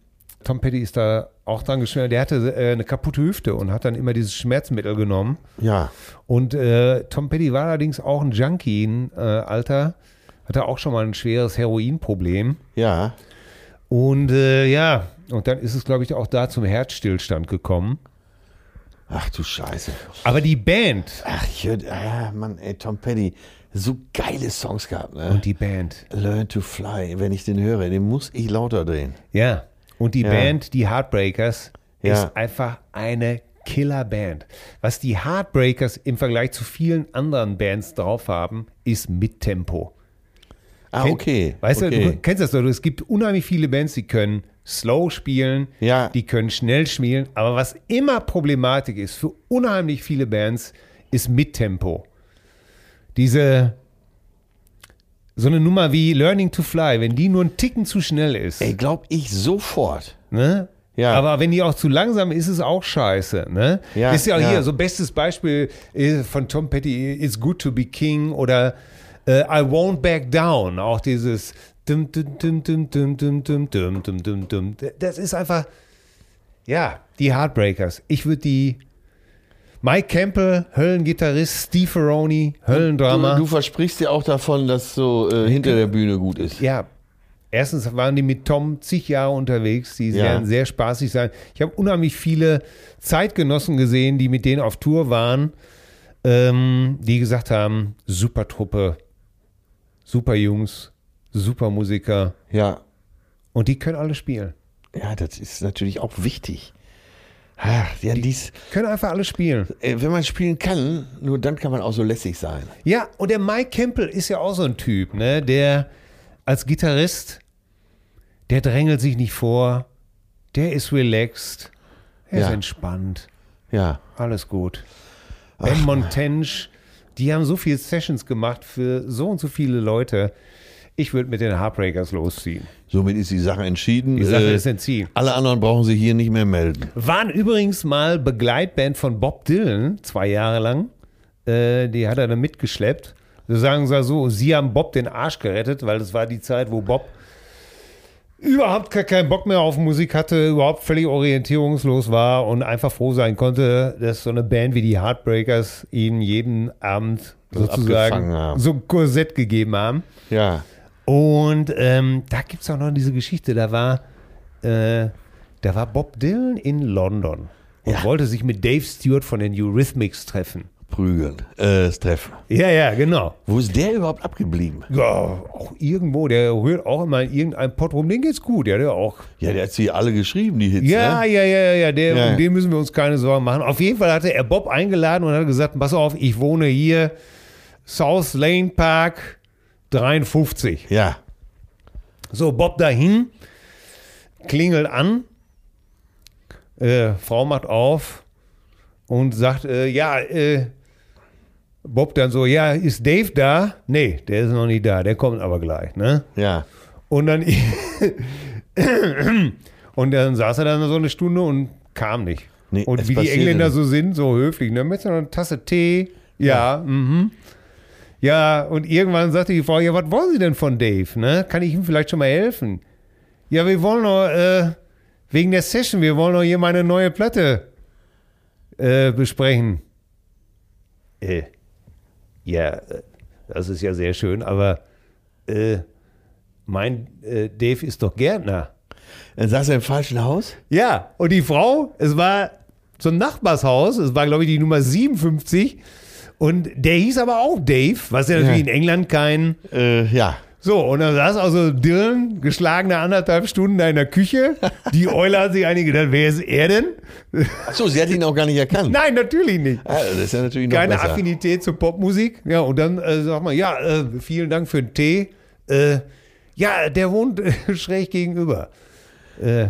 Speaker 6: Tom Petty ist da auch dran geschwärmt. Der hatte äh, eine kaputte Hüfte und hat dann immer dieses Schmerzmittel genommen.
Speaker 5: ja.
Speaker 6: Und äh, Tom Petty war allerdings auch ein Junkie in äh, Alter. Hatte auch schon mal ein schweres Heroinproblem.
Speaker 5: Ja.
Speaker 6: Und äh, ja, und dann ist es, glaube ich, auch da zum Herzstillstand gekommen.
Speaker 5: Ach du Scheiße.
Speaker 6: Aber die Band,
Speaker 5: Ach, ich hör, ah, Mann, ey, Tom Petty. So geile Songs gehabt, ne?
Speaker 6: die Band,
Speaker 5: Learn to Fly, wenn ich den höre, den muss ich lauter drehen.
Speaker 6: Ja. Und die
Speaker 5: Ja.
Speaker 6: Band, die Heartbreakers,
Speaker 5: Ja.
Speaker 6: ist einfach eine Killerband. Was die Heartbreakers im Vergleich zu vielen anderen Bands drauf haben, ist Mittempo.
Speaker 5: Ah,
Speaker 6: Ken-
Speaker 5: okay.
Speaker 6: Weißt
Speaker 5: okay.
Speaker 6: du, du kennst das doch. Es gibt unheimlich viele Bands, die können slow spielen,
Speaker 5: Ja.
Speaker 6: die können schnell spielen. Aber was immer Problematik ist für unheimlich viele Bands, ist Mittempo. Diese, so eine Nummer wie Learning to Fly, wenn die nur einen Ticken zu schnell ist.
Speaker 5: Ey, glaub ich sofort.
Speaker 6: Ne?
Speaker 5: Ja.
Speaker 6: Aber wenn die auch zu langsam ist, ist es auch scheiße. Ne?
Speaker 5: Ja,
Speaker 6: ist ja auch
Speaker 5: ja.
Speaker 6: hier so bestes Beispiel äh, von Tom Petty, It's Good to Be King oder äh, I Won't Back Down. Auch dieses dum, dum, dum, dum, dum, dum, dum, dum, dum, dum, dum. Das ist einfach, ja, die Heartbreakers. Ich würde die Mike Campbell, Höllengitarrist, Steve Ferroni, Höllendrama.
Speaker 5: Du, du versprichst dir auch davon, dass so äh, hinter der Bühne gut ist.
Speaker 6: Ja. Erstens waren die mit Tom zig Jahre unterwegs, die
Speaker 5: Ja.
Speaker 6: werden sehr spaßig sein. Ich habe unheimlich viele Zeitgenossen gesehen, die mit denen auf Tour waren, ähm, die gesagt haben, super Truppe, super Jungs, super Musiker
Speaker 5: Ja.
Speaker 6: und die können alle spielen.
Speaker 5: Ja, das ist natürlich auch wichtig. Ach, ja, dies,
Speaker 6: Können einfach alle spielen.
Speaker 5: äh, wenn man spielen kann, nur dann kann man auch so lässig sein.
Speaker 6: Ja, und der Mike Campbell ist ja auch so ein Typ, ne? Der als Gitarrist, der drängelt sich nicht vor, der ist relaxed, er ist
Speaker 5: Ja.
Speaker 6: entspannt.
Speaker 5: Ja.
Speaker 6: Alles gut. Ben Montench, die haben so viele Sessions gemacht für so und so viele Leute. Ich würde mit den Heartbreakers losziehen.
Speaker 5: Somit ist die Sache entschieden.
Speaker 6: Die Sache
Speaker 5: Äh,
Speaker 6: ist entziehen.
Speaker 5: alle anderen brauchen sich hier nicht mehr melden.
Speaker 6: Waren übrigens mal Begleitband von Bob Dylan, zwei Jahre lang. Äh, die hat er dann mitgeschleppt. Wir sagen es mal so, sie haben Bob den Arsch gerettet, weil das war die Zeit, wo Bob überhaupt gar keinen Bock mehr auf Musik hatte, überhaupt völlig orientierungslos war und einfach froh sein konnte, dass so eine Band wie die Heartbreakers ihn jeden Abend
Speaker 5: So abgefangen
Speaker 6: sozusagen
Speaker 5: haben.
Speaker 6: so ein Korsett gegeben haben.
Speaker 5: Ja.
Speaker 6: Und ähm, da gibt es auch noch diese Geschichte, da war, äh, da war Bob Dylan in London und wollte sich mit Dave Stewart von den Eurythmics treffen.
Speaker 5: Prügeln. Äh, das Treffen.
Speaker 6: Ja, ja, genau.
Speaker 5: Wo ist der überhaupt abgeblieben?
Speaker 6: Ja, auch irgendwo, der rührt auch immer in irgendeinem Pott rum, den geht's gut, ja, der auch.
Speaker 5: Ja, der hat sie alle geschrieben, die Hits.
Speaker 6: Ja,
Speaker 5: ne?
Speaker 6: ja, ja, ja, ja, der,
Speaker 5: Ja.
Speaker 6: um den müssen wir uns keine Sorgen machen. Auf jeden Fall hatte er Bob eingeladen und hat gesagt, pass auf, ich wohne hier, South Lane Park 53.
Speaker 5: ja.
Speaker 6: So, Bob dahin, klingelt an, äh, Frau macht auf und sagt, äh, ja, äh, Bob dann so, ja, ist Dave da? Nee, der ist noch nicht da, der kommt aber gleich, ne?
Speaker 5: Ja.
Speaker 6: Und dann, und dann saß er dann so eine Stunde und kam nicht.
Speaker 5: Nee,
Speaker 6: Und
Speaker 5: es
Speaker 6: wie die
Speaker 5: passiert
Speaker 6: Engländer
Speaker 5: nicht.
Speaker 6: so sind, so höflich. Ne? Möchtest du noch eine Tasse Tee? Ja, mhm. Ja, und irgendwann sagte die Frau, ja, was wollen Sie denn von Dave? Ne? Kann ich ihm vielleicht schon mal helfen? Ja, wir wollen noch, äh, wegen der Session, wir wollen noch hier meine neue Platte äh, besprechen. Äh, ja, äh, das ist ja sehr schön, aber äh, mein äh, Dave ist doch Gärtner.
Speaker 5: Dann Äh, saß er im falschen Haus?
Speaker 6: Ja, und die Frau, es war so ein Nachbarshaus, es war, glaube ich, die Nummer 57. Und der hieß aber auch Dave, was ja natürlich in England kein.
Speaker 5: Äh, ja.
Speaker 6: So, und dann saß also Dylan, geschlagene anderthalb Stunden da in der Küche. Die Eule hat sich eigentlich gedacht, wer ist er denn?
Speaker 5: Achso, sie hat ihn auch gar nicht erkannt.
Speaker 6: Nein, natürlich nicht.
Speaker 5: Ah, das ist ja natürlich noch
Speaker 6: Keine
Speaker 5: besser.
Speaker 6: Affinität zur Popmusik. Ja, und dann äh, sag mal, ja, äh, vielen Dank für den Tee. Äh, ja, der wohnt äh, schräg gegenüber. Äh,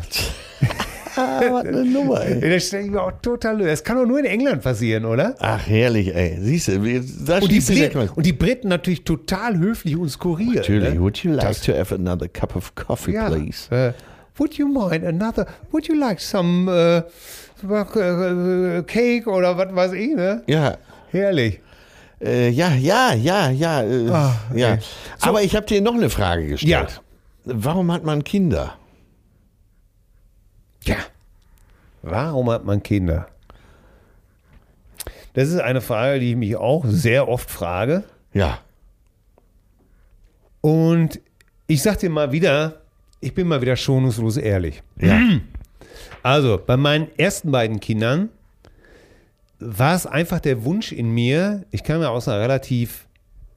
Speaker 5: Ah, was eine Nummer, ey.
Speaker 6: Das stelle ich mir auch total. Das kann doch nur in England passieren, oder?
Speaker 5: Ach, herrlich, ey. Siehst du, wir- da
Speaker 6: Und die,
Speaker 5: schließt sich der
Speaker 6: Brit
Speaker 5: Kreis.
Speaker 6: und die Briten natürlich total höflich und skurril.
Speaker 5: Natürlich,
Speaker 6: Ne?
Speaker 5: would you like
Speaker 6: Das-
Speaker 5: to have another cup of coffee,
Speaker 6: ja.
Speaker 5: please?
Speaker 6: Äh, would you mind another, would you like some äh, äh, Cake oder was weiß ich, ne?
Speaker 5: Ja,
Speaker 6: Herrlich.
Speaker 5: äh, ja, ja, ja, ja. Äh,
Speaker 6: Ah, okay.
Speaker 5: ja. Aber ich habe dir noch eine Frage gestellt. Warum hat man Kinder?
Speaker 6: Ja. Warum hat man Kinder? Das ist eine Frage, die ich mich auch sehr oft frage.
Speaker 5: Ja.
Speaker 6: Und ich sag dir mal wieder, ich bin mal wieder schonungslos ehrlich.
Speaker 5: Ja.
Speaker 6: Also, bei meinen ersten beiden Kindern war es einfach der Wunsch in mir, ich kam ja aus einer relativ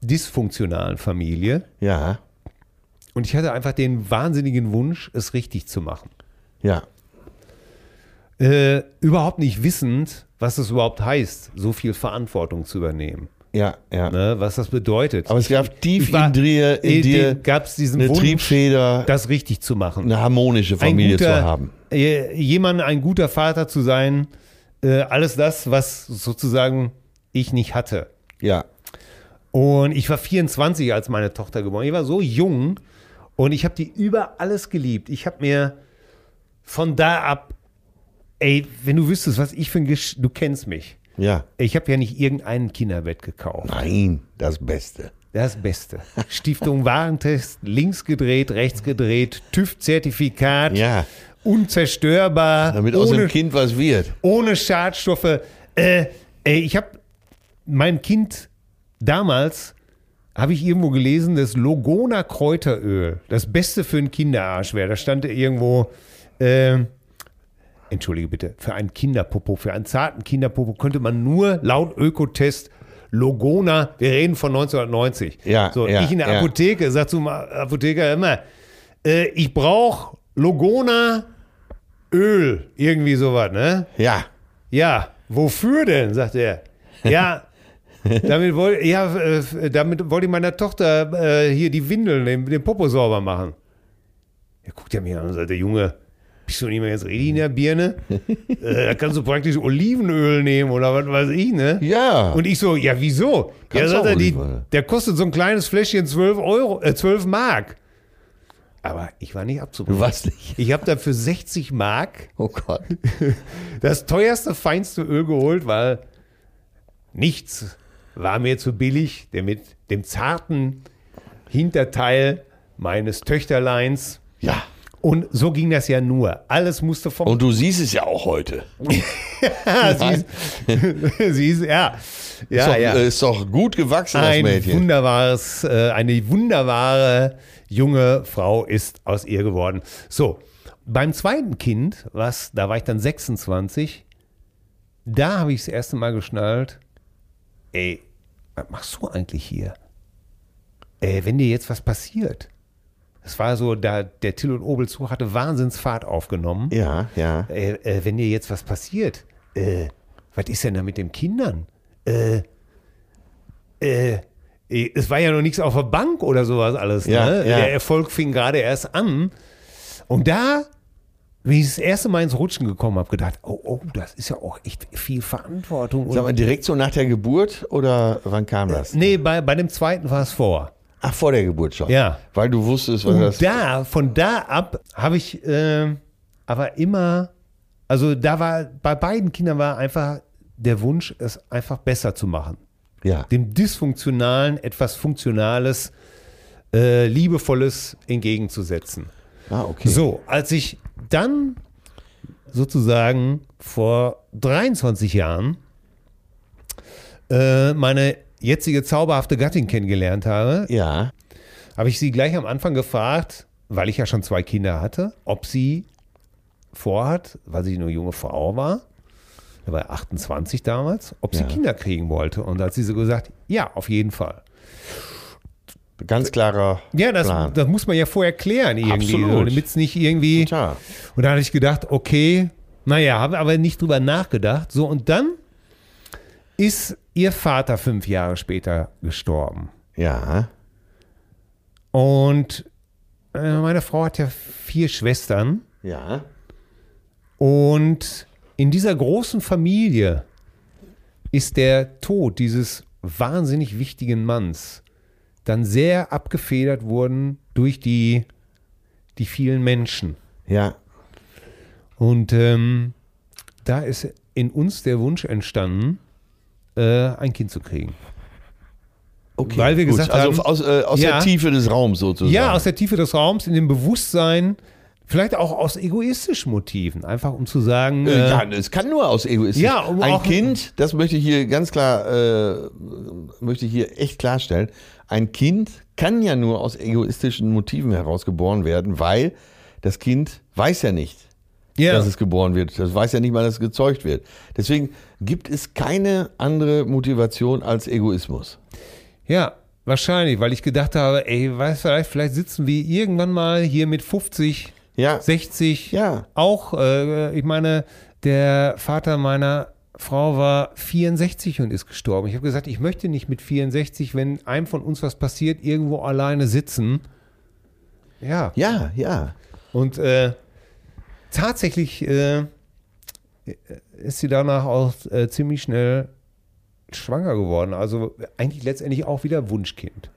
Speaker 6: dysfunktionalen Familie
Speaker 5: Ja.
Speaker 6: und ich hatte einfach den wahnsinnigen Wunsch, es richtig zu machen.
Speaker 5: Ja.
Speaker 6: Äh, überhaupt nicht wissend, was es überhaupt heißt, so viel Verantwortung zu übernehmen,
Speaker 5: Ja, ja.
Speaker 6: ne? was das bedeutet.
Speaker 5: Aber es gab tief
Speaker 6: war-
Speaker 5: in dir, in dir
Speaker 6: gab es diesen
Speaker 5: eine
Speaker 6: Wunsch,
Speaker 5: Triebfeder,
Speaker 6: das richtig zu machen.
Speaker 5: eine harmonische Familie zu haben.
Speaker 6: äh, Jemand, ein guter Vater zu sein, äh, alles das, was sozusagen ich nicht hatte.
Speaker 5: Ja.
Speaker 6: Und ich war 24, als meine Tochter geboren. Ich war so jung und ich habe die über alles geliebt. Ich habe mir von da ab, ey, wenn du wüsstest, was ich für ein Gesch du kennst mich.
Speaker 5: Ja.
Speaker 6: Ich habe ja nicht irgendeinen Kinderbett gekauft.
Speaker 5: Nein, das Beste.
Speaker 6: Das Beste. Stiftung Warentest, links gedreht, rechts gedreht, TÜV-Zertifikat,
Speaker 5: Ja.
Speaker 6: unzerstörbar,
Speaker 5: Damit aus
Speaker 6: ohne,
Speaker 5: dem Kind was wird.
Speaker 6: ohne Schadstoffe. Äh, ey, ich habe mein Kind damals, habe ich irgendwo gelesen, das Logona Kräuteröl, das Beste für einen Kinderarsch wäre. Da stand irgendwo, äh, entschuldige bitte, für einen Kinderpopo, für einen zarten Kinderpopo könnte man nur laut Ökotest Logona, wir reden von 1990.
Speaker 5: Ja,
Speaker 6: so,
Speaker 5: ja,
Speaker 6: ich in der
Speaker 5: ja.
Speaker 6: Apotheke, sag zum Apotheker immer, äh, ich brauche Logona Öl, irgendwie sowas, ne?
Speaker 5: Ja.
Speaker 6: Ja, wofür denn? sagt er. Ja, damit wollte ja, äh, damit wollte ich meiner Tochter äh, hier die Windeln, den, den Popo sauber machen. Er guckt ja mich an und sagt, der Junge, bist du nicht mehr jetzt richtig in der Birne? äh, da kannst du praktisch Olivenöl nehmen oder was weiß ich, ne?
Speaker 5: Ja.
Speaker 6: Und ich so, ja, wieso? Ja,
Speaker 5: Kannst
Speaker 6: sagt
Speaker 5: auch
Speaker 6: er, die,
Speaker 5: Olivenöl.
Speaker 6: der kostet so ein kleines Fläschchen 12, Euro, äh, 12 Mark. Aber ich war nicht abzubringen.
Speaker 5: Du warst nicht.
Speaker 6: Ich habe dafür 60 Mark
Speaker 5: Oh Gott.
Speaker 6: das teuerste, feinste Öl geholt, weil nichts war mir zu billig, denn mit dem zarten Hinterteil meines Töchterleins.
Speaker 5: Ja.
Speaker 6: Und so ging das ja nur. Alles musste vom
Speaker 5: Und du siehst es ja auch heute.
Speaker 6: Sie ist, ja. Ja,
Speaker 5: ist, doch,
Speaker 6: ja.
Speaker 5: äh, ist doch gut gewachsen,
Speaker 6: ein
Speaker 5: das Mädchen.
Speaker 6: wunderbares, äh, eine wunderbare junge Frau ist aus ihr geworden. So, beim zweiten Kind, was, da war ich dann 26, da habe ich das erste Mal geschnallt, ey, was machst du eigentlich hier? Ey, wenn dir jetzt was passiert. Es war so, da der Till und Obel zu hatte Wahnsinnsfahrt aufgenommen
Speaker 5: Ja, ja.
Speaker 6: äh, äh, wenn dir jetzt was passiert, äh, was ist denn da mit den Kindern? Äh, äh, es war ja noch nichts auf der Bank oder sowas alles.
Speaker 5: Ja,
Speaker 6: ne?
Speaker 5: ja.
Speaker 6: Der Erfolg fing gerade erst an. Und da, wie ich das erste Mal ins Rutschen gekommen habe, gedacht, oh, oh, das ist ja auch echt viel Verantwortung. Und Äh,
Speaker 5: Sag mal, direkt so nach der Geburt oder wann kam das?
Speaker 6: nee, bei, bei dem zweiten war es vor.
Speaker 5: Ach, vor der Geburt schon.
Speaker 6: Ja.
Speaker 5: Weil du wusstest, was
Speaker 6: Und
Speaker 5: das
Speaker 6: da, von da ab habe ich äh, aber immer, Also da war, bei beiden Kindern war einfach der Wunsch, es einfach besser zu machen.
Speaker 5: Ja.
Speaker 6: Dem Dysfunktionalen etwas Funktionales, äh, Liebevolles entgegenzusetzen.
Speaker 5: Ah, okay.
Speaker 6: So, als ich dann sozusagen vor 23 Jahren äh, meine jetzige zauberhafte Gattin kennengelernt habe,
Speaker 5: Ja.
Speaker 6: habe ich sie gleich am Anfang gefragt, weil ich ja schon zwei Kinder hatte, ob sie vorhat, weil sie nur junge Frau war, da war 28 damals, ob sie
Speaker 5: Ja.
Speaker 6: Kinder kriegen wollte. Und da hat sie so gesagt, ja, auf jeden Fall.
Speaker 5: Ganz klarer
Speaker 6: Ja, das,
Speaker 5: Plan.
Speaker 6: das muss man ja vorher klären irgendwie,
Speaker 5: Absolut.
Speaker 6: damit es nicht irgendwie...
Speaker 5: Tja.
Speaker 6: Und da hatte ich gedacht, okay, naja, habe aber nicht drüber nachgedacht. So, und dann ist ihr Vater fünf Jahre später gestorben.
Speaker 5: Ja.
Speaker 6: Und äh, meine Frau hat ja vier Schwestern.
Speaker 5: Ja.
Speaker 6: Und in dieser großen Familie ist der Tod dieses wahnsinnig wichtigen Manns dann sehr abgefedert worden durch die, die vielen Menschen.
Speaker 5: Ja.
Speaker 6: Und ähm, da ist in uns der Wunsch entstanden, äh, ein Kind zu kriegen.
Speaker 5: Okay.
Speaker 6: Weil wir
Speaker 5: Gut.
Speaker 6: gesagt
Speaker 5: also
Speaker 6: haben-
Speaker 5: aus, äh, aus
Speaker 6: Ja.
Speaker 5: der Tiefe des Raums sozusagen.
Speaker 6: Ja, aus der Tiefe des Raums, in dem Bewusstsein, vielleicht auch aus egoistischen Motiven, einfach um zu sagen,
Speaker 5: Äh,
Speaker 6: äh,
Speaker 5: Ja, es kann nur aus E Egoismus.
Speaker 6: Ja, um
Speaker 5: ein
Speaker 6: auch-
Speaker 5: Kind, das möchte ich hier ganz klar, äh, möchte ich hier echt klarstellen. Ein Kind kann ja nur aus egoistischen Motiven heraus geboren werden, weil das Kind weiß ja nicht,
Speaker 6: ja,
Speaker 5: dass es geboren wird. Das weiß ja nicht mal, dass es gezeugt wird. Deswegen gibt es keine andere Motivation als Egoismus.
Speaker 6: Ja, wahrscheinlich, weil ich gedacht habe, ey, weiß vielleicht, vielleicht sitzen wir irgendwann mal hier mit 50,
Speaker 5: Ja.
Speaker 6: 60.
Speaker 5: Ja.
Speaker 6: Auch, äh, ich meine, der Vater meiner Frau war 64 und ist gestorben. Ich habe gesagt, ich möchte nicht mit 64, wenn einem von uns was passiert, irgendwo alleine sitzen. Ja.
Speaker 5: Ja, ja.
Speaker 6: Und äh, tatsächlich äh, ist sie danach auch äh, ziemlich schnell schwanger geworden. Also eigentlich letztendlich auch wieder Wunschkind.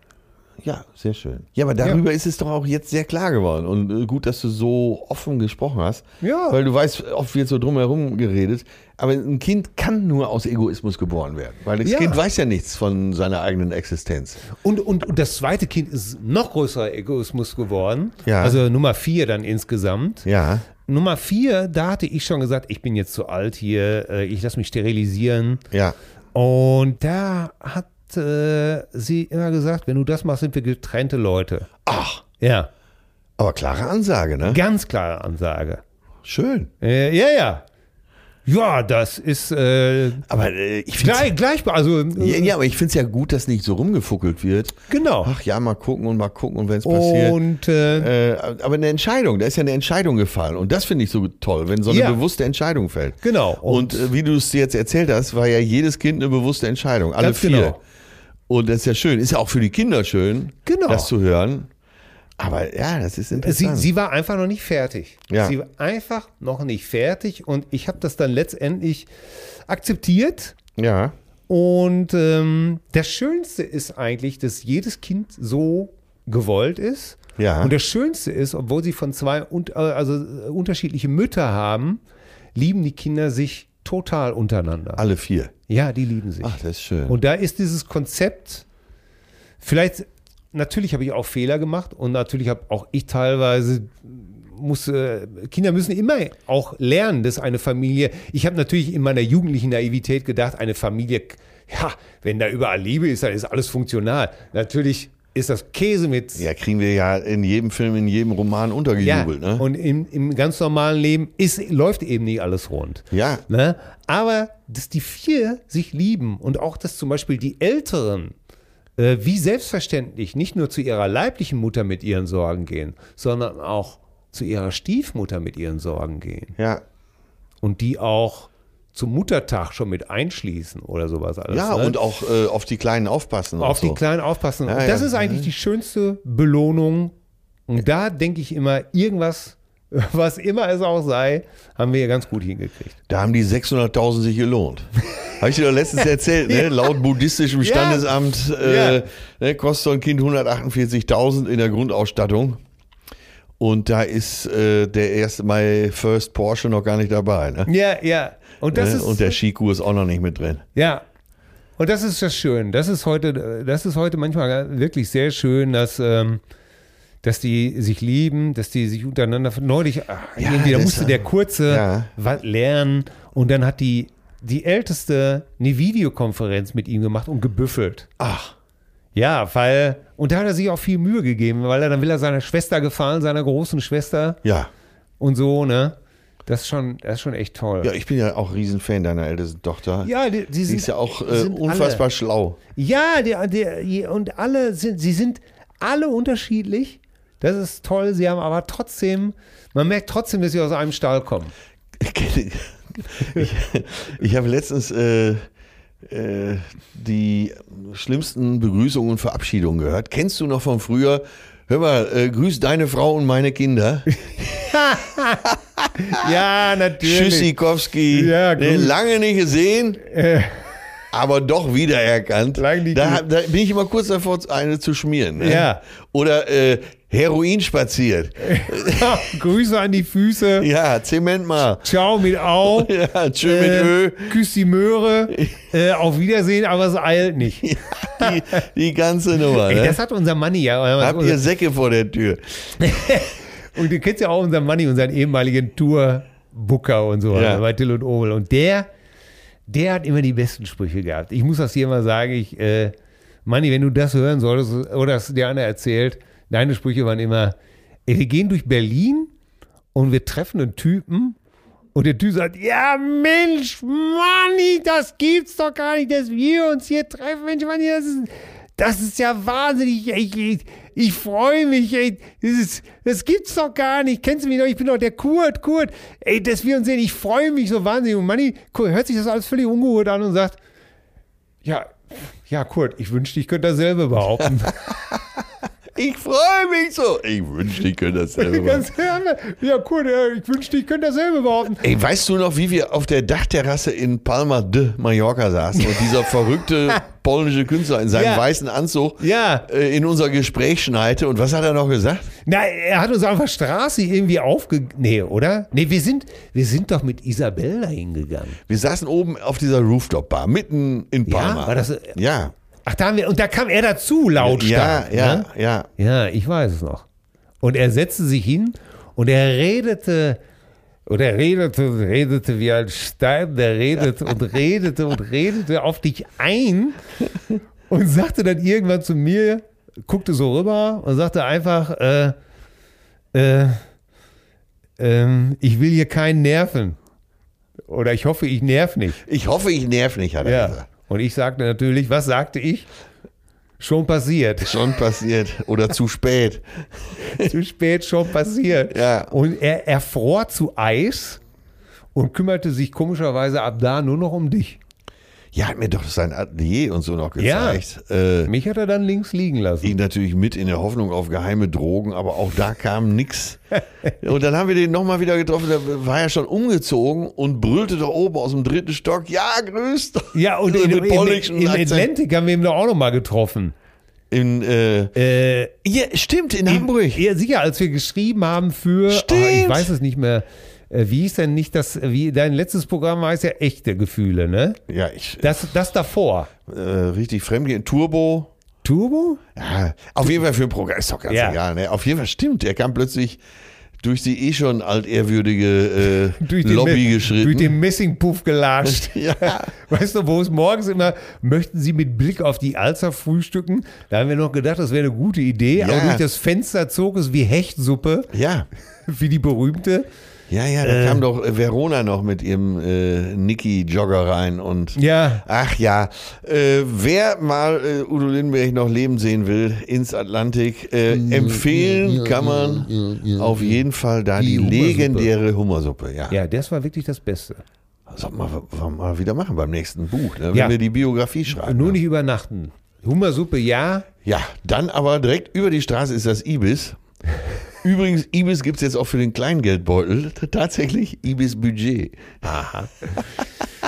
Speaker 5: Ja, sehr schön. Ja, aber darüber ist es doch auch jetzt sehr klar geworden. Und äh, gut, dass du so offen gesprochen hast.
Speaker 6: Ja.
Speaker 5: Weil du weißt, oft wird so drumherum geredet. Aber ein Kind kann nur aus Egoismus geboren werden. Weil das
Speaker 6: Ja.
Speaker 5: Kind weiß ja nichts von seiner eigenen Existenz.
Speaker 6: Und, und, und das zweite Kind ist noch größerer Egoismus geworden.
Speaker 5: Ja.
Speaker 6: Also Nummer vier dann insgesamt.
Speaker 5: Ja.
Speaker 6: Nummer vier, da hatte ich schon gesagt, ich bin jetzt zu alt hier, äh, ich lasse mich sterilisieren.
Speaker 5: Ja.
Speaker 6: Und da hat äh, sie immer gesagt, wenn du das machst, sind wir getrennte Leute.
Speaker 5: Ach,
Speaker 6: Ja,
Speaker 5: aber klare Ansage, ne?
Speaker 6: ganz klare Ansage.
Speaker 5: Schön.
Speaker 6: Äh, ja, ja. Ja, das ist äh,
Speaker 5: Aber äh, ich finde
Speaker 6: gleich, gleich, also
Speaker 5: ja,
Speaker 6: äh,
Speaker 5: ja, aber ich find's ja gut, dass nicht so rumgefuckelt wird.
Speaker 6: genau. Oh,
Speaker 5: Ach ja, mal gucken und mal gucken und wenn es passiert.
Speaker 6: Und äh,
Speaker 5: Äh, aber eine Entscheidung, da ist ja eine Entscheidung gefallen. Und das finde ich so toll, wenn so eine
Speaker 6: Ja.
Speaker 5: bewusste Entscheidung fällt.
Speaker 6: Genau.
Speaker 5: Und, äh, wie du es dir jetzt erzählt hast, war ja jedes Kind eine bewusste Entscheidung. Alle
Speaker 6: Ganz
Speaker 5: vier.
Speaker 6: genau.
Speaker 5: Und das ist ja schön. Ist ja auch für die Kinder schön,
Speaker 6: Genau. Äh,
Speaker 5: das zu hören. Aber ja, das ist
Speaker 6: Sie,
Speaker 5: interessant.
Speaker 6: sie war einfach noch nicht fertig.
Speaker 5: Ja.
Speaker 6: Sie war einfach noch nicht fertig und ich habe das dann letztendlich akzeptiert.
Speaker 5: ja.
Speaker 6: Und ähm, das Schönste ist eigentlich, dass jedes Kind so gewollt ist.
Speaker 5: Ja.
Speaker 6: Und das Schönste ist, obwohl sie von zwei un äh, also äh, unterschiedliche Mütter haben, lieben die Kinder sich total untereinander.
Speaker 5: Alle vier.
Speaker 6: Ja, die lieben sich.
Speaker 5: Ach, das ist schön.
Speaker 6: Und da ist dieses Konzept, vielleicht, natürlich habe ich auch Fehler gemacht und natürlich habe auch ich teilweise, muss, äh, Kinder müssen immer auch lernen, dass eine Familie, ich habe natürlich in meiner jugendlichen Naivität gedacht, eine Familie, ja, wenn da überall Liebe ist, dann ist alles funktional. Natürlich ist das Käse mit.
Speaker 5: ja, kriegen wir ja in jedem Film, in jedem Roman untergejubelt. ne?
Speaker 6: und im, im ganz normalen Leben ist, läuft eben nicht alles rund.
Speaker 5: Ja.
Speaker 6: Ne? Aber dass die vier sich lieben und auch, dass zum Beispiel die Älteren äh, wie selbstverständlich nicht nur zu ihrer leiblichen Mutter mit ihren Sorgen gehen, sondern auch zu ihrer Stiefmutter mit ihren Sorgen gehen
Speaker 5: ja.
Speaker 6: und die auch zum Muttertag schon mit einschließen oder sowas alles.
Speaker 5: Ja,
Speaker 6: ne?
Speaker 5: und auch äh, auf die Kleinen aufpassen. und
Speaker 6: auf
Speaker 5: so.
Speaker 6: die Kleinen aufpassen.
Speaker 5: Ja, Mhm.
Speaker 6: und das
Speaker 5: ja.
Speaker 6: ist eigentlich die schönste Belohnung. Und da denke ich immer, irgendwas, was immer es auch sei, haben wir ganz gut hingekriegt.
Speaker 5: Da haben die 600.000 sich gelohnt. Habe ich dir doch letztens erzählt, ne? laut buddhistischem
Speaker 6: Ja.
Speaker 5: Standesamt äh,
Speaker 6: Ja.
Speaker 5: ne? kostet so ein Kind 148.000 in der Grundausstattung. Und da ist äh, der erste Mai First Porsche noch gar nicht dabei. Ne?
Speaker 6: Ja, ja. Und das
Speaker 5: Ne?
Speaker 6: ist.
Speaker 5: Und der Shiku ist auch noch nicht mit drin.
Speaker 6: Ja. Und das ist das Schöne. Das ist heute, das ist heute manchmal wirklich sehr schön, dass, ähm, dass die sich lieben, dass die sich untereinander. Neulich, ah,
Speaker 5: Ja,
Speaker 6: irgendwie, da
Speaker 5: das-
Speaker 6: musste der Kurze
Speaker 5: ja.
Speaker 6: was lernen und dann hat die, die Älteste eine Videokonferenz mit ihm gemacht und gebüffelt.
Speaker 5: Ach.
Speaker 6: Ja, weil, und da hat er sich auch viel Mühe gegeben, weil er dann will er seiner Schwester gefallen, seiner großen Schwester
Speaker 5: Ja.
Speaker 6: und so, ne? Das ist schon, das ist schon echt toll.
Speaker 5: Ja, ich bin ja auch Riesenfan deiner ältesten Tochter.
Speaker 6: Ja, die, die
Speaker 5: Sie
Speaker 6: sind,
Speaker 5: ist ja auch
Speaker 6: die
Speaker 5: äh,
Speaker 6: sind alle-
Speaker 5: unfassbar schlau.
Speaker 6: Ja, der, der, je- und alle sind, sie sind alle unterschiedlich. Das ist toll. Sie haben aber trotzdem, man merkt trotzdem, dass sie aus einem Stall kommen.
Speaker 5: Ich, ich habe letztens äh, äh, die schlimmsten Begrüßungen und Verabschiedungen gehört. Kennst du noch von früher? Hör mal, äh, grüß deine Frau und meine Kinder.
Speaker 6: Ja, natürlich.
Speaker 5: Tschüssikowski.
Speaker 6: Ja,
Speaker 5: ne,
Speaker 6: grüß.
Speaker 5: lange nicht gesehen, aber doch wiedererkannt.
Speaker 6: Lang nicht
Speaker 5: Da,
Speaker 6: gesehen.
Speaker 5: da bin ich immer kurz davor, eine zu schmieren. Ne?
Speaker 6: Ja.
Speaker 5: Oder äh, Heroin spaziert.
Speaker 6: Grüße an die Füße.
Speaker 5: Ja, Zement mal.
Speaker 6: Ciao mit Au.
Speaker 5: Ja, tschö
Speaker 6: Äh,
Speaker 5: mit Ö.
Speaker 6: Küss die Möhre. Äh, auf Wiedersehen, aber es eilt nicht.
Speaker 5: Die, die ganze Nummer.
Speaker 6: Ey,
Speaker 5: Ne?
Speaker 6: das hat unser Manni ja.
Speaker 5: Habt ihr Säcke vor der Tür?
Speaker 6: Und du kennst ja auch unseren Manni, unseren ehemaligen Tour-Booker und so
Speaker 5: Ja.
Speaker 6: bei Till und Obel. Und der, der hat immer die besten Sprüche gehabt. Ich muss das hier mal sagen, ich, äh, Manni, wenn du das hören solltest oder es dir einer erzählt, deine Sprüche waren immer, ey, wir gehen durch Berlin und wir treffen einen Typen und der Typ sagt, ja Mensch, Manni, das gibt's doch gar nicht, dass wir uns hier treffen. Mensch, Manni, das ist, das ist ja wahnsinnig. Ich, ich, ich freue mich. Ey. Das, ist, das gibt's doch gar nicht. Kennst du mich noch? Ich bin doch der Kurt, Kurt. Ey, dass wir uns sehen, ich freue mich so wahnsinnig. Und Manni Kurt, hört sich das alles völlig ungeholt an und sagt, ja, ja, Kurt, ich wünschte, ich könnte dasselbe behaupten.
Speaker 5: Ich freue mich so. Ich wünschte, ich könnte das selber machen.
Speaker 6: Ganz ehrlich. ja, Kurt, ja, ich wünschte, ich könnte dasselbe behaupten.
Speaker 5: Ey, weißt du noch, wie wir auf der Dachterrasse in Palma de Mallorca saßen und dieser verrückte polnische Künstler in seinem
Speaker 6: Ja.
Speaker 5: weißen Anzug
Speaker 6: Ja.
Speaker 5: äh, in unser Gespräch schneite? Und was hat er noch gesagt? Wir saßen oben auf dieser Rooftop-Bar, mitten in
Speaker 6: Ja,
Speaker 5: Palma.
Speaker 6: war das- äh,
Speaker 5: ja.
Speaker 6: Ach, da haben wir... Und da kam er dazu,
Speaker 5: Ja,
Speaker 6: lautstark.
Speaker 5: ja,
Speaker 6: ne?
Speaker 5: ja.
Speaker 6: Ja, ich weiß es noch. Und er setzte sich hin und er redete und er redete und redete wie ein Stein, der redete und redete und redete auf dich ein und sagte dann irgendwann zu mir, guckte so rüber und sagte einfach, äh, äh, ähm, ich will hier keinen nerven. Oder ich hoffe, ich nerv nicht.
Speaker 5: Ich hoffe, ich nerv nicht, hat er
Speaker 6: Ja.
Speaker 5: gesagt.
Speaker 6: Und ich sagte natürlich, was sagte ich? Schon passiert.
Speaker 5: Schon passiert oder zu spät.
Speaker 6: zu spät schon passiert.
Speaker 5: Ja.
Speaker 6: Und er erfror zu Eis und kümmerte sich komischerweise ab da nur noch um dich.
Speaker 5: Ja, hat mir doch sein Atelier und so noch
Speaker 6: Ja.
Speaker 5: gezeigt. Ja. Äh,
Speaker 6: Mich hat er dann links liegen lassen.
Speaker 5: ging natürlich mit in der Hoffnung auf geheime Drogen, aber auch da kam nix. Und dann haben wir den nochmal wieder getroffen, der war ja schon umgezogen und brüllte da oben aus dem dritten Stock, ja, grüß doch.
Speaker 6: Ja, und
Speaker 5: So
Speaker 6: in,
Speaker 5: mit
Speaker 6: in,
Speaker 5: polnischen
Speaker 6: in, in
Speaker 5: Akzent.
Speaker 6: Atlantic haben wir ihn doch auch noch mal getroffen.
Speaker 5: In, äh, ja, stimmt, in, Hamburg.
Speaker 6: Ja, sicher, als wir geschrieben haben für,
Speaker 5: Stimmt.
Speaker 6: Ah, ich weiß es nicht mehr, Äh, wie hieß denn nicht das, wie dein letztes Programm heißt ja echte Gefühle, ne?
Speaker 5: ja, ich,
Speaker 6: Das, das davor.
Speaker 5: äh, richtig fremdgehen, Turbo.
Speaker 6: Turbo?
Speaker 5: Ja, auf jeden Fall für ein Programm, ist doch ganz
Speaker 6: Ja.
Speaker 5: egal. Ne? Auf jeden Fall stimmt, er kam plötzlich durch die eh schon altehrwürdige äh,
Speaker 6: Durch den
Speaker 5: Lobby
Speaker 6: Me-
Speaker 5: geschritten.
Speaker 6: Durch den Messingpuff gelatscht.
Speaker 5: ja.
Speaker 6: Weißt du, wo es morgens immer, möchten Sie mit Blick auf die Alster frühstücken? Da haben wir noch gedacht, das wäre eine gute Idee.
Speaker 5: Ja.
Speaker 6: Aber durch das Fenster zog es wie Hechtsuppe,
Speaker 5: ja,
Speaker 6: wie die berühmte.
Speaker 5: ja, ja, da kam doch äh, Verona noch mit ihrem äh, Niki-Jogger rein und
Speaker 6: Ja.
Speaker 5: Ach ja, äh, wer mal äh, Udo Lindenberg noch leben sehen will, ins Atlantik, äh, empfehlen kann man auf jeden Fall da die, legendäre Hummersuppe. Ja,
Speaker 6: Ja, das war wirklich das Beste.
Speaker 5: sollten wir, wir mal wieder machen beim nächsten Buch, ne? wenn
Speaker 6: Ja.
Speaker 5: wir die Biografie schreiben.
Speaker 6: Nur
Speaker 5: ne?
Speaker 6: nicht übernachten. Hummersuppe, ja.
Speaker 5: Ja, dann aber direkt über die Straße ist das Ibis. Übrigens, Ibis gibt's jetzt auch für den Kleingeldbeutel. T- Tatsächlich Ibis Budget.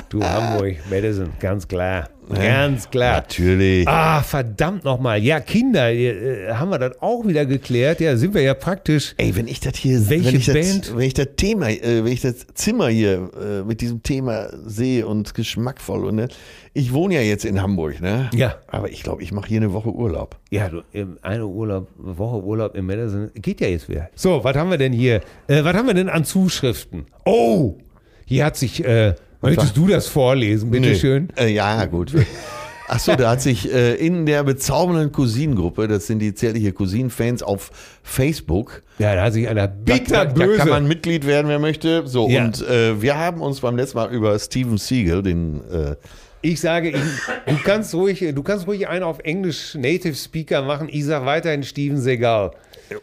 Speaker 6: Du Hamburg, Madison, ganz klar. Ganz klar.
Speaker 5: Natürlich.
Speaker 6: Ah, verdammt nochmal. Ja, Kinder, äh, haben wir das auch wieder geklärt? Ja, sind wir ja praktisch.
Speaker 5: Ey, wenn ich das hier,
Speaker 6: Welche
Speaker 5: wenn ich
Speaker 6: Band?
Speaker 5: Das, wenn ich das Thema, äh, wenn ich das Zimmer hier äh, mit diesem Thema sehe und geschmackvoll und ne, ich wohne ja jetzt in Hamburg, ne?
Speaker 6: Ja.
Speaker 5: Aber ich glaube, ich mache hier eine Woche Urlaub.
Speaker 6: Ja, du, ähm, eine Urlaub, Woche Urlaub im Madison geht ja jetzt wieder. So, was haben wir denn hier? Äh, was haben wir denn an Zuschriften? Oh, hier hat sich. Äh, möchtest du das vorlesen, bitteschön?
Speaker 5: Äh, ja, gut. Achso, da hat sich äh, in der bezaubernden Cousinengruppe, das sind die zärtliche Cousin-Fans auf Facebook,
Speaker 6: Ja, da hat sich einer
Speaker 5: da, da
Speaker 6: bitterböse.
Speaker 5: kann man Mitglied werden, wer möchte. So,
Speaker 6: Ja.
Speaker 5: und äh, wir haben uns beim letzten Mal über Steven Siegel, den äh,
Speaker 6: ich sage, ich, du kannst ruhig, du kannst ruhig einen auf Englisch Native Speaker machen. Ich sag weiterhin Steven Seagal.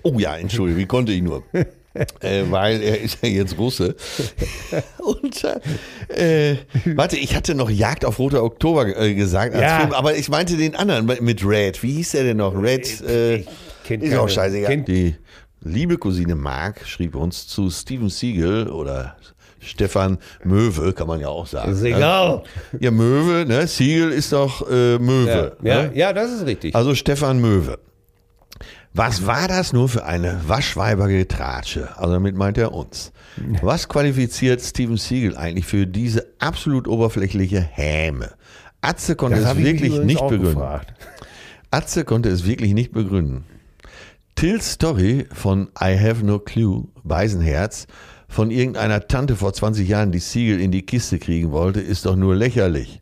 Speaker 5: Oh ja, entschuldige, wie konnte ich nur? äh, weil er ist ja jetzt Russe. Und äh, äh, warte, ich hatte noch Jagd auf Roter Oktober äh, gesagt als
Speaker 6: Ja.
Speaker 5: Film, aber ich meinte den anderen mit Red. Wie hieß der denn noch? Red äh,
Speaker 6: kenn
Speaker 5: ist
Speaker 6: keine.
Speaker 5: auch scheißegal.
Speaker 6: Kenn-
Speaker 5: Die liebe Cousine Mark schrieb uns zu Steven Siegel oder Stefan Möwe, kann man ja auch sagen.
Speaker 6: Seagal.
Speaker 5: Ne? Ja, Möwe, ne? Siegel ist doch äh, Möwe.
Speaker 6: Ja,
Speaker 5: ne?
Speaker 6: ja, ja, das ist richtig.
Speaker 5: Also Stefan Möwe. Was war das nur für eine waschweibige Tratsche? Also damit meint er uns. Was qualifiziert Steven Siegel eigentlich für diese absolut oberflächliche Häme? Atze konnte
Speaker 6: hab
Speaker 5: es
Speaker 6: ich mich
Speaker 5: wirklich
Speaker 6: übrigens
Speaker 5: nicht
Speaker 6: auch
Speaker 5: begründen.
Speaker 6: gefragt.
Speaker 5: Atze konnte es wirklich nicht begründen. Tills Story von I Have No Clue, Beisenherz, von irgendeiner Tante vor 20 Jahren, die Siegel in die Kiste kriegen wollte, ist doch nur lächerlich.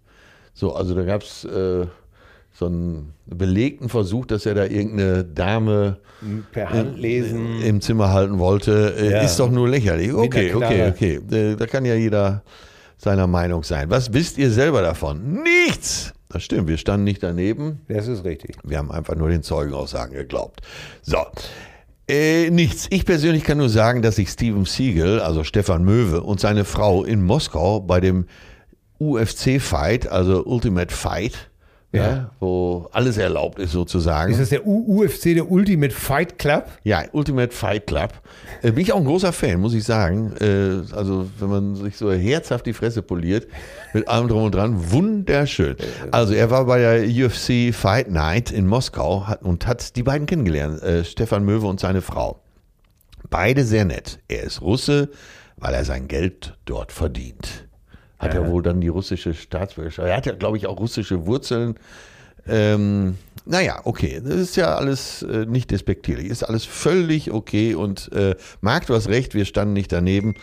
Speaker 5: So, also da gab es äh, so einen belegten Versuch, dass er da irgendeine Dame
Speaker 6: Per Hand lesen.
Speaker 5: im Zimmer halten wollte. Äh,
Speaker 6: Ja.
Speaker 5: Ist doch nur lächerlich. Okay,
Speaker 6: einer
Speaker 5: okay, okay. Äh, da kann ja jeder seiner Meinung sein. Was wisst ihr selber davon? Nichts! Das stimmt, wir standen nicht daneben.
Speaker 6: Das ist richtig.
Speaker 5: Wir haben einfach nur den Zeugenaussagen geglaubt. So. Äh, nichts. Ich persönlich kann nur sagen, dass ich Steven Siegel, also Stefan Möwe und seine Frau in Moskau bei dem UFC-Fight, also Ultimate Fight,
Speaker 6: Ja.
Speaker 5: ne, wo alles erlaubt ist sozusagen.
Speaker 6: Ist das der U UFC, der Ultimate Fight Club?
Speaker 5: ja, Ultimate Fight Club. Äh, bin ich auch ein großer Fan, muss ich sagen. Äh, also wenn man sich so herzhaft die Fresse poliert, mit allem drum und dran, wunderschön. Also er war bei der UFC Fight Night in Moskau hat, und hat die beiden kennengelernt, äh, Stefan Möwe und seine Frau. Beide sehr nett. Er ist Russe, weil er sein Geld dort verdient. Hat er wohl dann die russische Staatsbürgerschaft. Er hat ja, glaube ich, auch russische Wurzeln. Ähm, naja, okay. Das ist ja alles äh, nicht despektierlich. Ist alles völlig okay. Und äh, Marc, du hast recht, wir standen nicht daneben.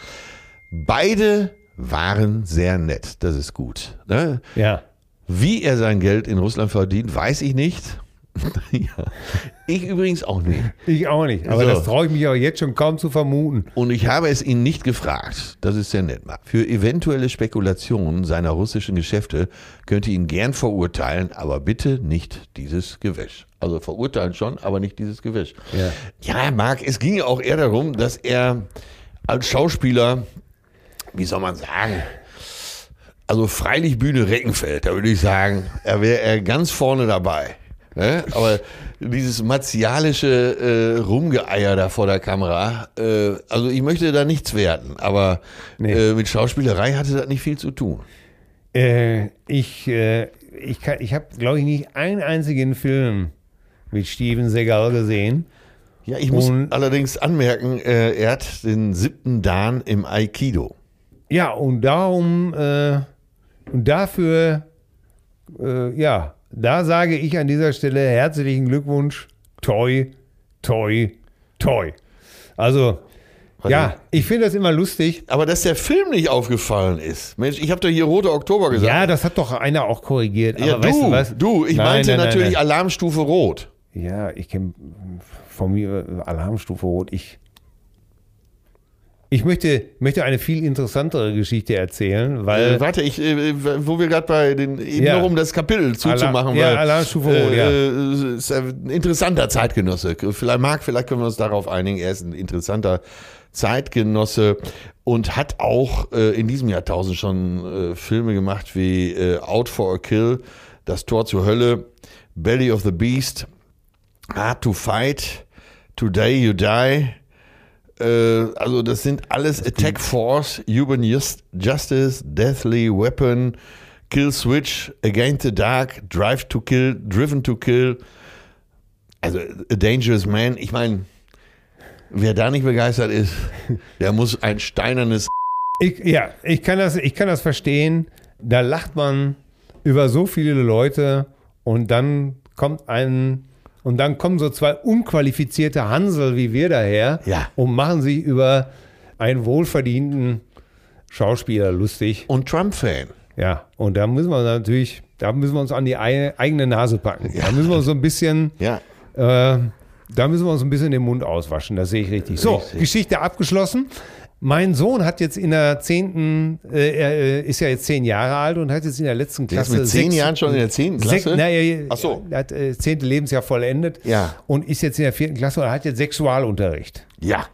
Speaker 5: Beide waren sehr nett. Das ist gut. Ne?
Speaker 6: Ja.
Speaker 5: Wie er sein Geld in Russland verdient, weiß ich nicht. ja. Ich übrigens auch nicht.
Speaker 6: Ich auch nicht. Aber
Speaker 5: So.
Speaker 6: das traue ich mich auch jetzt schon kaum zu vermuten.
Speaker 5: Und ich habe es ihn nicht gefragt. Das ist sehr nett, Marc. Für eventuelle Spekulationen seiner russischen Geschäfte könnte ihn gern verurteilen, aber bitte nicht dieses Gewäsch. Also verurteilen schon, aber nicht dieses Gewäsch. Ja, ja Marc, es ging ja auch eher darum, dass er als Schauspieler, wie soll man sagen, also freilich Bühne Reckenfeld, da würde ich sagen, er wäre er ganz vorne dabei. Ne? Aber dieses martialische äh, Rumgeeier da vor der Kamera, äh, also ich möchte da nichts werten, aber äh, mit Schauspielerei hatte das nicht viel zu tun.
Speaker 6: Äh, ich äh, ich, kann- ich habe, glaube ich, nicht einen einzigen Film mit Steven Seagal gesehen.
Speaker 5: Ja, ich muss
Speaker 6: Und-
Speaker 5: allerdings anmerken, äh, er hat den siebten Dan im Aikido.
Speaker 6: Ja, und darum äh, und dafür, äh, ja, da sage ich an dieser Stelle herzlichen Glückwunsch. Toi, toi, toi. Also, ja, ich finde das immer lustig.
Speaker 5: Aber dass der Film nicht aufgefallen ist. Mensch, ich habe doch hier Rote Oktober gesagt.
Speaker 6: Ja, das hat doch einer auch korrigiert. Aber
Speaker 5: Ja, du,
Speaker 6: weißt du was?
Speaker 5: du, ich
Speaker 6: Nein,
Speaker 5: meinte
Speaker 6: nein, nein,
Speaker 5: natürlich
Speaker 6: nein.
Speaker 5: Alarmstufe Rot.
Speaker 6: Ja, ich kenne von mir äh, Alarmstufe Rot. Ich, ich möchte, möchte eine viel interessantere Geschichte erzählen, weil.
Speaker 5: Äh, warte, ich, äh, wo wir gerade bei den, eben
Speaker 6: Ja.
Speaker 5: nur um das Kapitel zuzumachen,
Speaker 6: ja,
Speaker 5: weil
Speaker 6: Alarmstufe Rot, ja.
Speaker 5: äh, ist ein interessanter Zeitgenosse. Vielleicht Marc, vielleicht können wir uns darauf einigen. Er ist ein interessanter Zeitgenosse und hat auch äh, in diesem Jahrtausend schon äh, Filme gemacht wie äh, Out for a Kill, Das Tor zur Hölle, Belly of the Beast, Hard to Fight, Today You Die. Äh, also das sind alles Attack Force, Human Just, Justice, Deathly Weapon, Kill Switch, Against the Dark, Drive to Kill, Driven to Kill. Also A Dangerous Man. Ich meine, wer da nicht begeistert ist, der muss ein steinernes
Speaker 6: Ich, ja, ich kann, das, ich kann das verstehen. Da lacht man über so viele Leute und dann kommt ein und dann kommen so zwei unqualifizierte Hansel wie wir daher
Speaker 5: Ja.
Speaker 6: und machen sich über einen wohlverdienten Schauspieler lustig.
Speaker 5: und Trump-Fan.
Speaker 6: Ja, und da müssen wir natürlich, da müssen wir uns an die ei- eigene Nase packen. Da müssen wir uns so ein bisschen,
Speaker 5: Ja.
Speaker 6: äh, da müssen wir uns ein bisschen den Mund auswaschen, das sehe ich richtig. So,
Speaker 5: Richtig.
Speaker 6: Geschichte abgeschlossen. Mein Sohn hat jetzt in der zehnten, äh, er äh, ist ja jetzt zehn Jahre alt und hat jetzt in der letzten
Speaker 5: Der ist
Speaker 6: Klasse
Speaker 5: mit zehn
Speaker 6: sechs-
Speaker 5: Jahren schon in der zehnten Klasse.
Speaker 6: Sek- na, er,
Speaker 5: Ach so.
Speaker 6: er hat äh, zehnte Lebensjahr vollendet
Speaker 5: Ja.
Speaker 6: und ist jetzt in der vierten Klasse und hat jetzt Sexualunterricht.
Speaker 5: Ja.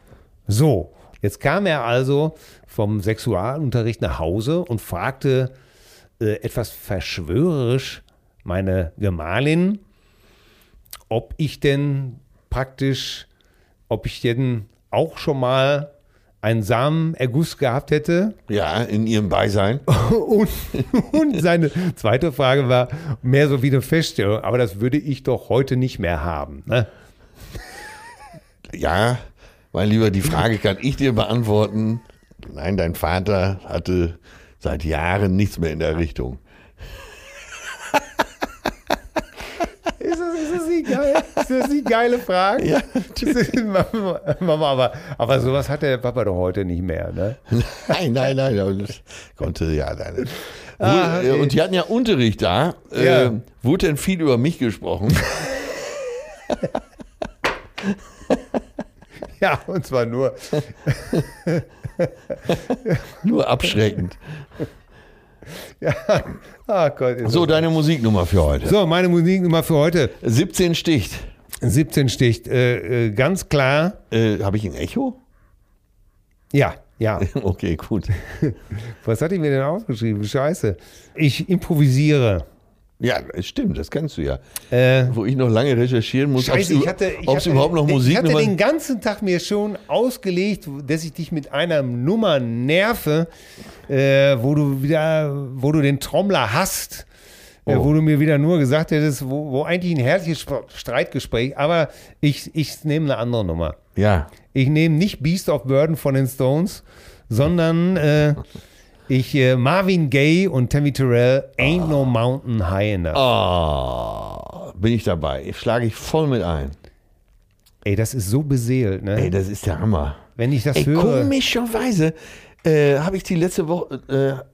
Speaker 6: So, jetzt kam er also vom Sexualunterricht nach Hause und fragte äh, etwas verschwörerisch meine Gemahlin, ob ich denn praktisch, ob ich denn auch schon mal einen Samenerguss gehabt hätte.
Speaker 5: Ja, in ihrem Beisein.
Speaker 6: Und, und seine zweite Frage war mehr so wie eine Feststellung, aber das würde ich doch heute nicht mehr haben. Ne?
Speaker 5: Ja, mein Lieber, die Frage kann ich dir beantworten. Nein, dein Vater hatte seit Jahren nichts mehr in der Richtung.
Speaker 6: Ist das, ist das, die, geil, ist das die geile Frage? Ja, Mama, Mama, aber, aber sowas hat der Papa doch heute nicht mehr. Ne?
Speaker 5: Nein, nein, nein, aber das konnte ja nein. Wo-
Speaker 6: Ah,
Speaker 5: äh,
Speaker 6: okay.
Speaker 5: Und die hatten ja Unterricht da. Äh,
Speaker 6: Ja.
Speaker 5: Wurde denn viel über mich gesprochen?
Speaker 6: Ja, und zwar nur.
Speaker 5: Nur abschreckend.
Speaker 6: Ah Gott, ist
Speaker 5: So, deine Musiknummer für heute.
Speaker 6: das- so, meine Musiknummer für heute.
Speaker 5: 17 sticht.
Speaker 6: 17 sticht. Äh, äh, ganz klar.
Speaker 5: Äh, Habe ich ein Echo?
Speaker 6: Ja, ja.
Speaker 5: Okay, gut.
Speaker 6: Was hatte ich mir denn aufgeschrieben? Scheiße. Ich improvisiere.
Speaker 5: Ja, es stimmt, das kannst du ja.
Speaker 6: Äh,
Speaker 5: Wo ich noch lange recherchieren muss,
Speaker 6: Scheiße,
Speaker 5: ob's
Speaker 6: ich
Speaker 5: über-
Speaker 6: hatte, ich
Speaker 5: ob's
Speaker 6: hatte,
Speaker 5: überhaupt noch
Speaker 6: ich hatte
Speaker 5: Musiknummern
Speaker 6: den ganzen Tag mir schon ausgelegt, dass ich dich mit einer Nummer nerve, äh, wo du wieder, wo du den Trommler hast, äh,
Speaker 5: Oh.
Speaker 6: wo du mir wieder nur gesagt hättest, wo, wo eigentlich ein herrliches Sp- Streitgespräch, aber ich, ich nehme eine andere Nummer.
Speaker 5: Ja.
Speaker 6: Ich nehme nicht Beast of Burden von den Stones, sondern äh, ich äh, Marvin Gaye und Tammy Terrell Ain't No Mountain High Enough.
Speaker 5: Ah, bin ich dabei. Ich Schlage ich voll mit ein.
Speaker 6: Ey, das ist so beseelt, ne?
Speaker 5: Ey, das ist der Hammer.
Speaker 6: Wenn ich das
Speaker 5: Ey,
Speaker 6: höre.
Speaker 5: komischerweise äh, habe ich die letzte Woche,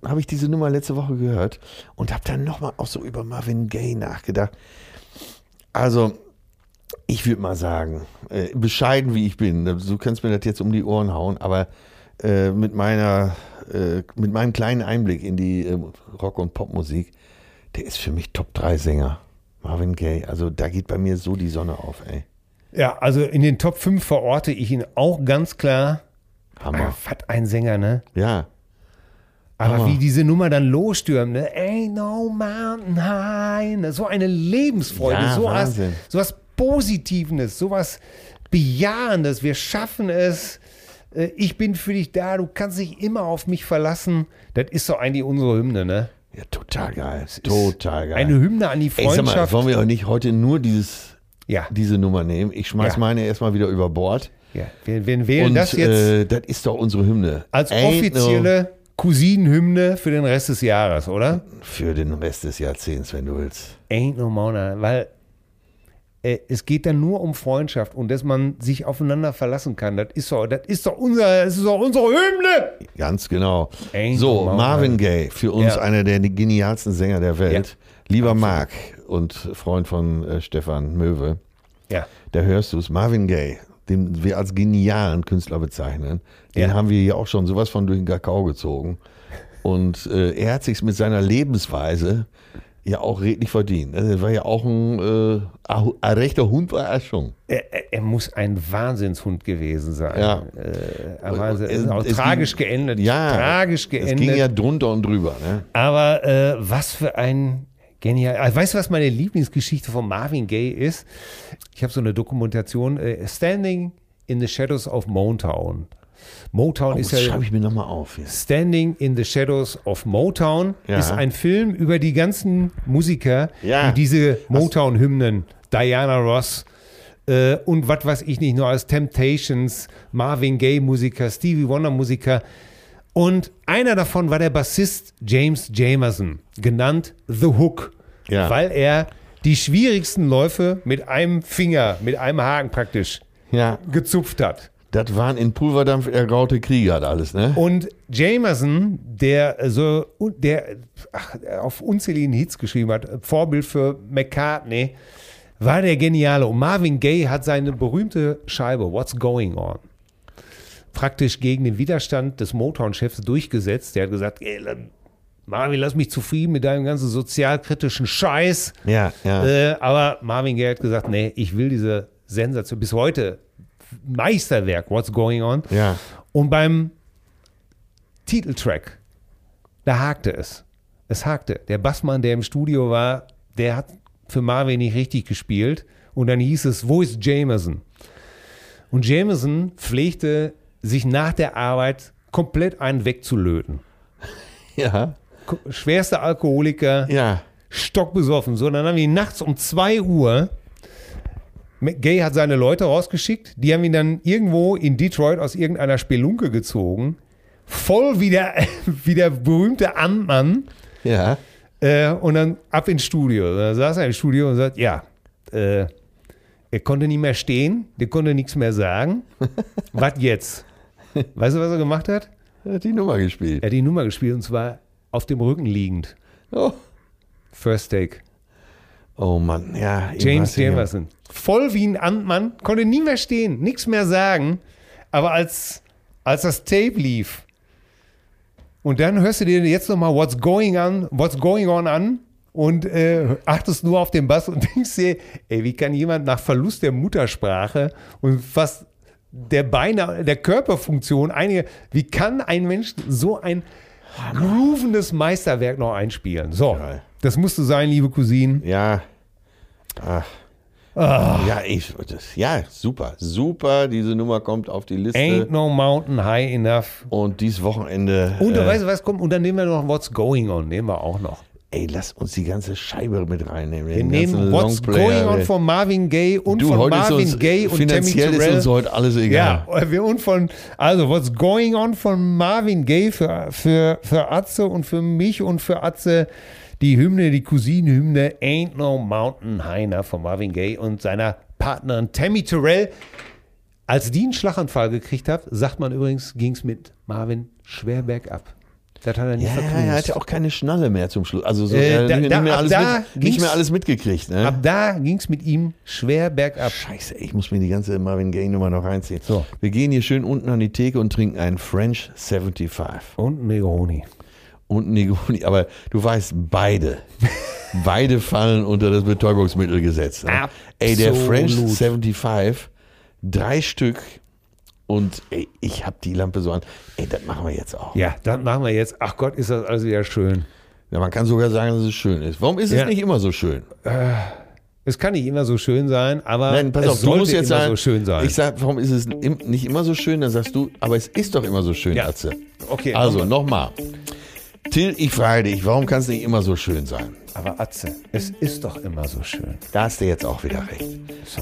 Speaker 5: äh, habe ich diese Nummer letzte Woche gehört und habe dann nochmal auch so über Marvin Gaye nachgedacht. Also, ich würde mal sagen, äh, bescheiden wie ich bin, du kannst mir das jetzt um die Ohren hauen, aber äh, mit meiner, äh, mit meinem kleinen Einblick in die äh, Rock- und Popmusik, der ist für mich Top 3 Sänger. Marvin Gaye, also da geht bei mir so die Sonne auf, ey.
Speaker 6: Ja, also in den Top 5 verorte ich ihn auch ganz klar.
Speaker 5: Hammer.
Speaker 6: Ah, was ein Sänger, ne?
Speaker 5: Ja.
Speaker 6: Aber wie diese Nummer dann losstürmt, ne? Ain't no mountain high. Ne? So eine Lebensfreude,
Speaker 5: Ja,
Speaker 6: so, was,
Speaker 5: Wahnsinn.
Speaker 6: so was Positives, so was Bejahendes. Wir schaffen es. Äh, Ich bin für dich da, du kannst dich immer auf mich verlassen. Das ist doch eigentlich unsere Hymne, ne?
Speaker 5: Ja, total geil. Total geil.
Speaker 6: Eine Hymne an die
Speaker 5: Ey, sag mal,
Speaker 6: Freundschaft.
Speaker 5: wollen wir auch nicht heute nur dieses,
Speaker 6: ja,
Speaker 5: diese Nummer nehmen? Ich schmeiß
Speaker 6: Ja.
Speaker 5: meine erstmal wieder über Bord.
Speaker 6: ja. Wir, wir wählen
Speaker 5: Und
Speaker 6: das jetzt.
Speaker 5: äh, das ist doch unsere Hymne.
Speaker 6: Als
Speaker 5: Ain't
Speaker 6: offizielle Cousinenhymne für den Rest des Jahres, oder?
Speaker 5: No, für den Rest des Jahrzehnts, wenn du willst.
Speaker 6: Ain't no Mauna, weil äh, es geht dann nur um Freundschaft und dass man sich aufeinander verlassen kann. Das ist doch, das ist doch, unser, das ist doch unsere Hymne.
Speaker 5: Ganz genau.
Speaker 6: Ain't
Speaker 5: so,
Speaker 6: no mountain.
Speaker 5: Marvin Gaye, für uns
Speaker 6: Ja.
Speaker 5: einer der genialsten Sänger der Welt. Lieber
Speaker 6: Absolut.
Speaker 5: Marc und Freund von äh, Stefan Möwe,
Speaker 6: Ja,
Speaker 5: da hörst du es. Marvin Gaye, den wir als genialen Künstler bezeichnen, den
Speaker 6: Ja.
Speaker 5: haben wir hier auch schon sowas von durch den Kakao gezogen. Und äh, er hat sich mit seiner Lebensweise ja auch redlich verdient. Also, Er war ja auch ein, äh, ein ein rechter Hund war er schon.
Speaker 6: er, er- er muss ein Wahnsinnshund gewesen sein.
Speaker 5: Ja.
Speaker 6: Äh, aber es ist auch
Speaker 5: Es ging-
Speaker 6: tragisch geendet.
Speaker 5: Ja,
Speaker 6: tragisch
Speaker 5: Es ging
Speaker 6: geendet.
Speaker 5: ja drunter und drüber. Ne?
Speaker 6: Aber äh, was für ein genial. Also, weißt du, was meine Lieblingsgeschichte von Marvin Gaye ist? Ich habe so eine Dokumentation, äh, Standing in the Shadows of Motown. Motown
Speaker 5: Oh,
Speaker 6: ist
Speaker 5: das
Speaker 6: ja
Speaker 5: schreibe ich mir nochmal auf. Ja.
Speaker 6: Standing in the Shadows of Motown
Speaker 5: Ja.
Speaker 6: ist ein Film über die ganzen Musiker,
Speaker 5: Ja.
Speaker 6: die diese Motown-Hymnen, Diana Ross äh, und was weiß ich nicht, nur als Temptations, Marvin Gaye-Musiker, Stevie Wonder-Musiker. Und einer davon war der Bassist James Jamerson, genannt The Hook,
Speaker 5: Ja.
Speaker 6: weil er die schwierigsten Läufe mit einem Finger, mit einem Haken praktisch
Speaker 5: ja,
Speaker 6: gezupft hat.
Speaker 5: das waren in Pulverdampf ergraute Krieger, das alles, ne?
Speaker 6: Und Jamerson, der so, der ach, auf unzähligen Hits geschrieben hat, Vorbild für McCartney, war der Geniale. Und Marvin Gaye hat seine berühmte Scheibe What's Going On praktisch gegen den Widerstand des Motown-Chefs durchgesetzt. Der hat gesagt, ey, la- Marvin, lass mich zufrieden mit deinem ganzen sozialkritischen Scheiß.
Speaker 5: Ja, ja.
Speaker 6: Äh, aber Marvin Gaye hat gesagt, nee, ich will diese Sensation bis heute Meisterwerk What's Going On.
Speaker 5: Ja.
Speaker 6: Und beim Titeltrack, da hakte es. Es hakte. Der Bassmann, der im Studio war, der hat für Marvin nicht richtig gespielt. Und dann hieß es, wo ist Jameson? Und Jameson pflegte, sich nach der Arbeit komplett einen wegzulöten.
Speaker 5: Ja,
Speaker 6: Ko- Schwerster Alkoholiker,
Speaker 5: ja.
Speaker 6: stockbesoffen. So, dann haben wir ihn nachts um 2 Uhr. Gay hat seine Leute rausgeschickt. Die haben ihn dann irgendwo in Detroit aus irgendeiner Spelunke gezogen. Voll wie der, wie der berühmte Amtmann.
Speaker 5: Ja,
Speaker 6: Äh, und dann ab ins Studio. Da saß er im Studio und sagt, ja, äh, er konnte nicht mehr stehen, der konnte nichts mehr sagen. was jetzt? Weißt du, was er gemacht hat?
Speaker 5: er hat die Nummer gespielt.
Speaker 6: Er hat die Nummer gespielt und zwar auf dem Rücken liegend.
Speaker 5: Oh,
Speaker 6: First Take.
Speaker 5: oh Mann, ja. ich
Speaker 6: James
Speaker 5: weiß nicht mehr.
Speaker 6: Jamerson. Voll wie ein Amtmann, konnte nie mehr stehen, nichts mehr sagen. Aber als, als das Tape lief und dann hörst du dir jetzt nochmal What's Going On, What's Going On an und äh, achtest nur auf den Bass und denkst dir, ey, wie kann jemand nach Verlust der Muttersprache und fast der Beine, der Körperfunktion, einige, wie kann ein Mensch so ein groovendes Meisterwerk noch einspielen? So,
Speaker 5: Geil.
Speaker 6: das musste sein, liebe Cousinen.
Speaker 5: Ja. Ach.
Speaker 6: Ah.
Speaker 5: Ja, ich, das, ja, super, super. Diese Nummer kommt auf die Liste.
Speaker 6: Ain't no mountain high enough.
Speaker 5: Und dieses Wochenende.
Speaker 6: Und
Speaker 5: äh,
Speaker 6: weißt Oh, du was, kommt? Und dann nehmen wir noch What's Going On, nehmen wir auch noch.
Speaker 5: ey, lass uns die ganze Scheibe mit reinnehmen.
Speaker 6: Wir nehmen What's Going On von Marvin Gaye und
Speaker 5: du,
Speaker 6: von
Speaker 5: heute ist
Speaker 6: Marvin
Speaker 5: uns,
Speaker 6: Gaye und Tammy
Speaker 5: finanziell ist
Speaker 6: Terrell.
Speaker 5: uns heute alles egal.
Speaker 6: ja, Oh, wir und von, also What's Going On von Marvin Gaye für, für, für Atze und für mich und für Atze. Die Hymne, die Cousine-Hymne Ain't No Mountain High Enough von Marvin Gaye und seiner Partnerin Tammy Terrell. Als die einen Schlaganfall gekriegt hat, sagt man übrigens, ging es mit Marvin schwer bergab. Das hat er nicht
Speaker 5: Ja, ja,
Speaker 6: verknüpft.
Speaker 5: er hatte auch keine Schnalle mehr zum Schluss. Also so,
Speaker 6: Äh,
Speaker 5: er hat
Speaker 6: da-
Speaker 5: nicht,
Speaker 6: da-
Speaker 5: mehr
Speaker 6: ab
Speaker 5: alles
Speaker 6: da
Speaker 5: mit, nicht
Speaker 6: ging's-
Speaker 5: mehr alles mitgekriegt. Ne?
Speaker 6: Ab da ging es mit ihm schwer bergab.
Speaker 5: Scheiße, ich muss mir die ganze Marvin Gaye Nummer noch reinziehen.
Speaker 6: So.
Speaker 5: Wir gehen hier schön unten an die Theke und trinken einen French 75.
Speaker 6: Und Negroni.
Speaker 5: und Negroni. Aber du weißt, beide, beide fallen unter das Betäubungsmittelgesetz. Ne? Ey, der French 75, drei Stück und ey, ich hab die Lampe so an. Ey, das machen wir jetzt auch.
Speaker 6: Ja, dann machen wir jetzt. Ach Gott, ist das alles wieder schön.
Speaker 5: Ja, man kann sogar sagen, dass es schön ist. Warum ist es
Speaker 6: Ja.
Speaker 5: nicht immer so schön?
Speaker 6: Es kann nicht immer so schön sein, aber
Speaker 5: Nein, pass
Speaker 6: es
Speaker 5: auf, du
Speaker 6: sollte
Speaker 5: musst jetzt
Speaker 6: immer
Speaker 5: sagen,
Speaker 6: so schön sein.
Speaker 5: ich sag, warum ist es im- nicht immer so schön? Dann sagst du, aber es ist doch immer so schön,
Speaker 6: Ja.
Speaker 5: Atze.
Speaker 6: Okay,
Speaker 5: Also, nochmal. Till, ich frage dich, warum kann es nicht immer so schön sein?
Speaker 6: aber Atze, es ist doch immer so schön.
Speaker 5: Da hast du jetzt auch wieder recht.
Speaker 6: So.